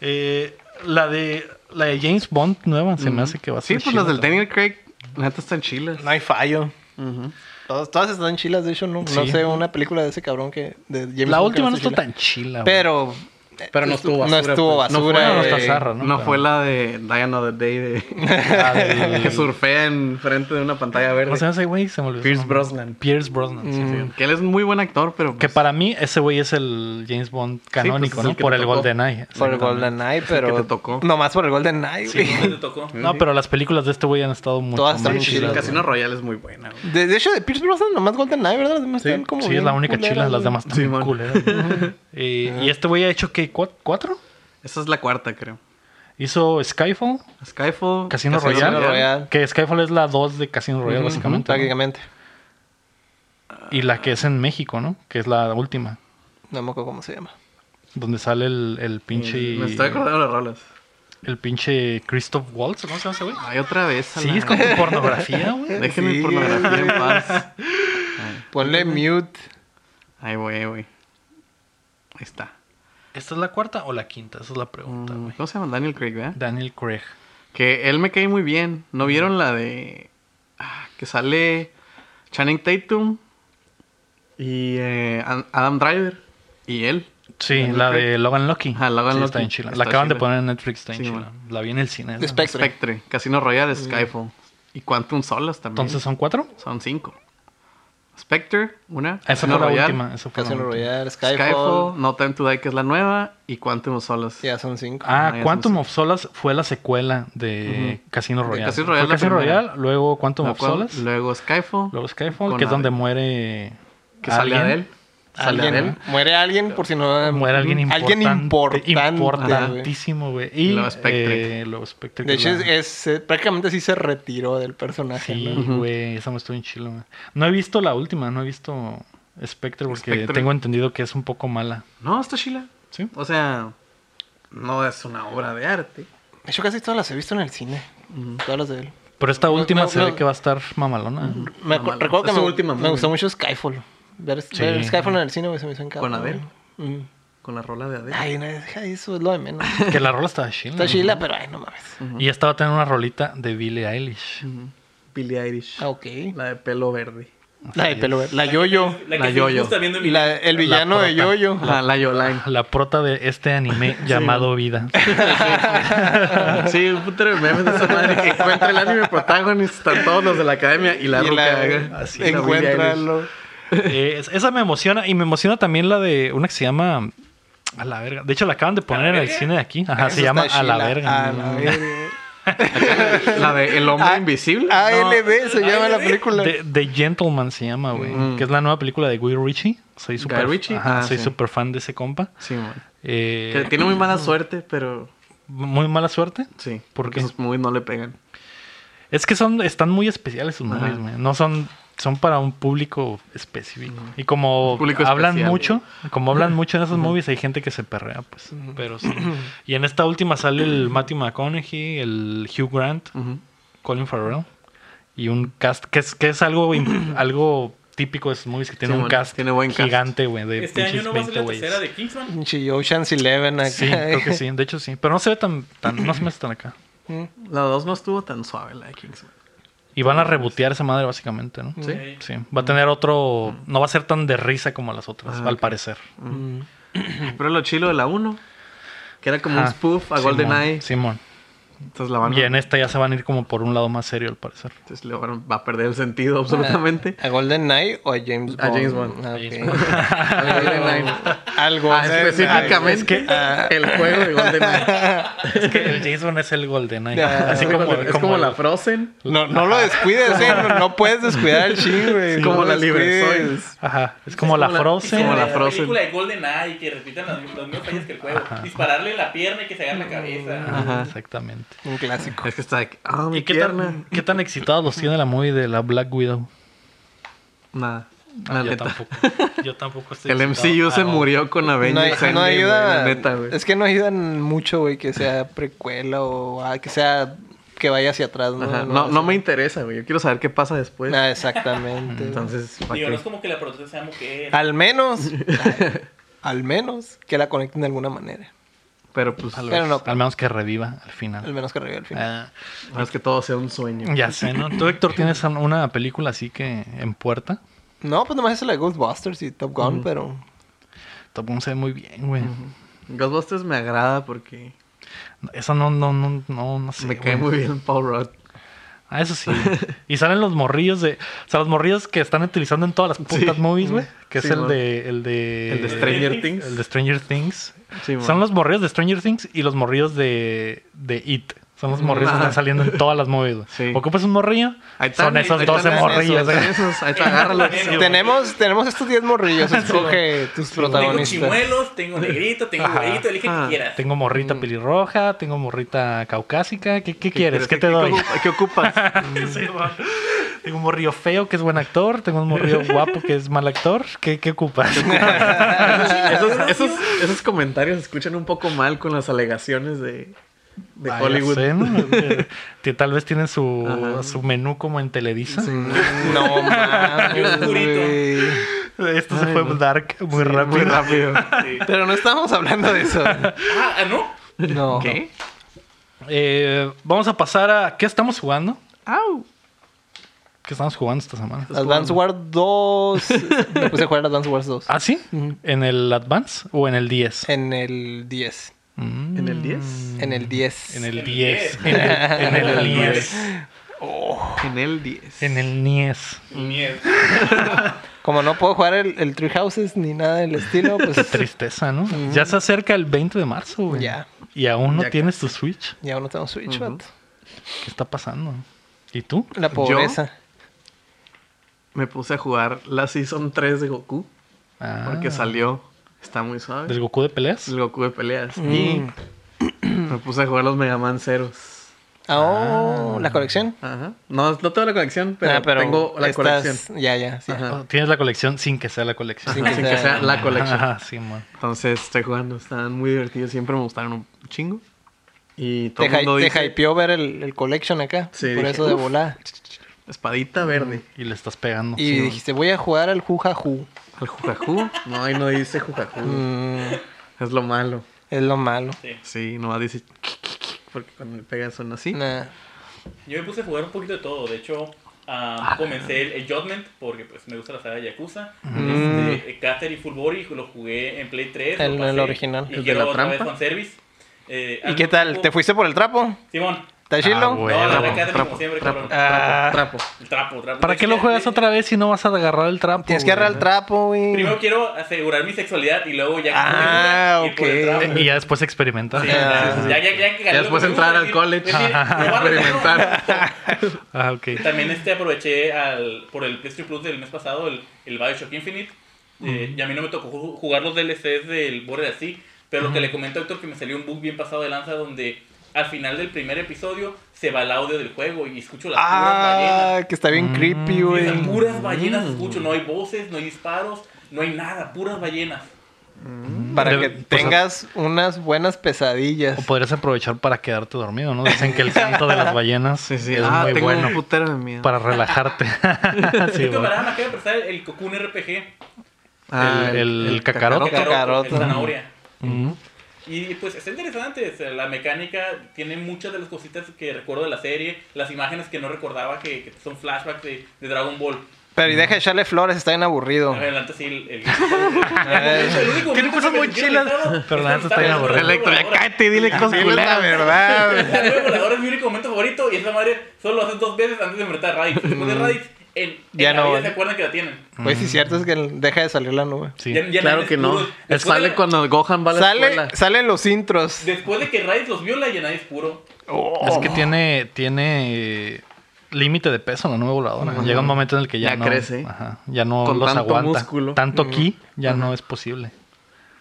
A: Eh, la de la de James Bond nueva se me hace que va a
B: sí,
A: ser.
B: pues las
A: chida
B: del Daniel Craig, neta están chilas.
C: No hay fallo. Todas- todas están chilas, de hecho, no, no
A: Sí.
C: sé una película de ese cabrón que. De James
A: La
C: Bond que
A: última no
C: esté
A: está tan chila, güey.
C: Pero.
B: Pero no estuvo
C: No
B: basura,
C: estuvo
B: pues. No
C: basura.
B: fue-
A: no está
C: güey.
A: zarra.
B: No,
A: no, pero-
B: fue la de Die Another Day de...
A: La del-
B: que surfea en frente de una pantalla verde.
A: ¿Cómo se llama ese güey? Se me olvidó. su
B: Pierce
A: nombre.
B: Brosnan.
A: Pierce Brosnan, sí.
B: Sí, que él es muy buen actor, pero...
A: Que
B: pues,
A: para mí ese güey es el James Bond
B: Sí,
A: canónico,
B: pues, es el
A: ¿no?
B: que
A: Por
B: te
A: el
B: tocó.
A: GoldenEye.
C: Por el Golden Eye, pero.
B: que te tocó.
C: Nomás por el Golden Eye, güey.
D: ¿Dónde te tocó?
A: No, pero las películas de este güey han estado muy
C: Todas están
A: muy
C: chidas,
A: chidas,
B: Casino Royale es muy buena. güey.
C: De, de hecho, de Pierce Brosnan, nomás Golden Eye, ¿verdad? Las demás están como
A: güey. Sí, es
C: bien
A: la única
C: culeras,
A: chila, las
C: güey.
A: demás
B: Sí,
A: están
B: man.
A: culeras. güey. Eh, Y este güey ha hecho, ¿qué? ¿Cua- ¿Cuatro?
B: Esa es la cuarta, creo.
A: Hizo Skyfall,
B: Skyfall.
A: Casino, Royale.
C: Royale.
A: Que Skyfall es la dos de Casino Royale,
C: Ah. Ujú,
A: básicamente. ¿no?
C: Prácticamente.
A: Y la que es en México, ¿no? Que es la última.
C: No me acuerdo cómo se llama.
A: Donde sale el, el pinche.
B: Eh, Me estoy acordando de las rolas.
A: El pinche Christoph Waltz, ¿cómo se llama ese güey?
B: Ay, otra vez. a
A: Sí,
B: la-
A: es como pornografía, güey.
B: Déjenme
C: Sí,
B: pornografía en
C: güey.
B: paz.
C: Ponle mute.
B: Ay, güey, güey. Ahí está. Mm,
A: ¿Esta es la cuarta o la quinta? Esa es la pregunta,
C: Mm.
A: güey.
B: ¿Cómo se llama? Daniel Craig, ¿verdad?
A: Daniel Craig.
B: Que él me cae muy bien. ¿No vieron la de. ah, que sale Channing Tatum y eh, An- Adam Driver y él?
A: Sí,
B: Daniel
A: la
B: Craig.
A: de Logan Lucky.
B: Ah, Logan
A: Sí,
B: Lucky.
A: Está en chila. La
B: Está
A: acaban de
B: chila.
A: poner en Netflix, está en
B: Sí,
A: chila.
B: bueno.
A: La vi en el cine. esa.
C: Spectre.
B: Spectre, Casino Royale, Skyfall y Quantum Solas también.
A: Entonces son cuatro.
B: son cinco. Spectre, una.
A: Ah, Esa fue
B: Casino
A: la
B: Royale,
A: última. esa fue la
C: Casino
A: última.
C: Royale, Skyfall.
B: Skyfall, No Time to Die, que es la nueva, y Quantum of Solace.
C: Ya son cinco.
A: Ah,
B: Ah, ya
A: Quantum
B: son
A: of Solace fue la secuela de Casino Royale.
B: Casino Royale
A: Fue
B: la
A: Casino
B: primera.
A: Royale, luego Quantum
B: La
A: of
B: cual-
A: Solace,
B: Luego Skyfall,
A: luego Skyfall,
B: Con
A: que es donde
B: Adele.
A: muere.
B: que
A: alguien.
B: sale
A: Ah,
B: Adele. Sale
C: ¿Alguien?
B: Adele.
C: Muere alguien por si no. mm,
A: Muere alguien importante.
C: Alguien importante. güey.
A: Importantísimo, güey. Y
B: Luego Spectre.
A: eh, luego Spectre,
C: De
A: que
C: hecho,
A: la-
C: es, es, eh, prácticamente sí se retiró del personaje.
A: Sí,
C: ¿no?
A: güey, esa me estuvo en chilo, güey. No he visto la última, no he visto Spectre porque
B: Spectre.
A: tengo entendido que es un poco mala.
B: No, está chila.
A: ¿Sí?
B: O sea, no es una obra de arte.
C: De hecho, casi todas las he visto en el cine. Todas las de él.
A: Pero esta última
C: no,
A: se ve
C: no.
A: que va a estar mamalona.
C: Me acu-
B: Mamá,
C: recuerdo que
B: es su
C: me,
B: última
C: me
B: movie.
C: gustó mucho Skyfall. Ver, ver el Skyfall en el cine güey, se me hizo encantador.
B: ¿Con Adele?
C: Mm.
B: Con la rola de Adele.
C: Ay, no, deja eso es lo de menos.
A: Que la rola estaba chila.
C: Está
A: ¿no?
C: chila, pero ay, no mames.
A: Y esta va a tener una rolita de Billie Eilish.
B: Billie Eilish.
C: Ah, ok.
B: La de pelo verde.
C: La de pelo verde. La Yoyo.
D: La que
B: La
D: se
B: Yo-Yo.
D: gusta viendo en video.
C: La- el villano de
A: prota.
C: Yoyo.
B: La, la Yolaine.
A: La prota de este anime llamado Vida.
B: Sí, un putero de memes de esa madre que encuentra el anime protagonista, están todos los de la academia y la
C: Y
B: ruca.
C: la-
B: ¿eh?
C: así,
B: La Billie Eilish.
C: encuéntralo.
A: Eh, es- esa me emociona. Y me emociona también la de una que se llama. A la verga. De hecho, la acaban de poner en el
D: verga?
A: cine de aquí. Ajá,
C: Eso
A: se llama
C: está
A: A la
C: chila.
A: verga.
C: A la verga.
B: La de El
C: Ah,
B: Hombre Invisible.
C: ALB se llama la
D: ALB.
C: película.
A: The, The Gentleman se llama, güey. Que es la nueva película de Guy Ritchie. Soy super,
B: Mm. Ritchie?
A: ajá,
B: Ah,
A: soy
B: sí.
A: super fan de ese compa.
B: Sí, man.
A: Eh,
B: Que tiene muy mala suerte, pero
A: muy mala suerte.
B: Sí.
A: ¿Por qué?
B: Esos movies no le pegan.
A: Es que son, están muy especiales sus movies,
B: Ajá.
A: man. No son, son para un público específico. Y como
B: Mm. Público
A: hablan
B: especial, Mm.
A: mucho, como hablan mucho en esos movies, hay gente que se perrea, pues. Pero sí. Y en esta última sale el Matthew McConaughey, el Hugh Grant,
B: Ujú.
A: Colin Farrell. Y un cast que es, que es algo, im- algo típico de esos movies, que tiene
B: Sí,
A: un
B: bueno,
A: cast
B: tiene buen cast.
A: gigante, güey, de
D: Este año
A: pinches
D: no va a ser
A: 20
D: la
A: güeyes.
D: tercera de Kingsman.
C: Pinche Ocean's Eleven acá.
A: Sí, creo que sí. De hecho, sí. Pero no se ve tan... tan no se me hace tan acá.
C: Mm.
B: La 2 no estuvo tan suave, la de Kingsman.
A: Y van a rebotear esa madre, básicamente, ¿no?
B: Sí. Mm.
D: Ok.
A: Sí, va a tener otro. No va a ser tan de risa como las otras,
B: Ah,
A: al
B: ok.
A: parecer.
C: Mm.
B: Pero lo chilo de la 1, que era como
A: Ajá.
B: un spoof a Ah,
A: Simón,
B: GoldenEye.
A: Simón.
B: Entonces la van
A: Y en esta ya se van a ir como por un lado más serio, al parecer.
B: Entonces le van- va a perder el sentido absolutamente.
C: ¿A Golden Knight o a James Bond?
B: A James Bond.
C: Ah,
A: A
C: ok.
A: James
B: Al GoldenEye.
C: Algo.
B: Ah, específicamente
A: ah.
C: ah,
B: el juego de GoldenEye.
A: Es que el Jason es el GoldenEye.
C: Ah,
A: Así como,
B: es como, la Frozen,
C: No, no lo descuides, ¿eh? No, no puedes descuidar el ching, güey.
B: es
C: No
B: como
C: lo
B: la
C: descuides.
B: Libre
A: Ajá, es como la
B: como la-
A: Frozen.
B: como la
D: la
B: Frozen.
D: película de GoldenEye que repitan las, las mismas fallas que el juego. Dispararle en la pierna y que se agarre la cabeza.
A: Ajá, Exactamente.
C: Un clásico.
B: Es que está like, ah, mi
A: ¿Y qué
B: pierna.
A: tan, qué tan excitados los tiene la movie de la Black Widow?
B: Nada.
A: Ah,
B: la
A: yo
B: neta.
A: tampoco. Yo tampoco estoy
B: El
A: excitado.
B: MCU se
A: Ah, no.
B: murió con
C: No,
B: Avengers
C: no
B: Endgame,
C: ayuda.
B: güey, la neta, güey.
C: es que no ayudan mucho, güey, que sea precuela o ah, que sea que vaya hacia atrás, ¿no?
B: Ajá, No, no me interesa, güey. Yo quiero saber qué pasa después.
C: Ah, exactamente.
B: Entonces, ¿pa'
D: Digo,
B: qué?
D: no es como que la producción sea mujer.
C: Al menos, al menos que la conecten de alguna manera.
B: Pero pues,
A: Tal
C: Pero
A: vez.
C: no.
A: Al menos que reviva al final.
C: Al menos que reviva al final.
A: Ah.
B: es que todo sea un sueño.
A: Ya sé, ¿no? Tú, Héctor, tienes an- una película así que en puerta.
C: No, pues nomás es la de Ghostbusters y Top Gun, pero
A: Top Gun se ve muy bien, güey. Mm.
B: Ghostbusters me agrada porque
A: Esa no, no, no, no, no sé.
B: me
A: güey.
B: cae muy bien Paul Rudd.
A: Ah, eso sí. y salen los morrillos de. O sea, los morrillos que están utilizando en todas las putas
B: Sí.
A: movies, güey. Que
B: Sí,
A: es el
B: mon.
A: de, el de.
B: El de Stranger Things.
A: el de Stranger Things.
B: Sí, mon.
A: Son los morrillos de Stranger Things y los morrillos de, de It. Son los morrillos que están saliendo en todas las movies, güey.
B: Sí.
A: Ocupas un morrillo.
B: Ahí están,
A: son esos
B: ahí están
A: 12
B: esos,
A: morrillos, ¿eh?
B: ahí
A: güey.
B: están esos, ahí está, agárralos.
D: Sí, güey.
C: tenemos tenemos estos 10 morrillos, escoge tus
D: Tengo
C: protagonistas.
D: chimuelos, tengo negrito, tengo
A: Ajá.
D: güerito, elige que
B: Ah,
D: quieras.
A: Tengo morrita pelirroja, tengo morrita caucásica. ¿Qué, qué quieres? ¿Qué te doy?
B: ocupa- ¿Qué ocupas?
A: Sí, va. tengo un morrillo feo que es buen actor, tengo un morrillo guapo que es mal actor. ¿Qué, qué ocupas?
B: esos, esos, esos comentarios se escuchan un poco mal con las alegaciones de, de
A: Ah, ya
B: Hollywood.
A: sé, ¿no? Que Tal vez tienen su,
B: Ajá.
A: su menú como en Televisa.
C: No mames,
D: Oscurito.
C: güey.
A: Esto se fue dark muy rápido.
B: Muy rápido.
C: Pero no estábamos hablando de eso.
D: Ah, ah, ¿no?
C: No.
B: ¿Qué?
A: Eh, vamos a pasar a qué estamos jugando.
B: Au.
A: ¿Qué estamos jugando esta semana?
C: Advance Wars 2. Me puse a jugar Advance Wars 2.
A: ¿Ah, sí?
C: Ujú.
A: ¿En el Advance o en el 10?
C: En el 10.
A: Mm,
B: ¿En el 10?
C: En el 10.
A: En el
D: En el
A: 10. En el- en el 10.
C: Oh.
B: En el 10.
A: En el 10.
D: Miedo.
C: Como no puedo jugar el, el Three Houses ni nada del estilo, pues
A: Tristeza, ¿no? Ya se acerca el 20 de marzo, güey.
C: Ya.
A: Y aún no
B: Ya
A: tienes tu Switch.
C: ya aún no tengo Switch, vato.
A: ¿Qué está pasando? ¿Y tú?
C: La pobreza.
B: Me puse a jugar la Season 3 de Goku.
A: Ah,
B: Porque salió. Está muy suave.
A: ¿Del Goku de peleas?
B: El Goku de peleas.
C: Mm.
B: Y me puse a jugar los Mega Man ceros.
C: Ah, oh, la colección.
B: Ajá. No, no tengo la colección, pero,
C: Ah,
B: tengo la
C: estás-
B: colección.
C: Ya, ya. sí.
B: Ajá.
A: Oh, Tienes la colección sin que sea la colección.
C: Sin
B: Sin que sea la colección.
A: Ajá, sí, man.
B: Entonces estoy jugando, están muy divertidos, siempre me gustaron un chingo. Y todo
C: Te,
B: el mundo
C: hy- te
B: dice
C: hypeó ver el, el collection acá.
B: Sí,
C: por
B: dije,
C: eso de
B: "Uf".
C: volada.
B: espadita verde.
A: Y le estás pegando.
C: Y dijiste, voy a jugar al Jujajú.
B: Al jujajú. No, ahí no dice jujajú.
C: Mm,
B: Es lo malo.
C: es lo malo.
B: Sí, nomás dice porque cuando le pegan son así.
C: Nah.
D: Yo me puse a jugar un poquito de todo. De hecho, ah, comencé el, el Judgment porque pues me gusta la saga de Yakuza. Este, eh, Caster y Full Body lo jugué en Play 3. lo
C: El- el
D: pasé,
C: original.
D: Y
B: ¿El de
D: quiero
B: la
D: otra vez
B: trampa?
D: fanservice. Eh,
C: ¿Y
D: al
C: qué
D: mismo
C: tal?
D: tiempo-
C: ¿Te fuiste por el trapo?
D: Simón.
C: ¿Está chilo?
A: güey.
D: no, la
A: trapo,
D: Academy
B: trapo,
D: como siempre, cabrón.
C: Ah,
B: Ah, Trapo.
D: El trapo, trapo. eh,
A: ¿Para
D: De
A: qué
D: hecho,
A: lo juegas
D: de-
A: otra vez si no vas a agarrar el trapo?
C: Tienes que agarrar el trapo, güey.
D: Primero quiero asegurar mi sexualidad y luego ya.
C: Ah,
D: y por el
C: ok.
D: trapo.
A: Y ya después experimentar.
D: Sí,
C: Ah.
D: ya, ya, ya, que gané
B: Ya después
D: lo que me
B: entrar
D: gusta,
B: al
D: decir-
B: college.
D: decir,
B: Ajá.
D: "Probarlo,
B: Experimentar".
D: ¿no?".
A: Ah, ok.
D: También este aproveché al, por el PlayStation Plus del mes pasado el, el Bioshock Infinite. Eh, Y a mí no me tocó ju- jugar los DLCs del Border así. Pero lo que le comento a Héctor que me salió un bug bien pasado de lanza donde al final del primer episodio se va el audio del juego y escucho las
C: Ah, que está bien creepy, güey.
B: Mm.
D: puras ballenas. Esas puras ballenas escucho, no hay voces, no hay disparos, no hay nada, puras ballenas.
C: Para que
A: Debe- pues,
C: tengas unas buenas pesadillas.
A: O podrías aprovechar para quedarte dormido, ¿no? Dicen que el canto de las ballenas
B: Sí, sí.
A: es
B: ah,
A: muy
B: tengo
A: bueno
B: un putero de miedo.
A: para relajarte. sí,
D: Este
A: güey.
D: camarada me acaba de prestar el, el Cocoon RPG,
B: Ah,
A: el- el cacaroto.
D: el cacaroto, el
C: Cacaroto.
D: zanahoria.
A: Ujú.
D: Y pues está interesante, o sea, la mecánica tiene muchas de las cositas que recuerdo de la serie, las imágenes que no recordaba que, que son flashbacks de, de Dragon Ball.
C: Pero y deja de echarle flores, está bien aburrido.
D: Adelante sí, el... el- el único
A: Tiene
D: momento
A: cosas
D: que
A: muy
D: se
A: chilas.
D: queda
A: Pero la
D: es
A: neta está bien
D: cuando
A: aburrido.
D: en la
B: Electro, ya
D: voladora.
B: cállate y dile cosas
C: Dile la
B: culeras.
C: verdad.
D: La nueva voladora es mi único momento favorito y esa madre solo lo haces dos veces antes de enfrentar a Raditz. Después de
B: Mm.
D: Raditz, en, en
C: Ya
D: la
C: no.
D: vida se acuerdan que la tienen.
C: Pues sí, cierto es que deja de salir la nube.
A: Sí.
D: Ya- ya
B: Claro
D: nadie
B: que
D: es
B: no.
D: puro.
B: Es
D: Después
B: sale
D: de-
B: cuando Gohan va a la escuela.
C: Sale, salen los intros. Oh.
D: Después de que Raditz los viola, ya nadie es puro.
A: Es que tiene, tiene eh, límite de peso la nueva voladora.
B: Ajá.
A: Llega un momento en el que ya,
B: Ya
A: no
B: crece.
A: ajá, ya no
B: Con
A: los
B: tanto
A: aguanta.
B: músculo.
A: Tanto aquí ya no es posible.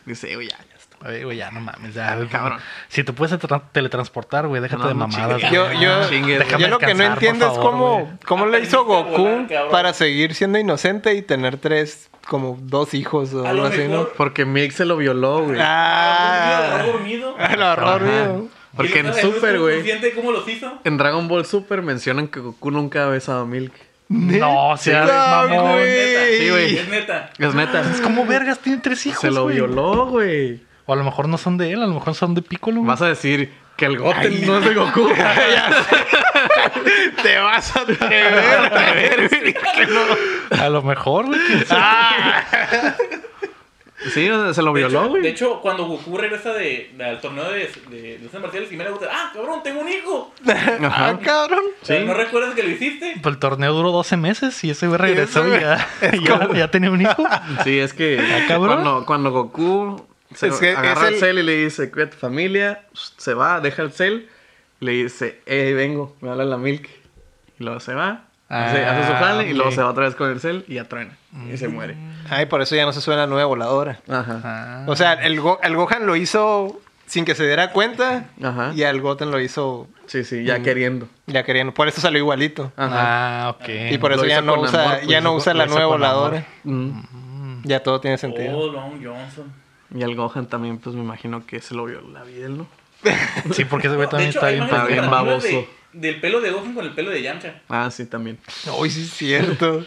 B: Dice, "Oye, ya, ya está.
A: Ay, güey, ya no mames, ya, güey,
B: Ah, Cabrón.
A: Si te puedes tra- teletransportar, güey, déjate
B: No,
A: de
B: no
A: mamadas.
B: chingues.
A: güey.
C: Yo, yo,
B: Chingues,
A: Déjame
C: yo lo que no
A: descansar, por
C: entiendo es
A: favor,
C: cómo,
A: güey.
C: cómo le hizo
D: Aprendiste a
C: Goku
D: volar, cabrón.
C: para seguir siendo inocente y tener tres, como dos hijos o
D: A
C: algo
D: lo
C: así, ¿no?
D: mejor
B: Porque Milk se lo violó, güey.
D: Ah,
C: Ah,
D: dormido.
C: el horror,
A: Ajá.
C: mío.
B: Porque en Super, güey.
D: ¿Siente cómo los hizo?
B: En Dragon Ball Super mencionan que Goku nunca ha besado a Milk.
A: No, seas
C: No,
A: mamón.
C: güey.
D: Neta.
B: Sí, güey.
D: Es neta.
B: Es neta.
A: ¿Cómo vergas tiene tres hijos,
B: Se lo
A: güey?
B: violó, güey.
A: O a lo mejor no son de él, a lo mejor son de Piccolo. güey.
B: Vas a decir que el Goten no es de Goku. Te vas a atrever, güey.
A: A lo mejor, güey. quién sabe.
B: Sí, se Pues lo
D: De
B: violó,
D: hecho- De
B: güey.
D: hecho, cuando Goku regresa de, de- al torneo de, de, de San Marciales y me le gusta, ah, cabrón, tengo un hijo.
C: Ah,
B: Ajá.
C: cabrón.
D: O sea, ¿No recuerdas que lo hiciste?
A: Pues el torneo duró 12 meses y ese güey regresó
C: ese
A: y,
C: güey-
A: ya, ya, ya tenía un hijo.
B: Sí, es que
A: cabrón.
B: cuando, cuando Goku se
C: Es que
B: agarra
C: es
B: al
C: el-
B: cel y le dice, cuida a tu familia, se va, deja el cel, le dice, eh, vengo, me habla la milk. Y luego se va, hace,
A: Ah,
B: hace su jale y luego
A: ok.
B: se va otra vez con el cel y ya truena. Y se muere.
C: Ay, por eso ya no se suena nueva voladora.
B: Ajá.
A: Ah.
C: O sea, el, Go- el Gohan lo hizo sin que se diera cuenta
B: Ajá.
C: y al Goten lo hizo
B: Sí, sí, ya queriendo.
C: ya queriendo. Por eso salió igualito.
B: Ajá.
A: Ah, ok.
C: Y por
B: Lo
C: eso ya
B: hizo
C: no,
B: con
C: usa,
B: amor, pues,
C: ya no
B: lo-
C: usa
A: lo
C: la
A: hizo
C: nueva
A: con
C: voladora.
B: Mm.
C: Ya todo tiene sentido.
D: Oh, Long Johnson.
B: Y el Gohan también, pues me imagino que se lo vio la vida, ¿no?
A: Sí, porque ese güey
D: de
A: también
D: hecho,
A: está
D: hay
A: bien.
D: imágenes
B: está bien
D: comparativas de-
B: baboso.
D: del pelo de Gohan con el pelo de Yamcha.
B: Ah, sí, también.
C: Ay, sí es cierto.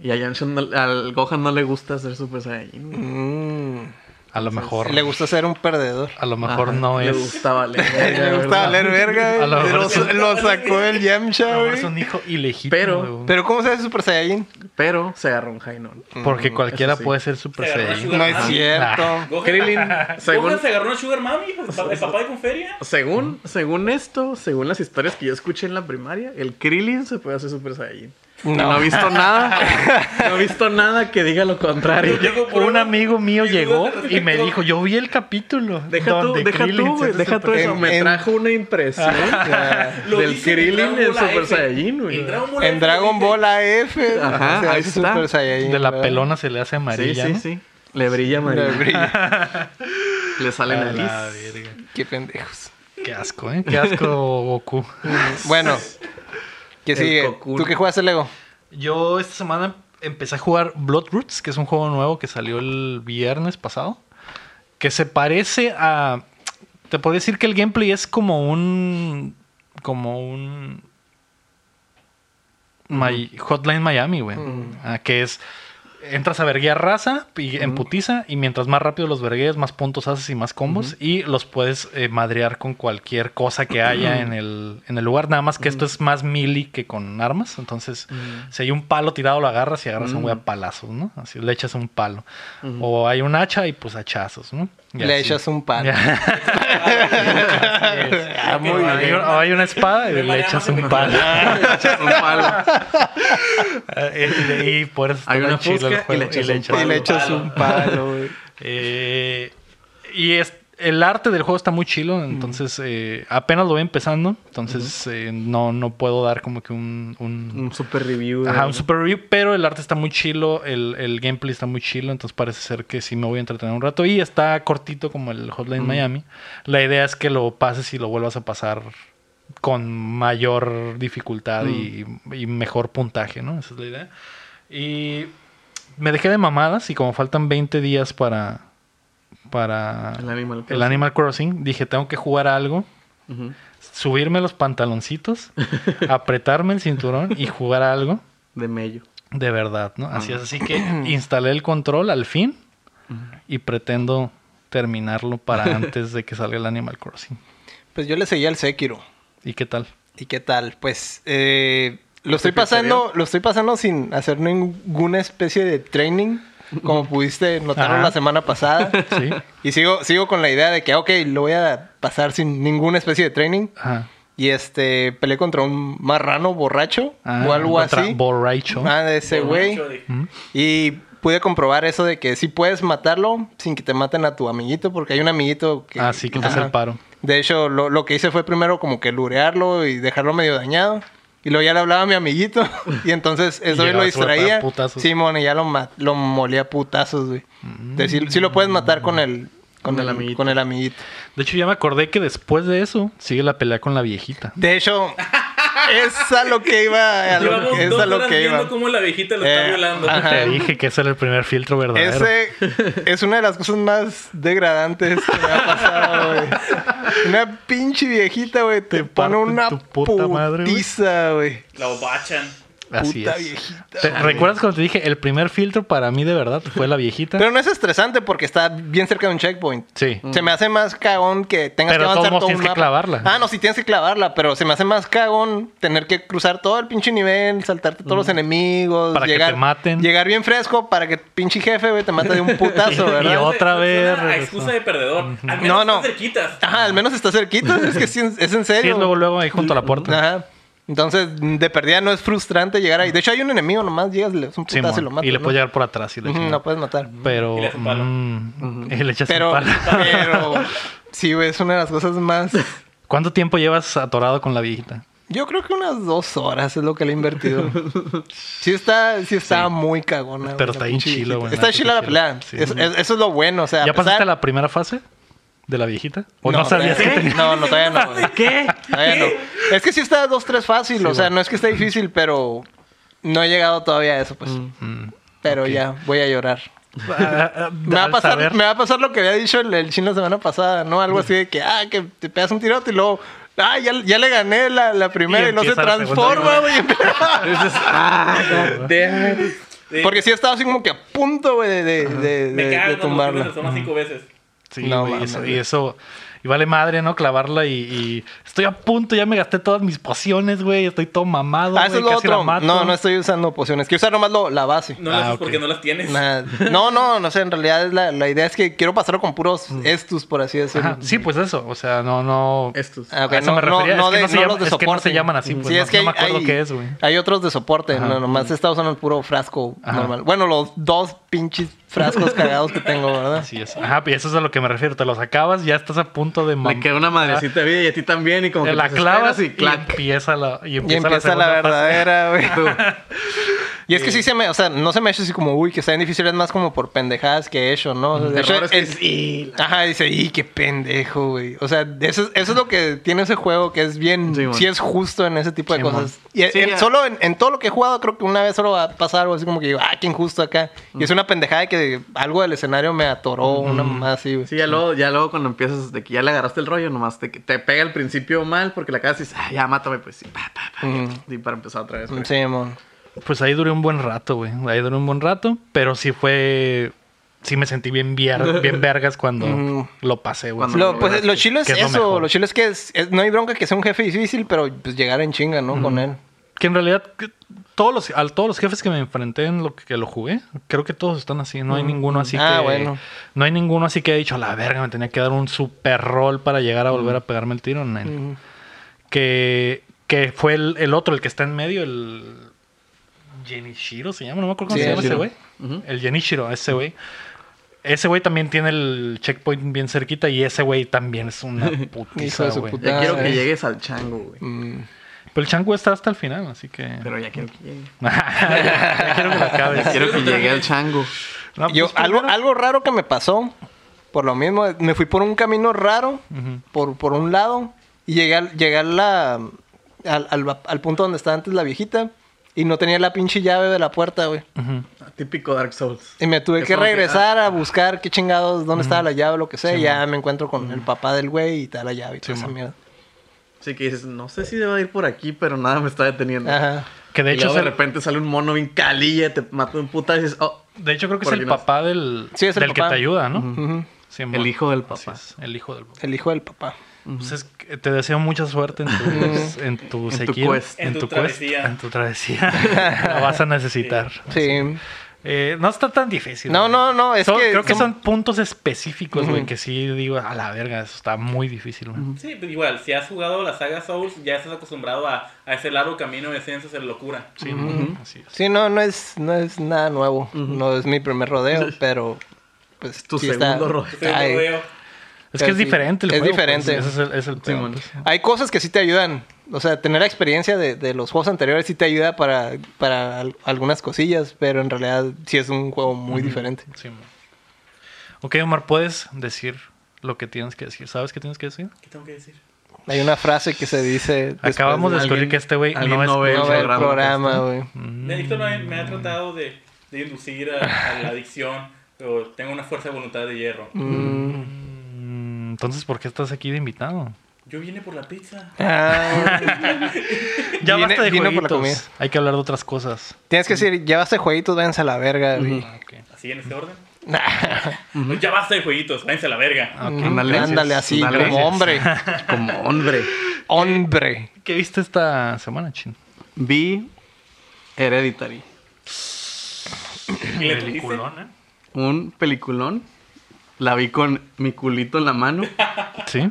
B: Y a Yamcha no- al Gohan no le gusta hacer Super Saiyajin.
C: Mm.
A: A lo mejor.
C: Le gusta ser un perdedor.
A: A lo mejor
B: Ajá,
A: no
B: Le
A: es.
B: gustaba leer.
C: Le gusta
B: ¿verdad?
C: valer verga,
A: Eh, A lo
C: güey.
A: mejor
C: Lo,
A: sí.
C: lo sacó el
A: a
C: Yamcha,
A: lo mejor
C: güey.
A: es un hijo ilegítimo.
B: Pero-
A: güey.
C: Pero ¿cómo se hace Super Saiyajin?
B: Pero se agarró un Hainon.
A: Porque cualquiera
B: sí.
A: puede ser Super
D: Se agarró
A: Saiyan.
D: su-
C: No es
D: Ah.
C: cierto.
D: Gohan,
B: Krillin, según,
D: Gohan se agarró a Sugar Mami, el pa- el papá de Conferia.
B: según, según esto, según las historias que yo escuché en la primaria, el Krillin se puede hacer Super Saiyajin. No. he visto nada. No he visto nada que diga lo contrario.
A: Un amigo mío llegó y me dijo, yo vi el capítulo.
B: Deja tú,
A: donde
B: deja
A: Krillin
B: tú,
A: se
B: güey.
A: hace
B: Deja tú
A: Super
B: eso.
A: Saiyan".
B: Me
C: en-
B: trajo una impresión
D: Lo
B: del
D: dice en Dragon
B: Krillin en
D: Ball AF.
B: Super Saiyajin, güey.
D: En Dragon Ball
C: En
D: AF
C: Dragon
D: dice-
C: Ball AF. güey.
B: Ajá,
C: Se
B: ahí
C: hace
B: está.
C: Super Saiyajin,
A: De la
C: ¿verdad?
A: pelona se le hace
B: Sí,
A: amarilla.
B: sí,
A: ¿no?
B: sí. Le brilla
C: Le
B: amarillo.
C: brilla.
B: Le sale
A: A la
B: nariz.
A: verga.
C: Qué pendejos.
A: Qué asco, ¿eh? Qué asco, Goku.
C: Bueno. ¿Qué
B: El
C: sigue?
B: Cocoon.
C: ¿Tú qué juegas el Lego?
A: Yo esta semana empecé a jugar Blood Roots, que es un juego nuevo que salió el viernes pasado. Que se parece a. Te podría decir que el gameplay es como un. Como un. Mi- Hotline Miami, güey.
C: Mm.
A: Ah, que es. Entras a verguear raza y en putiza, y mientras más rápido los verguees, más puntos haces y más combos. Y los puedes eh, madrear con cualquier cosa que haya en, el, en el lugar. Nada más que esto es más melee que con armas. Entonces, si hay un palo tirado, lo agarras y agarras a un güey a palazos, ¿no? Así le echas un palo. O hay un hacha y pues hachazos, ¿no? Y
C: Le
A: así.
C: echas un pan.
A: Ah, muy bien. Hay un- O hay una espada y le echas un palo.
B: Ah, Un palo.
A: Eh, y, y por eso está
B: Hay
A: tan
B: una
A: chido el
B: fusca y
A: juego.
B: le echas un
C: Y
B: palo.
C: le echas un palo, güey.
A: Eh, y es, el arte del juego está muy chilo, entonces eh, apenas lo voy empezando, entonces eh, no, no puedo dar como que un... un-
B: Un super review. de-
A: Ajá, un super review, pero el arte está muy chilo, el, el gameplay está muy chilo, entonces parece ser que sí me voy a entretener un rato. Y está cortito como el
B: Mm.
A: Hotline Miami. La idea es que lo pases y lo vuelvas a pasar con mayor dificultad y-
B: Mm.
A: y, mejor puntaje, ¿no? Esa es la idea. Y me dejé de mamadas y como faltan 20 días para... Para
B: El Animal
A: el
B: Crossing.
A: Animal Crossing, dije, tengo que jugar a algo
B: Ujú.
A: subirme los pantaloncitos, apretarme el cinturón y jugar a algo
B: De mello.
A: de verdad, ¿no? Así es, así que instalé el control al fin y pretendo terminarlo para antes de que salga el Animal Crossing.
C: Pues yo le seguía al Sekiro.
A: ¿Y qué tal?
C: ¿Y qué tal? Pues eh, lo estoy pasando, lo estoy pasando sin hacer ninguna especie de training, como pudiste notarlo
A: Ajá.
C: la semana pasada.
A: Sí.
C: Y sigo, sigo con la idea de que, ok, lo voy a pasar sin ninguna especie de training.
A: Ajá.
C: Y este, peleé contra un marrano borracho
A: Ah,
C: o algo
A: contra
C: así.
A: Borracho.
C: Ah, de ese güey.
D: Borracho de-
C: Y pude comprobar eso de que sí puedes matarlo sin que te maten a tu amiguito, porque hay un amiguito que.
A: Ah, sí, que te hace el
C: Ajá.
A: paro.
C: De hecho, lo, lo que hice fue primero como que lurearlo y dejarlo medio dañado. Y luego ya le hablaba a mi amiguito. Y entonces eso
A: llegaba
C: lo
A: a sueltar
C: distraía.
A: putazos. Mm.
C: Simón, y ya lo, ma- lo molía a putazos, güey. Entonces, sí, sí lo puedes matar con el, con,
B: Con el
C: el,
B: amiguito.
C: con el amiguito.
A: De hecho, ya me acordé que después de eso sigue la pelea con la viejita.
C: De hecho, es a lo que iba. A lo,
D: Llevamos
C: es
D: dos
C: a lo
D: horas
C: que
D: viendo
C: iba.
D: cómo la viejita lo está
C: Eh,
D: violando.
C: ajá.
A: Te dije que ese era el primer filtro verdadero.
C: Ese es una de las cosas más degradantes que me ha pasado, güey. Una pinche viejita, güey, te,
A: Te
C: pone
A: parten
C: una
A: tu puta madre, güey.
C: putiza, güey.
D: La obachan.
A: Así
C: puta
A: es.
C: viejita,
A: ¿Te- ¿Recuerdas cuando te dije el primer filtro para mí de verdad fue la viejita?
C: Pero no es estresante porque está bien cerca de un checkpoint.
A: sí.
C: Se me hace más cagón que tengas
A: Pero de
C: que
A: todos
C: avanzar
A: modos
C: todo un
A: tienes que
C: mapa.
A: clavarla.
C: Ah, no, sí tienes que clavarla, pero se me hace más cagón tener que cruzar todo el pinche nivel, saltarte todos los enemigos,
A: Para que
C: llegar,
A: te maten.
C: llegar bien fresco para que el pinche jefe güey, te mate de un putazo,
A: Y- y
C: ¿verdad?
A: otro- Otra
D: Suena
A: vez
D: a
A: regresó.
D: excusa de perdedor. Al menos
C: No,
D: no,
C: no.
D: cerquitas.
C: Ajá, al menos está cerquita, es que sí, es en
A: Sí,
C: serio.
A: luego, luego ahí junto a la puerta.
C: Ajá. Entonces, de perdida no es frustrante llegar ahí. De hecho, hay un enemigo nomás, llegas, le das un
A: Simón.
C: putazo y lo matas.
A: y le
C: ¿no?
A: puedes llegar por atrás. Y le
C: Ujú, lo puedes matar.
A: Pero.
D: Y le hace un palo.
A: mm, y le echas un
C: Pero,
A: palo.
C: pero, sí, güey, es una de las cosas más.
A: ¿Cuánto tiempo llevas atorado con la viejita?
C: Yo creo que unas dos horas es lo que le he invertido. Sí está, sí está muy cagona.
A: Pero
C: güey,
A: está
C: la
A: bien
C: pinche
A: chilo,
C: viejita.
A: güey,
C: Está
A: neta,
C: chila la
A: está chila.
C: pelea.
A: Sí,
C: Es-
A: güey.
C: es- eso es lo bueno, o sea. a
A: ¿Ya
C: pesar-
A: pasaste la primera fase de la viejita? ¿O no,
C: todavía-
A: sabías que tenía?
C: No, ¿eh? no, todavía no. güey.
B: ¿Qué?
C: Todavía no. Es que sí está dos, tres fácil, o sea, no es que esté difícil, pero no he llegado todavía a eso, pues.
A: Mm,
C: Pero ya, voy a llorar.
A: Ah, ah,
C: Me va, a
A: al
C: pasar,
A: saber.
C: me va a pasar lo que había dicho el, el chin la semana pasada, ¿no? Algo así de que, ah, que te pegas un tirote y luego, ah, ya, ya le gané la, la primera
A: Y
C: y, no se
A: empieza la
C: transforma,
A: segunda,
C: güey.
D: Sí.
C: Porque sí estaba así como que a punto, güey, de, de, de,
D: me
C: de-
D: cago
C: de
D: en
C: tumbarla.
D: los toma cinco veces.
A: Sí,
C: No,
A: güey, y
C: mames,
A: eso, y
C: güey.
A: eso. Y vale madre, ¿no? Clavarla y, y Estoy a punto, ya me gasté todas mis pociones, güey. Estoy todo mamado.
C: Ah, eso es
A: güey,
C: lo
A: casi la
C: otro.
A: mato.
C: No, no estoy usando pociones. Quiero usar nomás lo- la base.
D: No las
A: Ah,
D: haces
A: ok.
D: porque no las tienes.
C: Nada. No, no, no sé, en realidad es la, la idea es que quiero pasarlo con puros estus, por así decirlo.
A: Mm. Ajá, Sí, pues eso. O sea, no, no.
B: Estos.
C: Ah, ok,
A: A eso me refería, es que no se llama- es que no se llaman así, pues, no- no me acuerdo
C: hay,
A: qué es, güey.
C: Hay otros de soporte,
A: Ajá.
C: no, nomás está usando el puro frasco
A: Ajá.
C: normal. Bueno, los dos pinches frascos cagados que tengo, ¿verdad?
A: Así es. Ajá, y eso es a lo que me refiero. Te los acabas, ya estás a punto de
B: Le queda una madrecita de vida y a ti también. Y como
A: Ah. Te
B: que
A: la
B: te
A: clavas
B: desesperas
A: y,
B: y clac.
A: empieza la y
C: Y
A: empieza,
C: empieza la,
A: segunda fase.
C: verdadera, güey. Y es que sí se me, o sea, no se me ha hecho así como, uy, que está bien difícil, es más como por pendejadas que he hecho, ¿no? O sea, de hecho,
B: Mm, Errores que
C: es-
B: dices, "Y la-".
C: Ajá, dice, y qué pendejo, güey. O sea, eso es, eso es lo que tiene ese juego, que es bien,
B: Sí,
C: sí,
B: mon.
C: es justo en ese tipo de
A: Sí,
C: cosas. Y
B: Sí,
C: en-
B: ya.
C: solo en, en todo lo que he jugado, creo que una vez solo va a pasar algo así como que digo, ah, qué injusto acá. Y
B: Mm.
C: es una pendejada que algo del escenario me atoró, una mamá así, güey.
B: Sí, ya luego, ya luego cuando empiezas de que ya le agarraste el rollo, nomás te, te pega al principio mal porque la acabas y dices, ah, ya mátame, pues sí, pa, pa, pa,
C: Mm.
B: y para empezar otra vez. güey.
C: Sí, mon.
A: Pues ahí duré un buen rato, güey. Ahí duré un buen rato, pero sí fue sí me sentí bien vier- bien vergas cuando
C: Ujú.
A: lo pasé, güey.
B: Cuando-
C: Lo, pues lo chilo es
A: Que es lo
C: eso,
A: mejor.
C: lo chilo es que es- es- no hay bronca que sea un jefe difícil, pero pues llegar en chinga, ¿no? Con él.
A: Que en realidad que todos los a todos los jefes que me enfrenté en lo que, que lo jugué, creo que todos están así, no hay ninguno así
C: Ah,
A: que
C: bueno.
A: no hay ninguno así que he dicho, "A la verga, me tenía que dar un super roll para llegar a volver a pegarme el tiro." nen.
C: Ujú.
A: que, que fue el, el otro, el que está en medio, el Genichiro se llama, no me acuerdo cómo
C: Sí,
A: se llama
C: el-
A: ese güey.
B: Ujú.
A: El Genichiro, ese güey. Ese güey también tiene el checkpoint bien cerquita y ese güey también es una
C: Hijo
A: putiza,
C: de su
A: güey.
C: puta.
B: Ya
C: Ah,
B: quiero que
C: es.
B: llegues al chango, güey.
C: Mm.
A: Pero el chango está hasta el final, así que...
B: Pero ya quiero que llegue.
A: ya quiero que lo acabes.
B: Ya quiero que llegue al chango.
A: No, pues,
C: Yo, algo,
A: primero-
C: algo raro que me pasó, por lo mismo, me fui por un camino raro, por, por un lado, y llegué, al, llegué a la- al, al- al punto donde estaba antes la viejita, y no tenía la pinche llave de la puerta, güey.
A: Ujú.
B: Típico Dark Souls.
C: Y me tuve
B: Es
C: que
B: como que,
C: regresar a buscar qué chingados, dónde estaba la llave, lo que sea, y ya me encuentro con el papá del güey y está la llave y toda
A: Sí,
C: esa
A: man.
C: mierda.
B: Así que dices, no sé si debo ir por aquí, pero nada me está deteniendo.
C: Ajá.
A: Que de
B: De
A: hecho,
B: hecho,
A: es
B: de
A: el-
B: repente sale un mono bien calilla, te mata un puta y dices, oh,
A: de hecho creo que es
B: por
A: el
B: aquí no es.
A: papá del,
C: Sí, es el
A: del que
C: papá.
A: te ayuda, ¿no?
C: Ujú.
A: Sí,
B: El
A: bueno,
B: hijo del
A: así
B: papá.
A: es, el hijo del papá.
C: El hijo del papá.
A: Pues es que te deseo mucha suerte en tu, en tu
B: En tu
A: sequía,
B: quest.
A: en
D: En
A: tu
D: tu
A: quest,
D: travesía.
A: en tu travesía. La vas a necesitar.
C: Sí.
A: Eh, no está tan difícil.
C: No,
A: güey.
C: no, no, es
A: Son-
C: que...
A: creo que son
C: son-
A: puntos específicos, güey, que sí digo, a la verga, eso está muy difícil, güey.
D: Sí, pero igual, si has jugado la saga Souls, ya estás acostumbrado a, a ese largo camino de ciencias en locura.
A: Sí, ¿no? así es.
C: Sí, no, no es, no es nada nuevo. No es mi primer rodeo, pero pues
B: tu
C: sí
B: segundo
C: está-
B: rodeo.
D: Entonces,
C: Ay,
D: yo veo-
A: Es que es
C: sí,
A: diferente el
C: es
A: juego, pues,
C: diferente.
A: ese es el, es el pedo,
B: Simón.
A: pues.
C: Hay cosas que sí te ayudan. O sea, tener la experiencia de, de los juegos anteriores sí te ayuda para, para al- algunas cosillas, pero en realidad sí es un juego muy diferente.
A: Simón. Ok, Omar, ¿puedes decir lo que tienes que decir? ¿Sabes qué tienes que decir?
D: ¿Qué tengo que decir?
C: Hay una frase que se dice... después
A: Acabamos de
C: de
A: descubrir
B: alguien-
A: que este güey
B: alguien
A: no es...
B: no ve.
C: no
B: el
C: ver el
B: programa que
C: programa, güey.
D: De Héctor me, me ha tratado de, de inducir a, a la adicción, pero tengo una fuerza de voluntad de hierro.
C: Mm.
A: Mm, Entonces, ¿por qué estás aquí de invitado?
D: Yo vine por la pizza.
C: Ah,
A: Ya
C: Vine-
A: basta de
C: vino por la
A: jueguitos. Hay que hablar de otras cosas.
C: tienes que decir, ya vas de jueguitos, váyanse a la verga. güey.
A: Ah, ok.
D: ¿Así en este orden? Pues ya basta de jueguitos, váyanse a la verga.
A: Ah, ok.
B: Ándale.
C: Ándale así,
B: Ándale.
C: como hombre.
B: como hombre.
C: Hombre.
A: ¿Qué viste esta semana, Chin?
B: Vi Hereditary.
D: ¿Y le trajiste?
B: Un peliculón. La vi con mi culito en la mano.
A: Sí,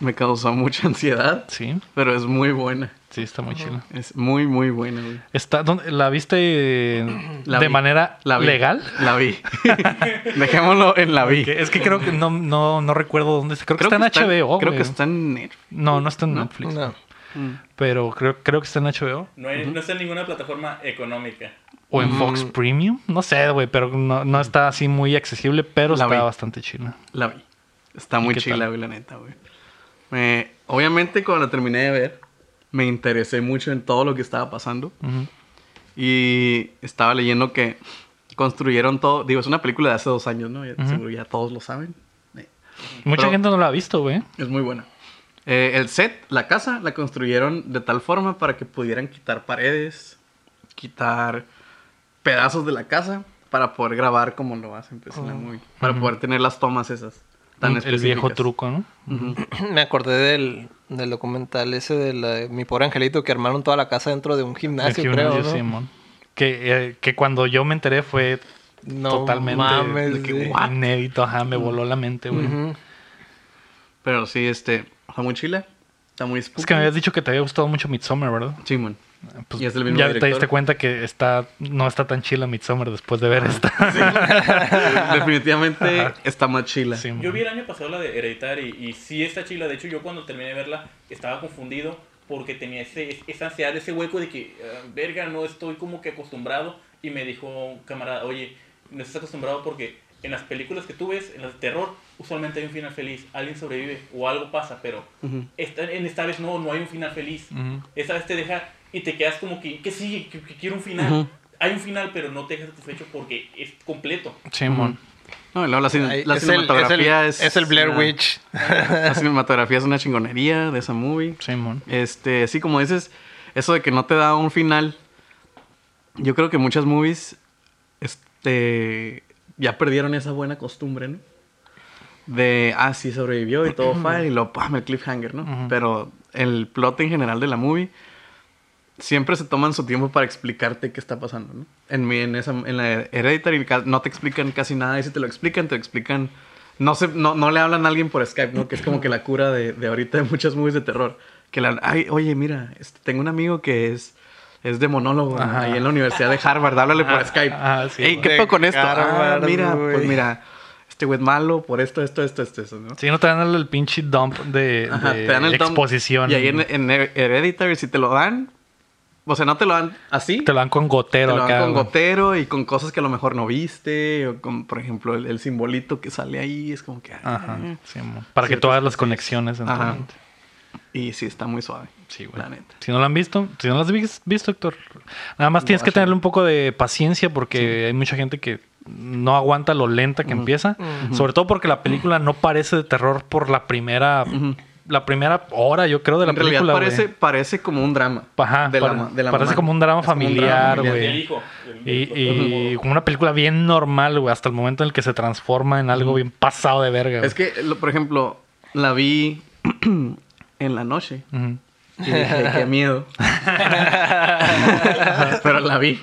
B: Me causó mucha ansiedad,
A: sí,
B: pero es muy buena.
A: sí, está muy chila.
B: Es muy, muy buena, güey.
A: Está, ¿dónde- ¿La viste
B: La
A: de
B: vi.
A: manera
B: La vi.
A: legal?
B: La vi. Dejémoslo en la vi.
A: Que- Es que creo que no, no, no recuerdo dónde está. Creo, que está en HBO.
B: Creo
A: güey.
B: que está en E Netflix.
A: No, no está en
B: ¿No?
A: Netflix.
C: No.
A: Pero creo, creo que está en HBO.
D: No, hay- no está en ninguna plataforma económica.
A: O en
B: Mm.
A: Fox Premium. No sé, güey, pero no, no está así muy accesible, pero
B: La
A: está
B: vi.
A: bastante chila.
B: La vi. Está muy
A: qué
B: chila,
A: tal?
B: güey, la neta, güey. Me- obviamente, cuando la terminé de ver, me interesé mucho en todo lo que estaba pasando.
A: Ujú.
B: Y estaba leyendo que construyeron todo. Digo, es una película de hace dos años, ¿no? Ya- Seguro ya todos lo saben. Eh,
A: Mucha
B: Pero-
A: gente no la ha visto, güey.
B: Es muy buena. Eh, el set, la casa, la construyeron de tal forma para que pudieran quitar paredes, quitar pedazos de la casa, para poder grabar como lo hacen, pues, en la movie. Para poder tener las tomas esas.
A: Oh.
B: Tan
A: El viejo
B: específicas.
A: truco, ¿no?
C: Me acordé del, del documental ese de la- Mi Pobre Angelito que armaron toda la casa dentro de un
A: El
C: gimnasio,
A: gimnasio,
C: creo, ¿no?
A: Simón. Que, eh, que cuando yo me enteré fue
C: No
A: totalmente
C: mames,
B: de que,
C: güey.
B: What?
A: inédito. Ajá, me voló la mente, güey.
C: Ujú.
B: Pero sí, este, está muy chila. Está muy spooky.
A: Es que me habías dicho que te había gustado mucho Midsommar, ¿verdad?
B: Sí, man.
A: Pues
B: Y es del mismo
A: ya te
B: director. Ah,
A: diste cuenta que está no está tan chila Midsommar después de ver esta.
B: Definitivamente está más chila.
A: Sí,
D: Yo
A: man.
D: vi el año pasado la de Hereditary y sí está chila. De hecho, yo cuando terminé de verla estaba confundido porque tenía ese, esa ansiedad, ese hueco de que, ah, verga, no estoy como que acostumbrado. Y me dijo un camarada, oye, no estás acostumbrado porque en las películas que tú ves, en las de terror, usualmente hay un final feliz. Alguien sobrevive o algo pasa, pero
B: Ujú.
D: esta- en esta vez no, no hay un final feliz.
A: Ujú.
D: Esa vez te deja y te quedas como que, que sí, que, que quiero un final.
B: Ujú.
D: Hay un final, pero no te dejas satisfecho porque es completo.
A: Sí, mon.
B: No, y luego la, cin-
C: Ay,
B: la
C: es, el, es, el,
B: cinematografía es,
C: es el Blair
B: una-
C: Witch.
B: La cinematografía es una chingonería de esa movie.
A: Sí, mon.
B: Este, sí, como dices, eso de que no te da un final. Yo creo que muchas movies este, ya perdieron esa buena costumbre, ¿no? De, ah, sí, sobrevivió y todo fue, y lo, pam, el cliffhanger, ¿no?
A: Ujú.
B: Pero el plot en general de la movie siempre se toman su tiempo para explicarte qué está pasando, ¿no? En, mi, en, esa, en la Hereditary ca- no te explican casi nada, y si te lo explican, te explican... No, se, no, no le hablan a alguien por Skype, ¿no? Que es como que la cura de, de ahorita de muchas movies de terror. Que la... Ay, oye, mira, este, tengo un amigo que es... Es de monólogo, ¿no?
A: Ajá.
B: ahí en la Universidad de Harvard, háblale por
A: Ah,
B: Skype.
A: ah, sí,
B: Ey, ¿qué
C: güey.
B: pedo con esto?
C: De
B: Ah,
C: Harvard,
B: mira,
C: güey.
B: pues mira, este güey es malo por esto, esto, esto, esto, esto, ¿no?
A: Sí, no te dan el, el pinche dump de,
B: Ajá,
A: de
B: te dan el dump.
A: exposición.
B: Y ahí en, en Her- Hereditary, si te lo dan, o sea, no te lo dan así,
A: Te lo dan con gotero
B: te lo
A: acá.
B: dan con
A: güey.
B: gotero y con cosas que a lo mejor no viste, o con, por ejemplo, el, el simbolito que sale ahí, es como que... ah,
A: Ajá, sí, mo. para que
B: Ciertas
A: tú hagas las conexiones. en tu
B: Ajá.
A: mente.
B: Y sí, está muy suave.
A: Sí, güey.
B: La neta.
A: Si no lo han visto, si no lo has vis- visto, Héctor, nada más tienes que
B: Guácala.
A: tenerle un poco de paciencia porque hay mucha gente que no aguanta lo lenta que empieza. Sobre todo porque la película no parece de terror por la primera, la primera hora, yo creo, de la
B: en realidad
A: película. güey.
B: parece, parece como un drama.
A: Ajá,
B: de la
A: pare-
B: ma- de la
A: parece
B: mamá.
A: como un drama
B: Es como un drama
A: familiar,
B: familiar.
A: güey.
D: Del hijo. del-
A: Y,
D: del-
A: y como una película bien normal, güey, hasta el momento en el que se transforma en algo bien pasado de verga.
B: Es que, lo- por ejemplo, la vi en la noche
A: güey. Ujú.
B: y dije, qué miedo. Pero la vi.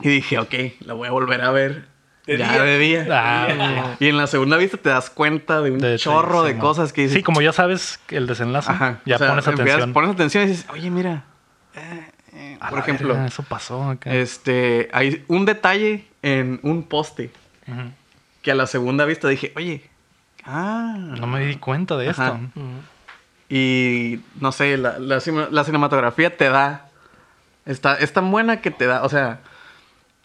B: Y dije, ok, la voy a volver a ver.
D: De
B: ya
D: día.
B: de día.
A: Ah,
D: Sí,
A: güey.
B: Y en la segunda vista te das cuenta de un
A: De-
B: chorro
A: sí,
B: de
A: mo.
B: cosas que dices.
A: Sí, como ya sabes el desenlace,
B: Ajá.
A: ya
B: O sea,
A: pones
B: empiezas-
A: atención.
B: Pones atención y dices, oye, mira. eh, eh,
A: A
B: por
A: la
B: ejemplo,
A: verga, eso pasó acá.
B: este, hay un detalle en un poste
A: Ujú.
B: que a la segunda vista dije, oye, ah,
A: No me di cuenta de
B: Ajá. Mm.
A: esto.
B: Y no sé, la, la cine- la cinematografía te da. Está, es tan buena que te da. O sea,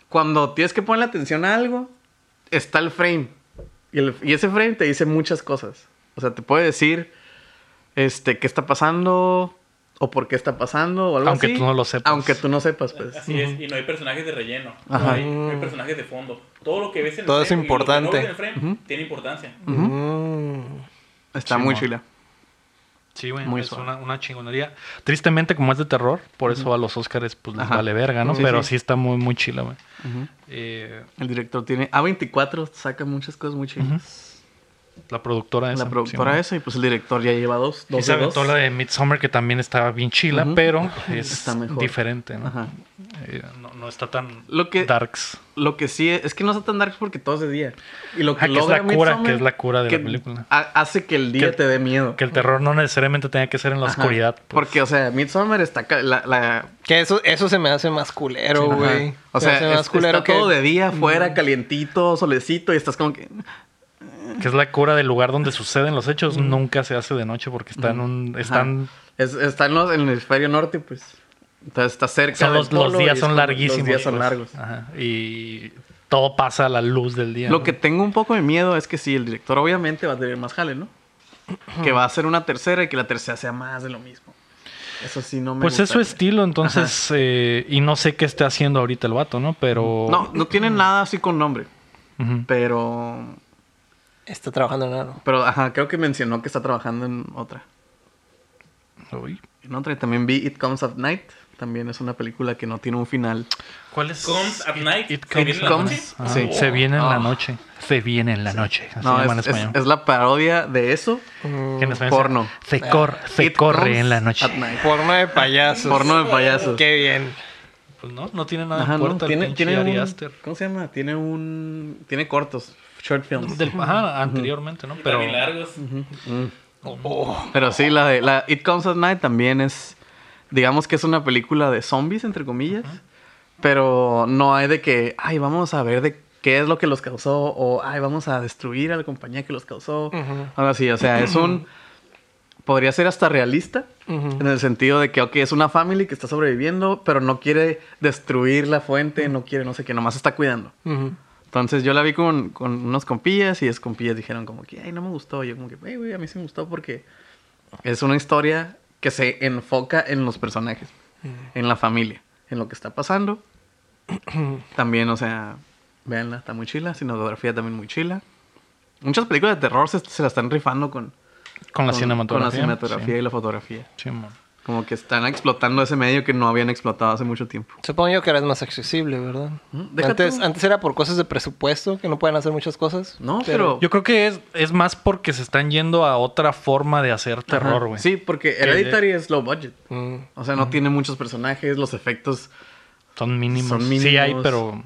B: cuando tienes que ponerle atención a algo, está el frame. Y, el- y ese frame te dice muchas cosas. O sea, te puede decir este, qué está pasando o por qué está pasando o algo
A: Aunque
B: así.
A: tú no lo sepas.
B: Aunque tú no sepas, pues.
D: Así es, y no hay personajes de relleno. No
B: Ajá.
D: hay, no hay personajes de fondo. Todo lo que ves en
C: Todo
D: el
C: es
D: frame y lo que no
C: importante.
D: ves en el frame tiene importancia.
C: Mm.
B: Está
A: Simón.
B: muy chila.
A: Sí, güey,
B: Muy
A: es
B: suave.
A: una, una chingonería. Tristemente, como es de terror, por eso a los Oscars pues les
B: Ajá.
A: vale verga, ¿no?
B: Sí,
A: Pero sí.
B: sí.
A: está muy, muy chila, güey.
B: Ujú.
A: Eh,
B: El director tiene. A24 saca muchas cosas muy chilas.
A: la productora esa.
B: La productora
A: sí,
B: esa y pues el director ya lleva dos.
A: güey.
B: dos
A: Y se
B: de
A: aventó
B: dos.
A: la de Midsommar, que también estaba bien chila,
B: Ujú.
A: pero es
B: Está mejor.
A: diferente, ¿no?
B: Ajá.
A: Eh, no, no está tan
B: Lo que-
A: darks.
B: Lo que sí es, es que no está tan dark porque todo es de día. Y lo que,
A: Ajá, que es
B: logra
A: la cura,
B: Midsommar,
A: que es la cura de la
B: que
A: película.
B: ha- hace que el día
A: Que-
B: te dé miedo.
A: Que el terror no necesariamente tenga que ser en la
B: Ajá.
A: oscuridad. pues.
B: Porque, o sea, Midsommar está... ca- La, la-
C: Que eso, eso se me hace más culero, Oh, güey.
B: Ajá. O
C: Se me hace
B: sea,
C: más
B: es- está
C: que-
B: todo de día afuera, calientito, solecito, y estás como que...
A: Que es la cura del lugar donde suceden los hechos. Nunca se hace de noche porque está en un, están,
B: Es- está en, los- en el hemisferio norte, pues. Entonces está cerca
A: son
B: del
A: los, los
B: polo y
A: días
B: es
A: son
B: como-
A: larguísimos.
B: Los días son
A: pues.
B: largos.
A: Ajá. Y todo pasa a la luz del día.
B: Lo
A: ¿no?
B: que tengo un poco de miedo es que sí, el director obviamente va a tener más jale, ¿no? Que va a ser una tercera y que la tercera sea más de lo mismo. Eso sí no me
A: pues es su
B: gustaría.
A: estilo, entonces. eh, y no sé qué esté haciendo ahorita el vato, ¿no? Pero.
B: No, no tiene nada así con nombre.
A: Ujú.
B: Pero.
C: Está trabajando en algo.
B: Pero, ajá, creo que mencionó que está trabajando en otra.
A: Uy.
B: En otra. Y también vi It Comes at Night. También es una película que no tiene un final.
A: ¿Cuál es?
D: Comes at night.
A: It
D: ¿Se
A: comes,
D: viene
B: en la
A: comes-
B: noche?
A: ajá,
B: Sí.
A: Se viene en la
B: Ah.
A: noche. Se viene en la noche. Así
B: no,
A: llaman Ah, en
B: es, es-
A: español.
B: es la parodia de eso.
A: Que en español
B: porno.
A: Se, se cor- se
B: It
A: corre
B: Comes
A: en la noche.
B: At night.
C: Mm. Porno de payasos.
B: Porno de payasos.
C: Qué bien.
A: Pues no, no tiene nada
B: Ajá,
A: en
B: no,
A: puerta el
B: tiene,
A: pinche
B: tiene
A: Ari
B: un-
A: Aster.
B: ¿Cómo se llama? Tiene un. Tiene cortos. Short films.
A: Del- ajá, anteriormente, ¿no? Pero.
D: Pero... También largos.
B: Pero sí, la de la It Comes at Night también es, digamos que es una película de zombies, entre comillas, pero no hay de que, ay, vamos a ver de qué es lo que los causó o, ay, vamos a destruir a la compañía que los causó,
C: Ujú.
B: algo así, o sea, es un, podría ser hasta realista.
C: Ujú.
B: En el sentido de que, ok, es una family que está sobreviviendo, pero no quiere destruir la fuente, no quiere, no sé qué, nomás está cuidando.
C: Ujú.
B: Entonces yo la vi con, con unos compillas y esos compillas dijeron como que, ay, no me gustó. Y yo como que, "Ey, güey, a mí sí me gustó porque es una historia que se enfoca en los personajes, en la familia, en lo que está pasando. también, o sea, véanla, está muy chila. Cinematografía también muy chila. Muchas películas de terror se, se la están rifando con,
A: Con la
B: con- con
A: cinematografía.
B: la cinematografía y la fotografía.
A: Sí, mon.
B: Como que están explotando ese medio que no habían explotado hace mucho tiempo.
C: Supongo yo que ahora es más accesible, ¿verdad?
B: Ujú, deja
C: Antes,
B: tú.
C: antes era por cosas de presupuesto, que no pueden hacer muchas cosas.
B: No, pero...
A: Yo creo que es, es más porque se están yendo a otra forma de hacer
B: Ajá.
A: terror, güey.
B: Sí, porque Hereditary es low budget.
C: Mm.
B: O sea, no tiene muchos personajes, los efectos.
A: Son mínimos.
B: Son mínimos.
A: Sí hay, pero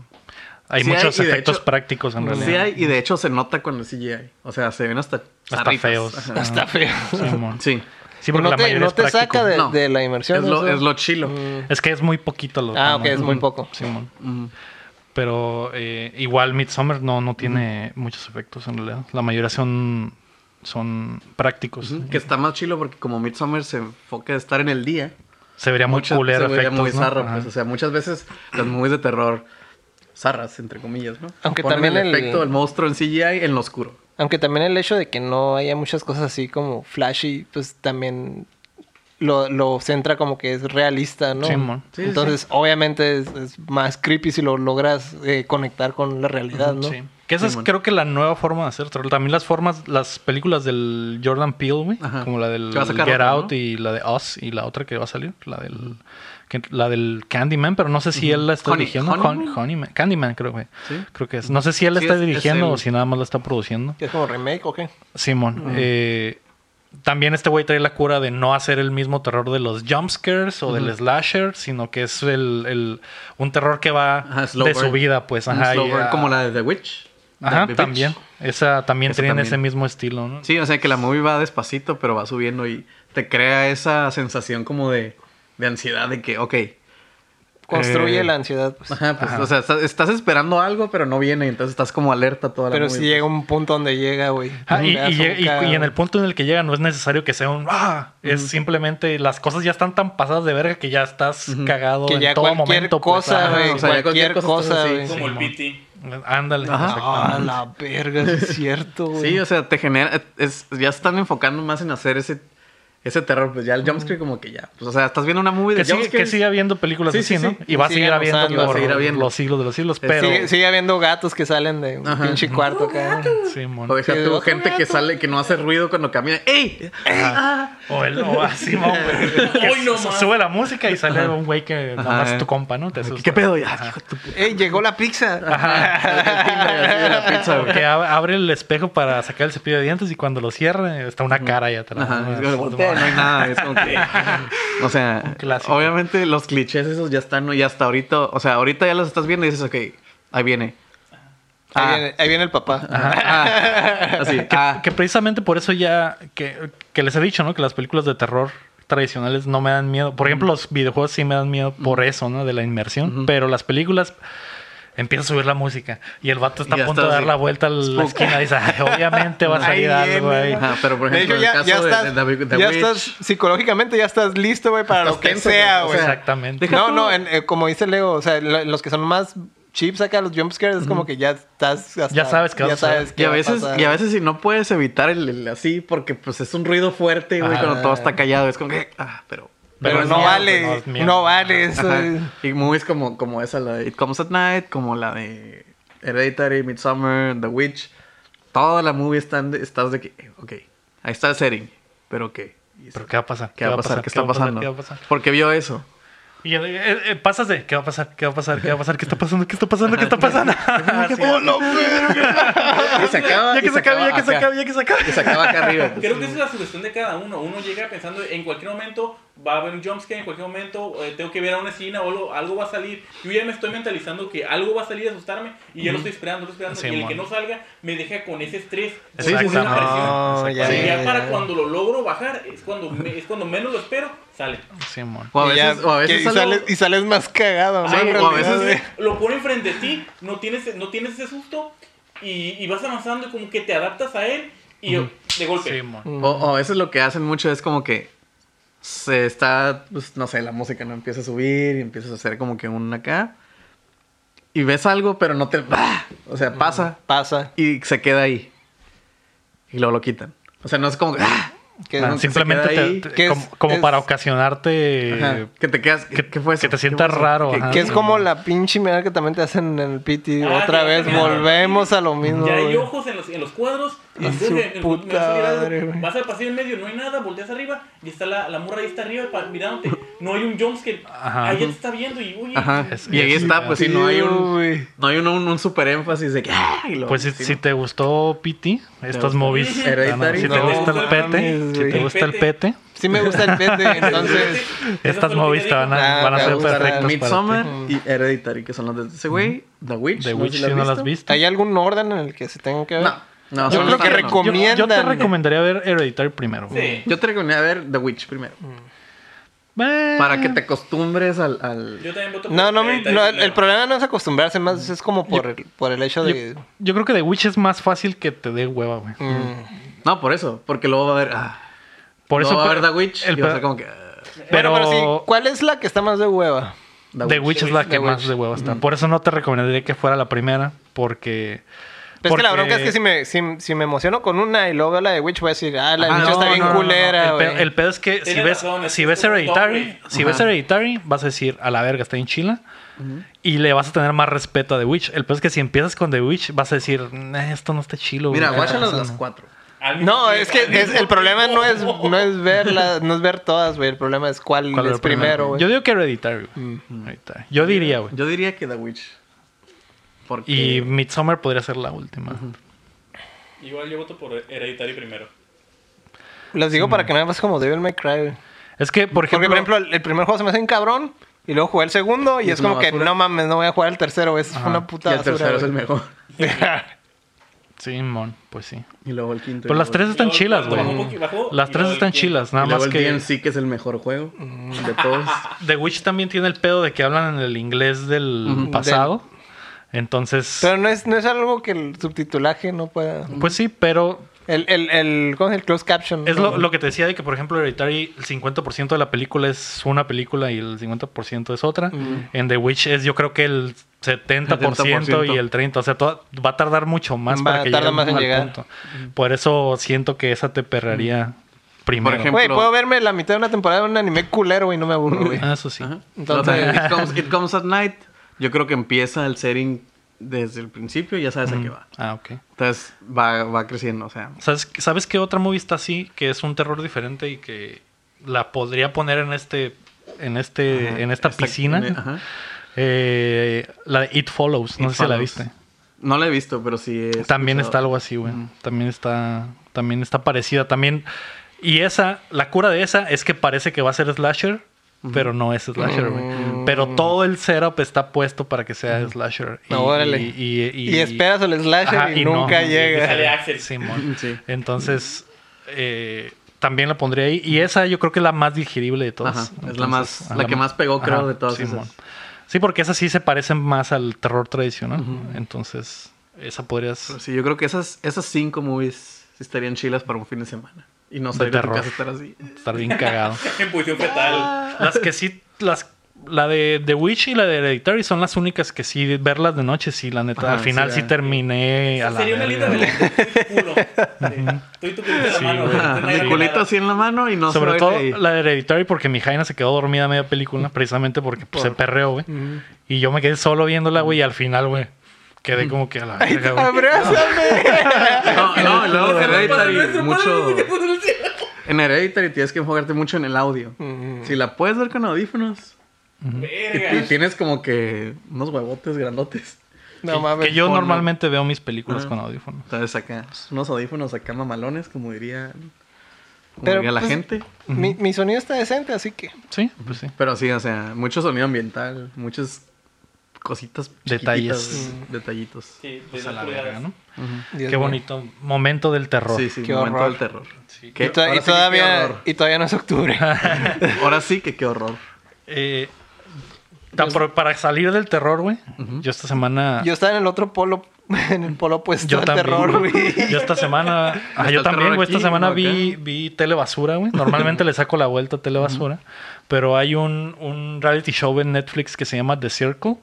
A: hay
B: Sí
A: muchos
B: hay, y de
A: efectos
B: hecho-
A: prácticos en realidad.
B: Sí hay, y de hecho se nota con el CGI. O sea, se ven hasta.
A: Hasta
B: zarritas.
A: feos.
B: Ajá.
A: Ah.
C: Está feo.
A: Sí, mon.
B: Sí.
A: Sí, porque
C: no
A: la
C: te,
A: mayoría
C: no
A: es
C: te
A: práctico.
C: saca de,
B: No.
C: de la inmersión.
B: Es lo,
C: eso.
B: es lo chilo.
C: Mm.
A: Es que es muy poquito lo
C: Ah,
A: que
C: ok, es
A: no-
C: muy poco.
A: Sí, mon.
B: Mm.
A: Pero eh, igual Midsummer no, no tiene muchos efectos en realidad. La mayoría son, son prácticos.
B: Que está más chilo porque como Midsommar se enfoca de estar en el día.
A: Se vería muy
B: muchas-
A: cool
B: se
A: efectos.
B: vería muy
A: ¿no?
B: zarra,
A: Ajá.
B: pues. O sea, muchas veces las movies de terror, zarras, entre comillas, ¿no?
C: Aunque
B: Ponen
C: también
B: el
C: el-
B: efecto del monstruo en CGI en lo oscuro.
C: Aunque también el hecho de que no haya muchas cosas así como flashy, pues también lo, lo centra como que es realista, ¿no?
A: Sí, mon.
B: Sí,
C: Entonces, obviamente es, es más creepy si lo logras eh, conectar con la realidad, ¿no?
A: Sí. Que esa es
B: Simón.
A: creo que la nueva forma de hacer terror. También las formas, las películas del Jordan Peele, güey,
B: Ajá.
A: Como la del
B: Que va a
A: Get
B: sacar otra,
A: Out
B: ¿no?
A: y la de Us y la otra que va a salir. La del, que- la del Candyman, pero no sé si él la está
B: Honey-
A: dirigiendo.
B: Honeyman?
A: Hon- Honeyman- Candyman creo, güey.
B: Sí.
A: Creo que es. No sé si él la
B: Sí,
A: está
B: es- es
A: dirigiendo
B: él.
A: o si nada más la está produciendo.
C: Que es como remake o qué.
A: Simón. eh, también este güey trae la cura de no hacer el mismo terror de los jumpscares o del slasher, sino que es el, el- un terror que va
B: Ajá, slow
A: de su
B: burn.
A: vida, pues.
B: Un
A: Ajá,
B: slow
A: y,
B: burn
A: ah,
B: como la de The Witch.
A: Ajá,
B: The Witch.
A: también. Esa también
B: Esa
A: tiene
B: también.
A: ese mismo estilo, ¿no?
B: Sí, o sea que la movie va despacito, pero va subiendo y te crea esa sensación como de, de ansiedad de que, ok.
C: Construye
B: Eh,
C: la ansiedad. pues.
B: Ajá, pues,
A: Ajá.
B: o sea, estás, estás esperando algo, pero no viene, entonces estás como alerta toda la
C: Pero
B: movie,
C: si
B: pues.
C: llega un punto donde llega, güey.
A: Ah, y,
C: Le das
A: y
C: un
A: llega- y-
C: ca-
A: y en el punto en el que llega no es necesario que sea un ¡ah! Es simplemente las cosas ya están tan pasadas de verga que ya estás cagado
C: Que
A: en
C: ya
A: todo
C: cualquier
A: momento. pues,
C: cosa,
A: ajá.
C: güey.
B: o sea, ya
C: cualquier
B: estás
C: cosa,
B: así.
C: güey.
D: Como el
A: Simón.
D: PT.
A: Ándale. exacto.
C: Ah, la verga, sí es cierto, güey.
B: Sí, o sea, te genera. Es, ya están enfocando más en hacer ese, ese terror. Pues ya el jumpscare, como que ya. Pues, o sea, estás viendo una movie de
A: Que, sigue, que
B: jumpscares.
A: sigue habiendo películas
B: Sí,
A: así,
B: sí,
A: ¿no?
B: sí.
A: Y va a
C: Y
A: seguir
C: sigue
A: habiendo
C: abusando, va a
A: por
B: seguir habiendo.
A: los siglos de los siglos, pero...
C: sigue, sigue habiendo gatos que salen de un
B: Ajá.
C: pinche cuarto acá.
A: Simón.
B: O deja
C: Sí,
B: tu
C: otro
B: gente que
C: gato.
B: sale, que no hace ruido cuando camina. ¡Ey!
A: Ajá. O el o así, mo, güey. Que
D: Hoy no
A: su-
D: más.
A: Sube la música y sale un güey que nada más
B: Ajá.
A: es tu compa, ¿no? Te
B: ¿Qué,
A: asusta.
B: qué pedo? Ya, hijo de tu puta.
C: ¡Ey, llegó la pizza!
B: El timbre así de la pizza,
A: O
B: güey.
A: Que ab- abre el espejo para sacar el cepillo de dientes y cuando lo cierra está una cara ahí atrás.
B: Ajá,
A: ¿no? ah.
B: es como, voltea, no hay nada. es como que- o sea,
A: clásico.
B: obviamente los clichés esos ya están, ¿no? Y hasta ahorita, o sea, ahorita ya los estás viendo y dices, ok, ahí viene.
C: Ahí,
B: Ah,
C: viene, ahí viene el papá.
B: ah, así, ah.
A: Que precisamente por eso ya que, que les he dicho, ¿no? Que las películas de terror tradicionales no me dan miedo. Por ejemplo, los videojuegos sí me dan miedo por eso, ¿no? De la inmersión. Pero las películas empieza a subir la música y el vato está
B: Y ya
A: a punto de
B: está
A: dar
B: así.
A: la vuelta a la
B: Spook.
A: esquina y dice, "Ay, obviamente va a salir
C: Ahí
A: algo
C: viene,
A: ahí.
C: ¿no?
B: Ajá, pero por
C: de hecho,
B: ejemplo,
C: ya,
B: el caso
C: ya
B: de-
C: estás,
B: de David- de
C: ya
B: Witch.
C: estás- psicológicamente ya estás listo, güey, para
B: Estás
C: lo que
B: tenso,
C: sea,
B: güey, o
C: güey.
B: sea,
A: Exactamente.
B: deja
C: No,
B: tú-
C: no, en- eh, como dice Leo, o sea, la- los que son más chips acá, los jumpscares, es como que ya estás... hasta-
A: Ya sabes qué va
C: ya
A: a suceder.
C: sabes qué
B: Y a,
C: va a
B: veces,
C: pasar.
B: y a veces si no puedes evitar el, el así, porque pues es un ruido fuerte, güey,
A: Ajá.
B: cuando todo está callado. Es como que, ah, pero...
C: Pero,
A: Pero es
C: no
A: miedo,
C: vale,
A: pues, no es miedo.
C: no, vale eso.
B: Ajá.
C: güey.
B: Y movies como, como esa, la de It Comes at Night, como la de Hereditary, Midsummer, The Witch. Toda la movie están de- estás de que, eh, ok, ahí está el setting, pero ¿qué?
A: Pero ¿qué va a pasar?
B: ¿Qué va a pasar? ¿Qué está
A: va a pasar?
B: pasando?
A: ¿Qué va a pasar?
B: Porque vio eso.
A: Y eh, eh, eh, pasas de ¿qué va a pasar? ¿Qué va a pasar? ¿Qué va a pasar? ¿Qué está pasando? ¿Qué está pasando? ¿Qué está pasando?
C: Ah,
A: Sí.
B: Y se acaba,
A: Ya que
B: y
A: se acabe, ya que se
B: acá.
A: acabe, ya que se acabe.
B: Y se acaba acá arriba. pues.
D: Creo que esa es la sugestión de cada uno. Uno llega pensando en cualquier momento va a haber un jumpscare, en cualquier momento eh, tengo que ver a una esquina o algo, algo va a salir. Yo ya me estoy mentalizando que algo va a salir a asustarme y ya lo estoy esperando, lo estoy esperando.
A: Sí,
D: y el
A: mon.
D: que no salga me deja con ese estrés. con
A: Sí, sí, sí.
D: esa presión.
C: No,
A: Exactamente.
C: ya,
D: Y
C: ya, ya.
D: ya para cuando lo logro bajar es cuando, me- es cuando menos lo espero, sale.
A: Simón.
B: O a
C: Y ya-
B: veces, o a
C: que-
B: veces
C: y,
B: sale-
C: sales, y sales más cagado, ¿no?
B: Sí,
C: En
B: o a
C: realidad,
B: veces-
C: güey.
D: Lo pone frente a ti, no tienes, no tienes ese susto y, y vas avanzando y como que te adaptas a él y de golpe.
A: Simón.
B: O, o a veces lo que hacen mucho es como que se está, pues, no sé, la música no empieza a subir y empiezas a hacer como que un acá. Y ves algo, pero no te... ¡Bah! O sea, pasa
C: Pasa.
B: y se queda ahí. Y luego lo quitan. O sea, no es como que... ¡Ah!
C: Que
A: Ah,
B: no,
C: sí.
A: simplemente
B: se queda ahí.
A: te- te-
C: Que es-
A: como, como
C: es-
A: para ocasionarte
B: Ajá, que te quedas... ¿Qué,
A: que-
B: qué fue
A: que
B: eso?
A: te
B: ¿Qué
A: sientas
B: fue eso?
A: raro,
B: ¿Qué-
A: ajá.
B: qué-
C: que es como la pinche mirada que también te hacen en el piti.
D: Ah,
C: Otra
D: sí,
C: vez
D: mira.
C: volvemos a lo mismo.
D: Ya hay
C: güey.
D: ojos en los, en los cuadros.
C: Y
D: entonces,
C: su
D: en- en-
C: puta
D: me vas a mirar,
C: madre, güey.
D: vas al pasillo en medio, no hay nada, volteas arriba y está la, la morra ahí está arriba pa- mirándote. No hay un jumpscare.
A: Ajá.
D: Ahí te está viendo y uy.
B: Ajá.
A: Es-
B: y ahí
A: es-
B: está, pues, si no hay
C: Tío,
B: un...
C: güey.
B: No hay un, un, un super énfasis de que... ¡Ah! Y luego-
A: Pues si,
B: sí,
A: si
B: ¿no?
A: te gustó Piti, estas
B: gustó?
A: movies.
B: Hereditary,
A: ah, no, Si te
B: no,
A: gusta
D: no
A: el pete,
C: mames,
A: si te
C: güey.
A: gusta el
D: El
A: pete,
C: Sí me gusta el pete, entonces...
A: estas movies te van a,
C: Ah,
A: van a
C: me
A: ser
C: gusta.
A: perfectas para
B: Midsommar
A: ti.
B: y Hereditary, que son las de ese güey. The Witch.
A: The
B: no sé
A: Witch,
B: si
A: si
B: la has
A: no las
B: visto.
A: has visto.
C: ¿Hay algún orden en el que se tenga que ver?
B: No, no,
C: Yo
B: son
C: creo
B: los
C: que
B: no.
C: recom-
A: yo, yo te
C: recomiendan.
A: recomendaría ver Hereditary primero. güey.
D: Sí.
B: Yo te recomendaría ver The Witch primero.
A: Eh,
B: Para que te acostumbres al. al-
D: Yo también voto por
C: No, no, me-
D: Hereditary,
C: no, el,
D: claro.
C: el problema no es acostumbrarse, más es como por, el, por el hecho
A: Yo,
C: de...
A: yo creo que The Witch es más fácil que te dé hueva, güey.
C: Mm.
B: No, por eso. Porque luego va a haber. ah,
A: Por
B: luego
A: eso.
B: va a haber
A: pero-
B: The Witch.
A: el
B: y va a
A: pe-
B: ser como que. ah,
A: Pero,
C: Bueno, pero sí, ¿cuál es la que está más de hueva?
B: The
A: The
B: Witch.
A: Witch es la
D: The
A: que
C: Witch.
A: más de hueva está. Por eso no te recomendaría que fuera la primera, porque.
C: Pero es que la
A: porque
C: bronca es que si me, si, si me emociono con una y luego veo la de Witch, voy a decir, ah, la de
B: Ah,
C: Witch
B: no,
C: está bien
B: no, no, no.
C: culera,
A: El,
C: güey.
A: pe- el pedo es que si
D: Tienes
A: ves,
D: razón, es
A: si
D: que
A: ves
D: es como un
A: Hereditary,
D: downgrade.
A: si ves
B: Ajá.
A: Hereditary, vas a decir a la verga, está en chila. Y le vas a tener más respeto a The Witch. El pedo es que si empiezas con The Witch, vas a decir, "Nah, esto no está chilo, güey,
B: Mira,
A: ¿qué está
B: guáchalas las
A: pasando?"
B: cuatro.
D: Al mismo
C: No,
D: tiempo,
C: es que
D: al
C: es- el
D: mismo
C: problema no es,
D: tiempo.
C: no es verlas, no es ver todas, güey. El problema es cuál,
A: ¿Cuál
C: es
A: era el
C: primero, güey.
A: Yo digo que Hereditary, güey. Ahí está. Yo diría, güey.
B: Yo diría que The Witch. Porque.
A: Y Midsommar podría ser la última.
D: Igual yo voto por Hereditary primero.
C: Las digo para que no me pase como Devil May Cry, güey.
A: Es que, por
C: Porque,
A: ejemplo,
C: por ejemplo, el, el primer juego se me hace un cabrón y luego jugué el segundo y,
B: Y
C: es
B: es una
C: como que,
B: basura.
C: no mames, no voy a jugar el tercero, güey. Eso
A: Ajá.
C: fue una
B: y
C: puta
B: el
C: basura,
B: tercero es el
C: güey.
B: mejor.
A: sí, mon, pues sí.
B: Y luego el quinto.
A: Pues
B: y
A: las
B: luego-
A: tres están
D: Luego,
A: chilas,
D: cuando
A: güey.
D: bajó un poqui- bajó,
A: Las
D: y
A: tres
D: luego el
A: están
D: quinto.
A: chilas, nada
B: y luego
A: más
B: el
A: que Mm.
B: DMC, que es el mejor juego de todos.
A: The Witch también tiene el pedo de que hablan en el inglés del
C: Ujú.
A: pasado. Entonces,
C: Pero no es, no es algo que el subtitulaje no pueda...
A: pues sí, pero
C: El, el, el, ¿cómo es el closed caption?
A: es
C: ¿no?
A: lo, lo que te decía de que, por ejemplo, Hereditary, el 50% de la película es una película y el 50% es otra. En The Witch es, yo creo que el 70%,
B: 70%.
A: y el 30%. O sea, toda- va a tardar mucho más
C: Va
A: para
C: a
A: que
C: tardar
A: llegue
C: más en
A: al
C: llegar.
A: punto. Por eso siento que esa te perraría primero.
B: ejemplo,
C: Güey, puedo verme la mitad de una temporada de un anime culero y no me aburro, güey.
A: Ah, eso sí.
B: Ajá.
C: Entonces-
B: Entonces, it, comes, It Comes at Night, yo creo que empieza el setting desde el principio y ya sabes a qué va.
A: Ah, ok.
B: Entonces va, va creciendo, o sea.
A: ¿Sabes, ¿Sabes qué otra movie está así? Que es un terror diferente y que la podría poner en este en este
B: ajá,
A: en esta
B: está-
A: piscina.
B: ajá.
A: Eh, la de It Follows. No
B: It
A: sé si la
B: follows.
A: viste.
B: No la he visto, pero sí. he
A: También está
B: escuchado.
A: algo así, güey. También está también está parecida. También y esa la cura de esa es que parece que va a ser slasher. Pero no es slasher, güey.
B: Mm.
A: Pero todo el setup está puesto para que sea slasher. Y,
C: Órale.
A: y, y- y-
C: Y esperas el slasher
A: Ajá,
C: y,
A: no.
C: nunca
A: Y- y
C: llega.
D: sale Axel.
A: Simón.
B: Sí.
A: Entonces, eh, también la pondría ahí. Y esa yo creo que es la más digerible de todas.
B: Ajá, es la
A: Entonces,
B: más-
A: a
B: la que más pegó, creo, de todas
A: Simón.
B: esas.
A: Sí, porque esas sí se parecen más al terror tradicional. Entonces, esa podrías...
B: Pero sí, yo creo que esas, esas cinco movies sí estarían chilas para un fin de semana. Y no
A: De
B: salir de tu
A: terror.
B: casa a estar así.
A: Estar bien cagado.
D: En posición Pues
C: Ah.
D: fetal.
A: las que sí... Las, la de The Witch y la de Hereditary son las únicas que sí, verlas de noche, sí, la neta.
B: Ajá,
A: al final
B: sí,
A: sí,
B: ya.
A: terminé a la
D: Sería una
A: verga,
D: linda
A: güey.
D: Belén. Culo. Estoy tu culito en la
A: Sí,
D: mano.
A: güey.
D: este güey.
A: Ajá.
D: No hay
B: El culito así en la mano y no
A: Sobre
B: se
A: todo
B: oye y-
A: la de Hereditary porque mi Jaina se quedó dormida a media película precisamente porque pues, se perreó, güey. Y yo me quedé solo viéndola, güey, y al final, güey, quedé como que a la verga, güey.
C: ¡Abrázame!
B: No, no, y luego en Hereditary,
D: Nuestro padre,
B: mucho.
D: nuestro padre, nuestro padre.
B: En Hereditary tienes que enfocarte mucho en el audio.
C: Mm.
B: Si la puedes ver con audífonos, y, y
D: Verga.
B: tienes como que unos huevotes grandotes.
C: No mames.
A: Que yo
B: Por no-
A: normalmente veo mis películas
B: Ah.
A: con audífonos.
B: Entonces acá, unos audífonos acá mamalones, como diría, como
C: Pero,
B: diría la
C: pues-
B: gente.
C: Mi, mi sonido está decente, así que.
A: Sí, pues sí.
B: Pero sí, o sea, mucho sonido ambiental, muchas cositas chiquititas,
A: Detalles.
C: Mm.
B: güey, detallitos.
D: Sí, de
A: Pues a
D: dos
A: la
D: pulgadas.
A: verga, ¿no?
C: Dios
A: Qué
C: mío.
A: bonito momento del terror.
B: Sí, sí,
C: Qué
B: momento
C: horror.
B: del terror.
A: Sí.
B: Que
C: Y, to- y
B: ahora sí que qué
C: todavía,
B: horror.
C: y todavía no es octubre.
B: Ahora sí que qué horror.
A: Eh, ta- pro- para salir del terror, güey, yo esta semana...
C: Yo estaba en el otro polo, en el polo opuesto
A: Yo
C: al
A: también.
C: terror, güey.
A: Yo esta semana. Ah,
B: Está
A: yo también,
B: el terror
A: güey. Esta
B: aquí,
A: semana
B: ¿no?
A: vi, vi Telebasura, güey. Normalmente le saco la vuelta a Telebasura. Pero hay un, un reality show en Netflix que se llama The Circle.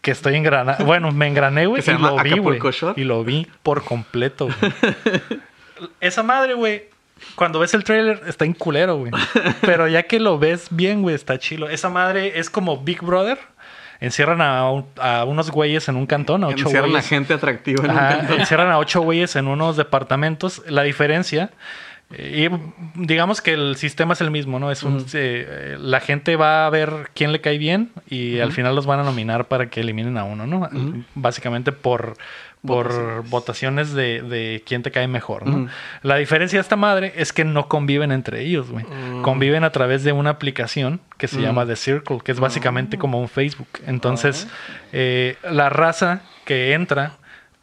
A: Que estoy engrana. Bueno, me engrané, güey.
B: Que se
A: Y
B: llama
A: lo vi, güey.
B: Acapulco Shore.
A: Y lo vi por completo, güey. Esa madre, güey. Cuando ves el trailer está en culero, güey. Pero ya que lo ves bien, güey, está chilo. Esa madre es como Big Brother. Encierran a, un- a unos güeyes en un cantón, a ocho
B: Encierran a
A: güeyes.
B: gente atractiva en un
A: Ajá,
B: cantón.
A: encierran a ocho güeyes en unos departamentos. La diferencia. eh, Y digamos que el sistema es el mismo, ¿no? Es un, eh, eh, la gente va a ver quién le cae bien y al final los van a nominar para que eliminen a uno, ¿no? Básicamente por, por votaciones, de, de quién te cae mejor, ¿no?
B: Ujú.
A: La diferencia de esta madre es que no conviven entre ellos, güey. Conviven a través de una aplicación que se llama The Circle, que es básicamente como un Facebook. Entonces, eh, la raza que entra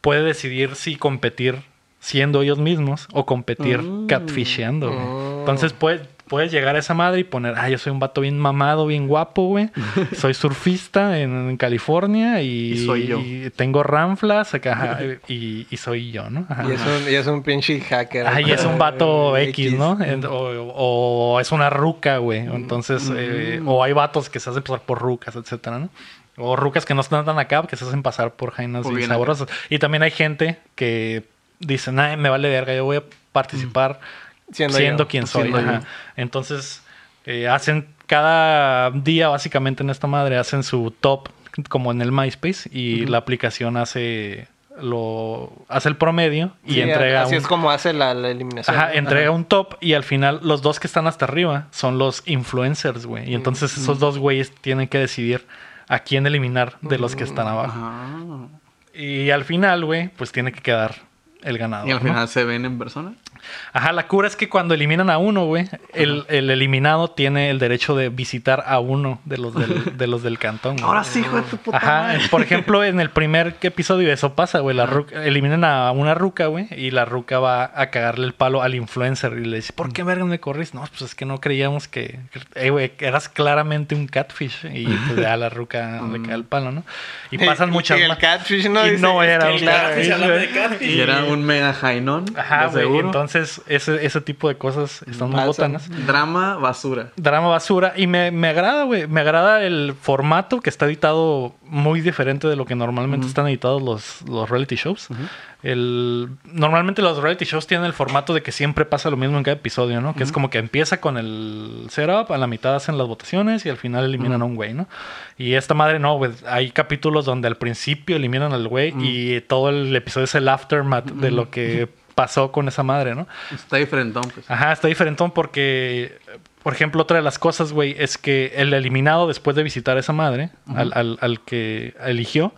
A: puede decidir si competir siendo ellos mismos o competir catfisheando, güey. Entonces, pues, Puedes llegar a esa madre y poner, ah, yo soy un vato bien mamado, bien guapo, güey. Soy surfista en, en California y,
B: Y soy yo.
A: y tengo ranflas acá, ajá, y, y soy yo, ¿no? Ajá.
C: Y es un, y es un pinche hacker.
A: Ah, y es un vato
C: Eh,
A: X, ¿no? En- O, o es una ruca, güey. Entonces, eh, o hay vatos que se hacen pasar por rucas, etcétera, ¿no? O rucas que no están tan acá, que se hacen pasar por jainas
B: Por
A: bien
B: bien acá.
A: sabrosas. Y también hay gente que dice, nah, me vale verga, yo voy a participar siendo,
C: Siendo yo.
A: quien soy.
B: Siendo
A: ajá.
B: yo.
A: Entonces, eh, hacen cada día, básicamente, en esta madre, hacen su top, como en el MySpace, y la aplicación hace lo hace el promedio y
C: Sí,
A: entrega
C: Así
A: un-
C: es como hace la, la eliminación.
A: Ajá,
C: ¿no?
A: entrega un top y al final los dos que están hasta arriba son los influencers, güey. Y entonces
B: Mm,
A: esos dos güeyes tienen que decidir a quién eliminar de los
B: Mm,
A: que están abajo.
B: Ah.
A: Y al final, güey, pues tiene que quedar el ganador.
B: Y al
A: ¿no?
B: final se ven en persona.
A: Ajá, la cura es que cuando eliminan a uno, güey, el, el eliminado tiene el derecho de visitar a uno de los del, de los del cantón. güey.
B: Ahora sí, hijo de tu puta
A: Ah. Ajá,
B: madre.
A: por ejemplo, en el primer episodio eso pasa, güey. La ruca- eliminan a una ruca, güey, y la ruca va a cagarle el palo al influencer y le dice, ¿por qué verga me corrís? No, pues es que no creíamos que, eh, güey, que eras claramente un catfish y pues ya la ruca le cae el palo, ¿no? Y pasan
C: Y-
A: muchas
C: y el
A: más-
C: catfish no
A: y
C: dice,
A: no
C: es
A: era
C: que
A: un
D: el
A: catfish,
D: catfish, hablando
A: güey.
D: de catfish.
B: Y era un mega jainón.
A: Ajá,
B: de
A: güey. Entonces,
B: seguro.
A: ese, ese tipo de cosas están muy
C: Pasan.
A: botanas.
B: Drama basura.
A: Drama basura. Y me, me agrada, güey. Me agrada el formato que está editado muy diferente de lo que normalmente están editados los, los reality shows. el, normalmente los reality shows tienen el formato de que siempre pasa lo mismo en cada episodio, ¿no? Que es como que empieza con el setup, a la mitad hacen las votaciones y al final eliminan a un güey, ¿no? Y esta madre no, güey. Hay capítulos donde al principio eliminan al güey y todo el episodio es el aftermath de lo que pasó con esa madre, ¿no?
B: Está diferentón, pues.
A: Ajá, está diferentón porque, por ejemplo, otra de las cosas, güey, es que el eliminado después de visitar a esa madre, al, al- al que eligió,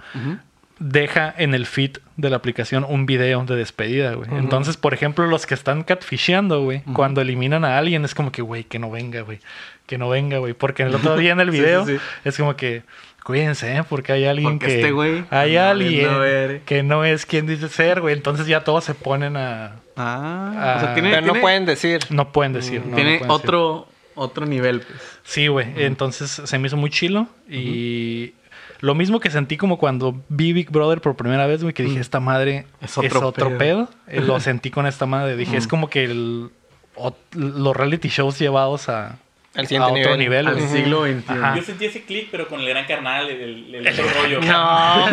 A: deja en el feed de la aplicación un video de despedida, güey. Entonces, por ejemplo, los que están catfisheando, güey, cuando eliminan a alguien es como que, güey, que no venga, güey, que no venga, güey. Porque el otro día en el
B: Sí,
A: video
B: sí, sí.
A: es como que... Cuídense, ¿eh? porque hay alguien
B: Porque
A: que.
B: este güey
A: hay
B: anda
A: alguien
B: valiendo ver.
A: que no es quien dice ser, güey. Entonces ya todos se ponen a.
B: Ah,
A: Ah.
B: o sea, tiene,
C: Pero no
B: tiene-
C: pueden decir.
A: No pueden decir. no, no
B: tiene
A: pueden decir.
B: otro, otro nivel, pues.
A: Sí, güey. Entonces se me hizo muy chilo. Y lo mismo que sentí como cuando vi Big Brother por primera vez, güey, que dije, esta madre es
B: Es
A: otro,
B: otro
A: pedo.
B: pedo".
A: Eh, Lo sentí con esta madre. Dije, es como que el- ot- los reality shows llevados a,
C: Al siguiente
A: a otro
C: nivel.
A: nivel.
B: Al
A: güey.
B: siglo XXI.
A: Ajá.
D: Yo sentí ese click, pero con el gran carnal, el, el, el otro rollo.
C: No,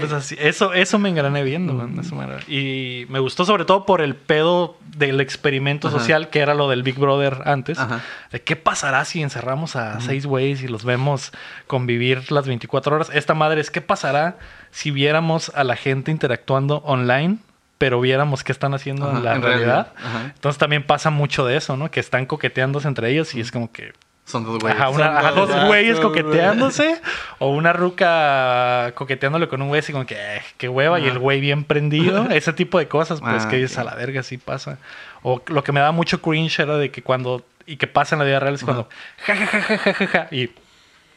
A: Pues así, eso, eso me engrané viendo, güey, eso me engrané. Y me gustó sobre todo por el pedo del experimento
B: Ajá.
A: social que era lo del Big Brother antes.
B: Ajá.
A: De qué pasará si encerramos a seis güeyes y los vemos convivir las 24 horas. Esta madre es qué pasará si viéramos a la gente interactuando online, pero viéramos qué están haciendo
B: Ajá,
A: en la
B: en
A: realidad.
B: realidad. Ajá.
A: Entonces también pasa mucho de eso, ¿no? Que están coqueteándose entre ellos y es como que
B: Son dos güeyes.
A: Ajá, una-
C: Son
A: ajá, dos
C: madrazos,
A: güeyes
C: güey.
A: coqueteándose o una ruca coqueteándole con un güey así como que, eh, qué hueva, y el güey bien prendido. Ese tipo de cosas, pues
B: Ah,
A: que dices
B: ok.
A: a la verga, sí pasa. O lo que me da mucho cringe era de que cuando, y que pasa en la vida real es cuando, ja, ja, ja, ja, ja, ja, ja, y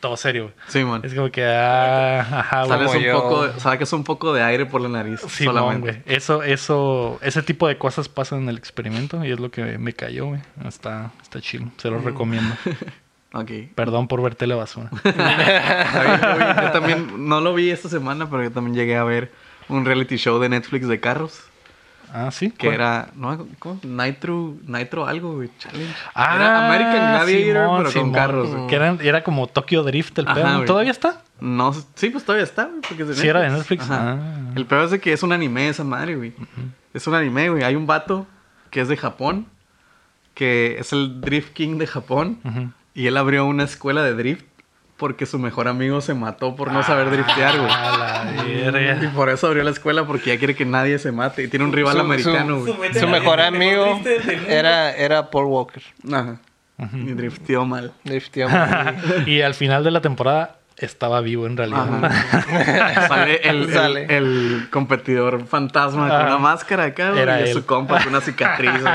A: todo serio, güey.
B: Sí, man.
A: Es como que, ah, ajá, güey.
B: Sales
C: como
B: un
C: yo.
B: poco de- sacas un poco de aire por la nariz.
A: Simón,
B: solamente.
A: güey. Eso, eso, ese tipo de cosas pasan en el experimento y es lo que me cayó, güey. Está, está chill. Se
B: Mm.
A: los recomiendo.
B: Ok.
A: Perdón por ver telebasura.
B: Ahí lo vi. Yo también no lo vi esta semana, pero yo también llegué a ver un reality show de Netflix de carros.
A: Ah, sí.
B: Que
A: ¿Cuál?
B: era, no, ¿cómo? Nitro, Nitro algo, güey, challenge.
A: Ah,
B: era American Gladiator,
A: Simón,
B: pero
A: Simón.
B: con carros, güey.
A: Que eran- era como Tokyo Drift el
B: Ajá,
A: pedo. ¿no?
B: güey.
A: ¿Todavía está?
B: No, s- sí, pues todavía está, güey, porque es de
A: Sí, era de Netflix.
B: Ajá.
A: Ah.
B: El peor es de que es un anime esa madre, güey. Es un anime, güey. Hay un vato que es de Japón, que es el Drift King de Japón,
A: Ujú.
B: y él abrió una escuela de drift porque su mejor amigo se mató por no saber driftear, güey.
A: A la Ah, verga.
B: Y por eso abrió la escuela porque ya quiere que nadie se mate. Y tiene un rival
C: Su- su-
B: americano, güey.
D: Su-
C: Su mejor amigo era, era Paul Walker.
B: Ajá. Y drifteó mal.
C: Drifteó muy-
A: y al final de la temporada estaba vivo en realidad.
B: Sale el, el-
C: Sale.
B: el competidor fantasma con
A: Ajá.
B: una máscara acá, güey,
A: Ah. Era
B: y es
A: él.
B: su compa con una cicatriz. güey.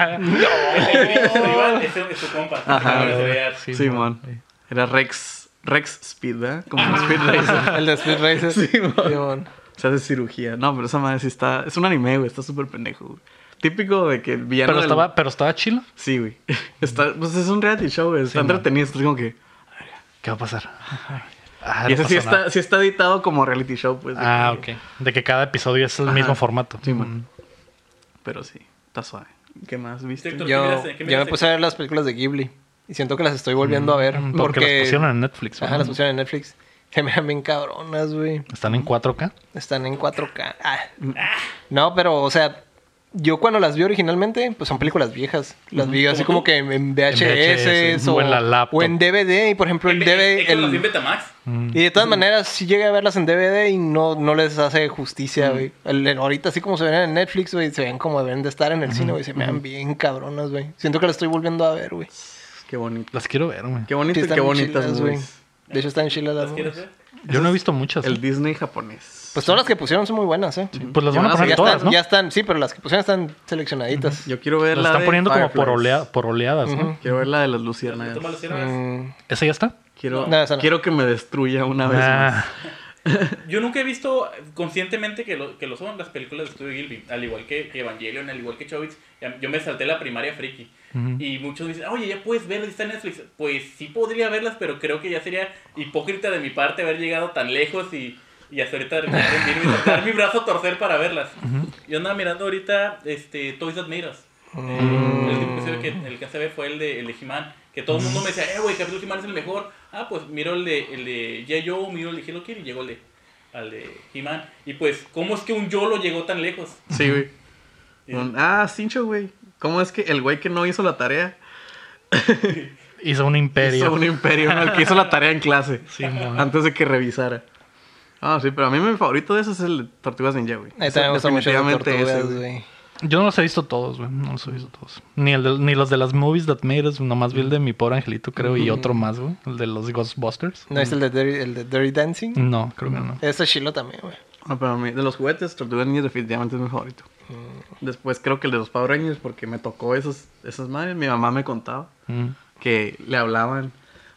D: Es su- es su compa.
B: Ajá,
D: Para
B: güey.
D: desarrollar.
A: Sí,
B: Simón. Era Rex Rex Speed, ¿verdad? Como un Speed Racer.
C: El de Speed Racer.
B: Sí, mon.
C: Sí, mon.
B: Se hace cirugía. No, pero esa madre sí está. Es un anime, güey. Está súper pendejo, güey. Típico de que el villano.
A: Pero
B: del-
A: estaba, pero estaba chilo.
B: Sí, güey. Está, pues es un reality show, güey. Está
A: Sí, man.
B: entretenido. Estás como que.
A: ¿Qué va a pasar? Ah, no
B: y ese sí
A: pasó nada.
B: está, sí está editado como reality show, pues. de
A: Ah,
B: que-
A: ok. De que cada episodio es el
B: Ajá.
A: mismo formato. Mm.
B: Sí, man. Pero sí, está suave. ¿Qué más viste?
D: Héctor, ¿qué
C: Yo,
D: miras- qué
C: yo me
D: miras
C: puse a ver las películas de Ghibli y siento que las estoy volviendo a ver
A: Mm,
C: porque,
A: Porque las pusieron en Netflix.
C: Ajá,
A: man.
C: las pusieron en Netflix. Se me ven bien cabronas, güey.
A: Están en 4K.
C: Están en 4K. Ah. No, pero, o sea, yo cuando las vi originalmente, pues son películas viejas. Las vi así como que en- en VHS,
A: VHS,
C: o,
A: o en la laptop.
C: o en DVD. Y por ejemplo, el
D: Héctor,
C: DVD.
D: Héctor, ¿las
C: el-
D: vi en Betamax?
C: y de todas maneras, si llegué a verlas en DVD y no, no les hace justicia, güey. El- el- ahorita, así como se ven en Netflix, güey, se ven como deben de estar en el cine, güey. Se me dan bien cabronas, güey. Siento que las estoy volviendo a ver, güey.
B: Qué bonito.
A: Las quiero ver, güey.
B: Qué
C: Sí,
B: bonito y
C: están
B: qué
C: bien
B: bonitas,
C: chilas,
B: güey.
C: De hecho, están chilas las
D: ¿Las quieres ver?
A: Yo no he visto muchas.
B: El
A: ¿eh?
B: Disney japonés.
C: Pues todas las que pusieron son muy buenas, ¿eh?
A: Pues las
B: Ya
A: van a poner
B: van a
C: Ya,
B: salir
A: todas,
C: están,
A: ¿no?
C: ya están, sí, pero las que pusieron están seleccionaditas.
B: Yo quiero ver
A: Las
B: la
A: están
B: de
A: poniendo como por,
B: Fireflies.
A: olea- por oleadas, ¿no?
B: Quiero ver la de las
D: ¿Las tomas las
B: luciérnagas.
D: sierras?
C: Mm,
A: ¿Esa ya está?
B: Quiero,
C: No, esa no.
B: quiero que me destruya una vez
A: Ah,
B: más.
D: Yo nunca he visto conscientemente que lo, que lo son las películas de Studio Gilby, al igual que, que Evangelion, al igual que Chovitz. ya- Yo me salté la primaria friki. Y muchos dicen, oye, ya puedes verlas, está en Netflix. Pues sí podría verlas, pero creo que ya sería hipócrita de mi parte haber llegado tan lejos y, y hasta ahorita rendirme y dar mi brazo a torcer para verlas. Yo andaba mirando ahorita este, Toys That Made Us.
B: Mm.
D: Eh,
C: Mm.
D: el tipo que- que el que hace ver fue el de, el de He-Man. Que todo el mundo me decía, eh, güey, capítulo de He-Man es el mejor. Ah, pues miro el de, el de G.I. Joe, miro el de Hello Kitty y llegó el de, al de He-Man. Y pues, ¿cómo es que un Yolo llegó tan lejos?
B: Sí, güey.
D: Y-
B: Un- ah, cincho, güey. ¿Cómo es que el güey que no hizo la tarea
A: hizo un imperio.
B: hizo un imperio? ¿no? El que hizo la tarea en clase.
A: Sí, mon.
B: antes de que revisara. Ah, sí, pero a mí mi favorito de esos es el de Tortugas Ninja, güey.
C: ahí
B: Ese
C: también me gustan mucho las
B: definitivamente ese,
C: tortugas,
B: güey.
C: güey.
A: Yo no los he visto todos, güey. No los he visto todos. Ni, el de- ni los de las movies that made us. Nomás vi el de mi pobre angelito, creo. Y otro más, güey. El de los Ghostbusters.
C: ¿No es el de Dirty, el de Dirty Dancing?
B: Mm.
A: No, creo que no.
C: Ese es chilo también, güey.
B: No, Ah, pero a mí, de los juguetes, Tortugas Ninja definitivamente es mi favorito.
A: Mm.
B: Después creo que el de los Power Rangers, porque me tocó esos, esas madres. Mi mamá me contaba
A: Mm.
B: que le hablaban,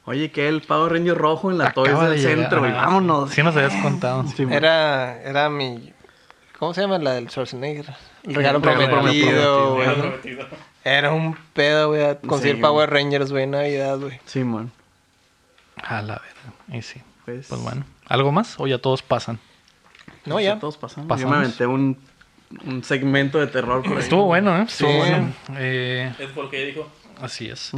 B: oye, que el Power Ranger rojo en la Toys
A: Acaba
B: del
A: de llegar.
B: centro, güey,
A: Ah,
B: vámonos.
A: Sí nos habías contado.
B: Sí, güey.
C: Era, era mi... ¿Cómo se llama la del Schwarzenegger? El regalo,
B: El regalo
C: prometido,
B: prometido,
C: güey.
D: Era prometido.
C: Era un pedo, güey, conseguir
B: Sí,
C: Power Rangers, güey, en Navidad, güey.
B: Sí, man.
A: A la verga. Y sí.
B: Pues,
A: Pues bueno. ¿Algo más? O ya todos pasan.
C: No, ya.
B: Todos pasamos. Yo
A: Pasamos.
B: me aventé un, un segmento de terror por ahí.
A: Estuvo bueno, ¿eh? Estuvo
C: Sí.
A: bueno. Eh,
D: Es porque ella dijo,
A: así es.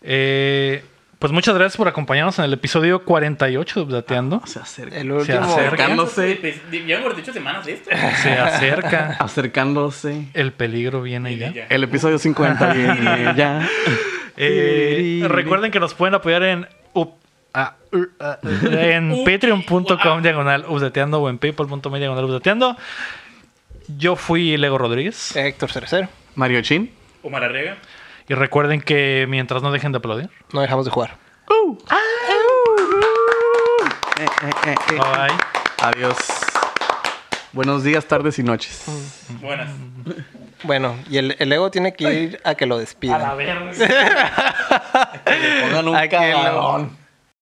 A: Eh, pues muchas gracias por acompañarnos en el episodio 48 de Dateando.
B: Se acerca.
C: El último...
B: Ah,
A: acerca.
B: Acercándose.
D: pues, llevamos 18 semanas de esto.
A: Se acerca.
B: Acercándose.
A: El peligro viene
D: Y
A: ya.
D: ya.
B: El episodio 50 viene ya.
A: Eh, recuerden que nos pueden apoyar en up- ah, uh, ah, en
D: Up-
A: patreon.com
D: ah.
A: diagonal updateando o en paypal.me diagonal updateando. Yo fui Lego Rodríguez.
C: Héctor Tercero.
B: Mario Chin.
D: Omar Arriaga.
A: Y recuerden que mientras no dejen de aplaudir.
C: No dejamos de jugar.
B: ¡Uh!
A: ¡Ah!
B: Eh, eh, eh, eh.
A: Bye bye.
B: Adiós. Buenos días, tardes y noches.
D: Buenas.
C: Bueno, y el, el ego tiene que ir a que lo despidan.
A: verga.
B: Pongan un
C: A que lo-
B: cagadón.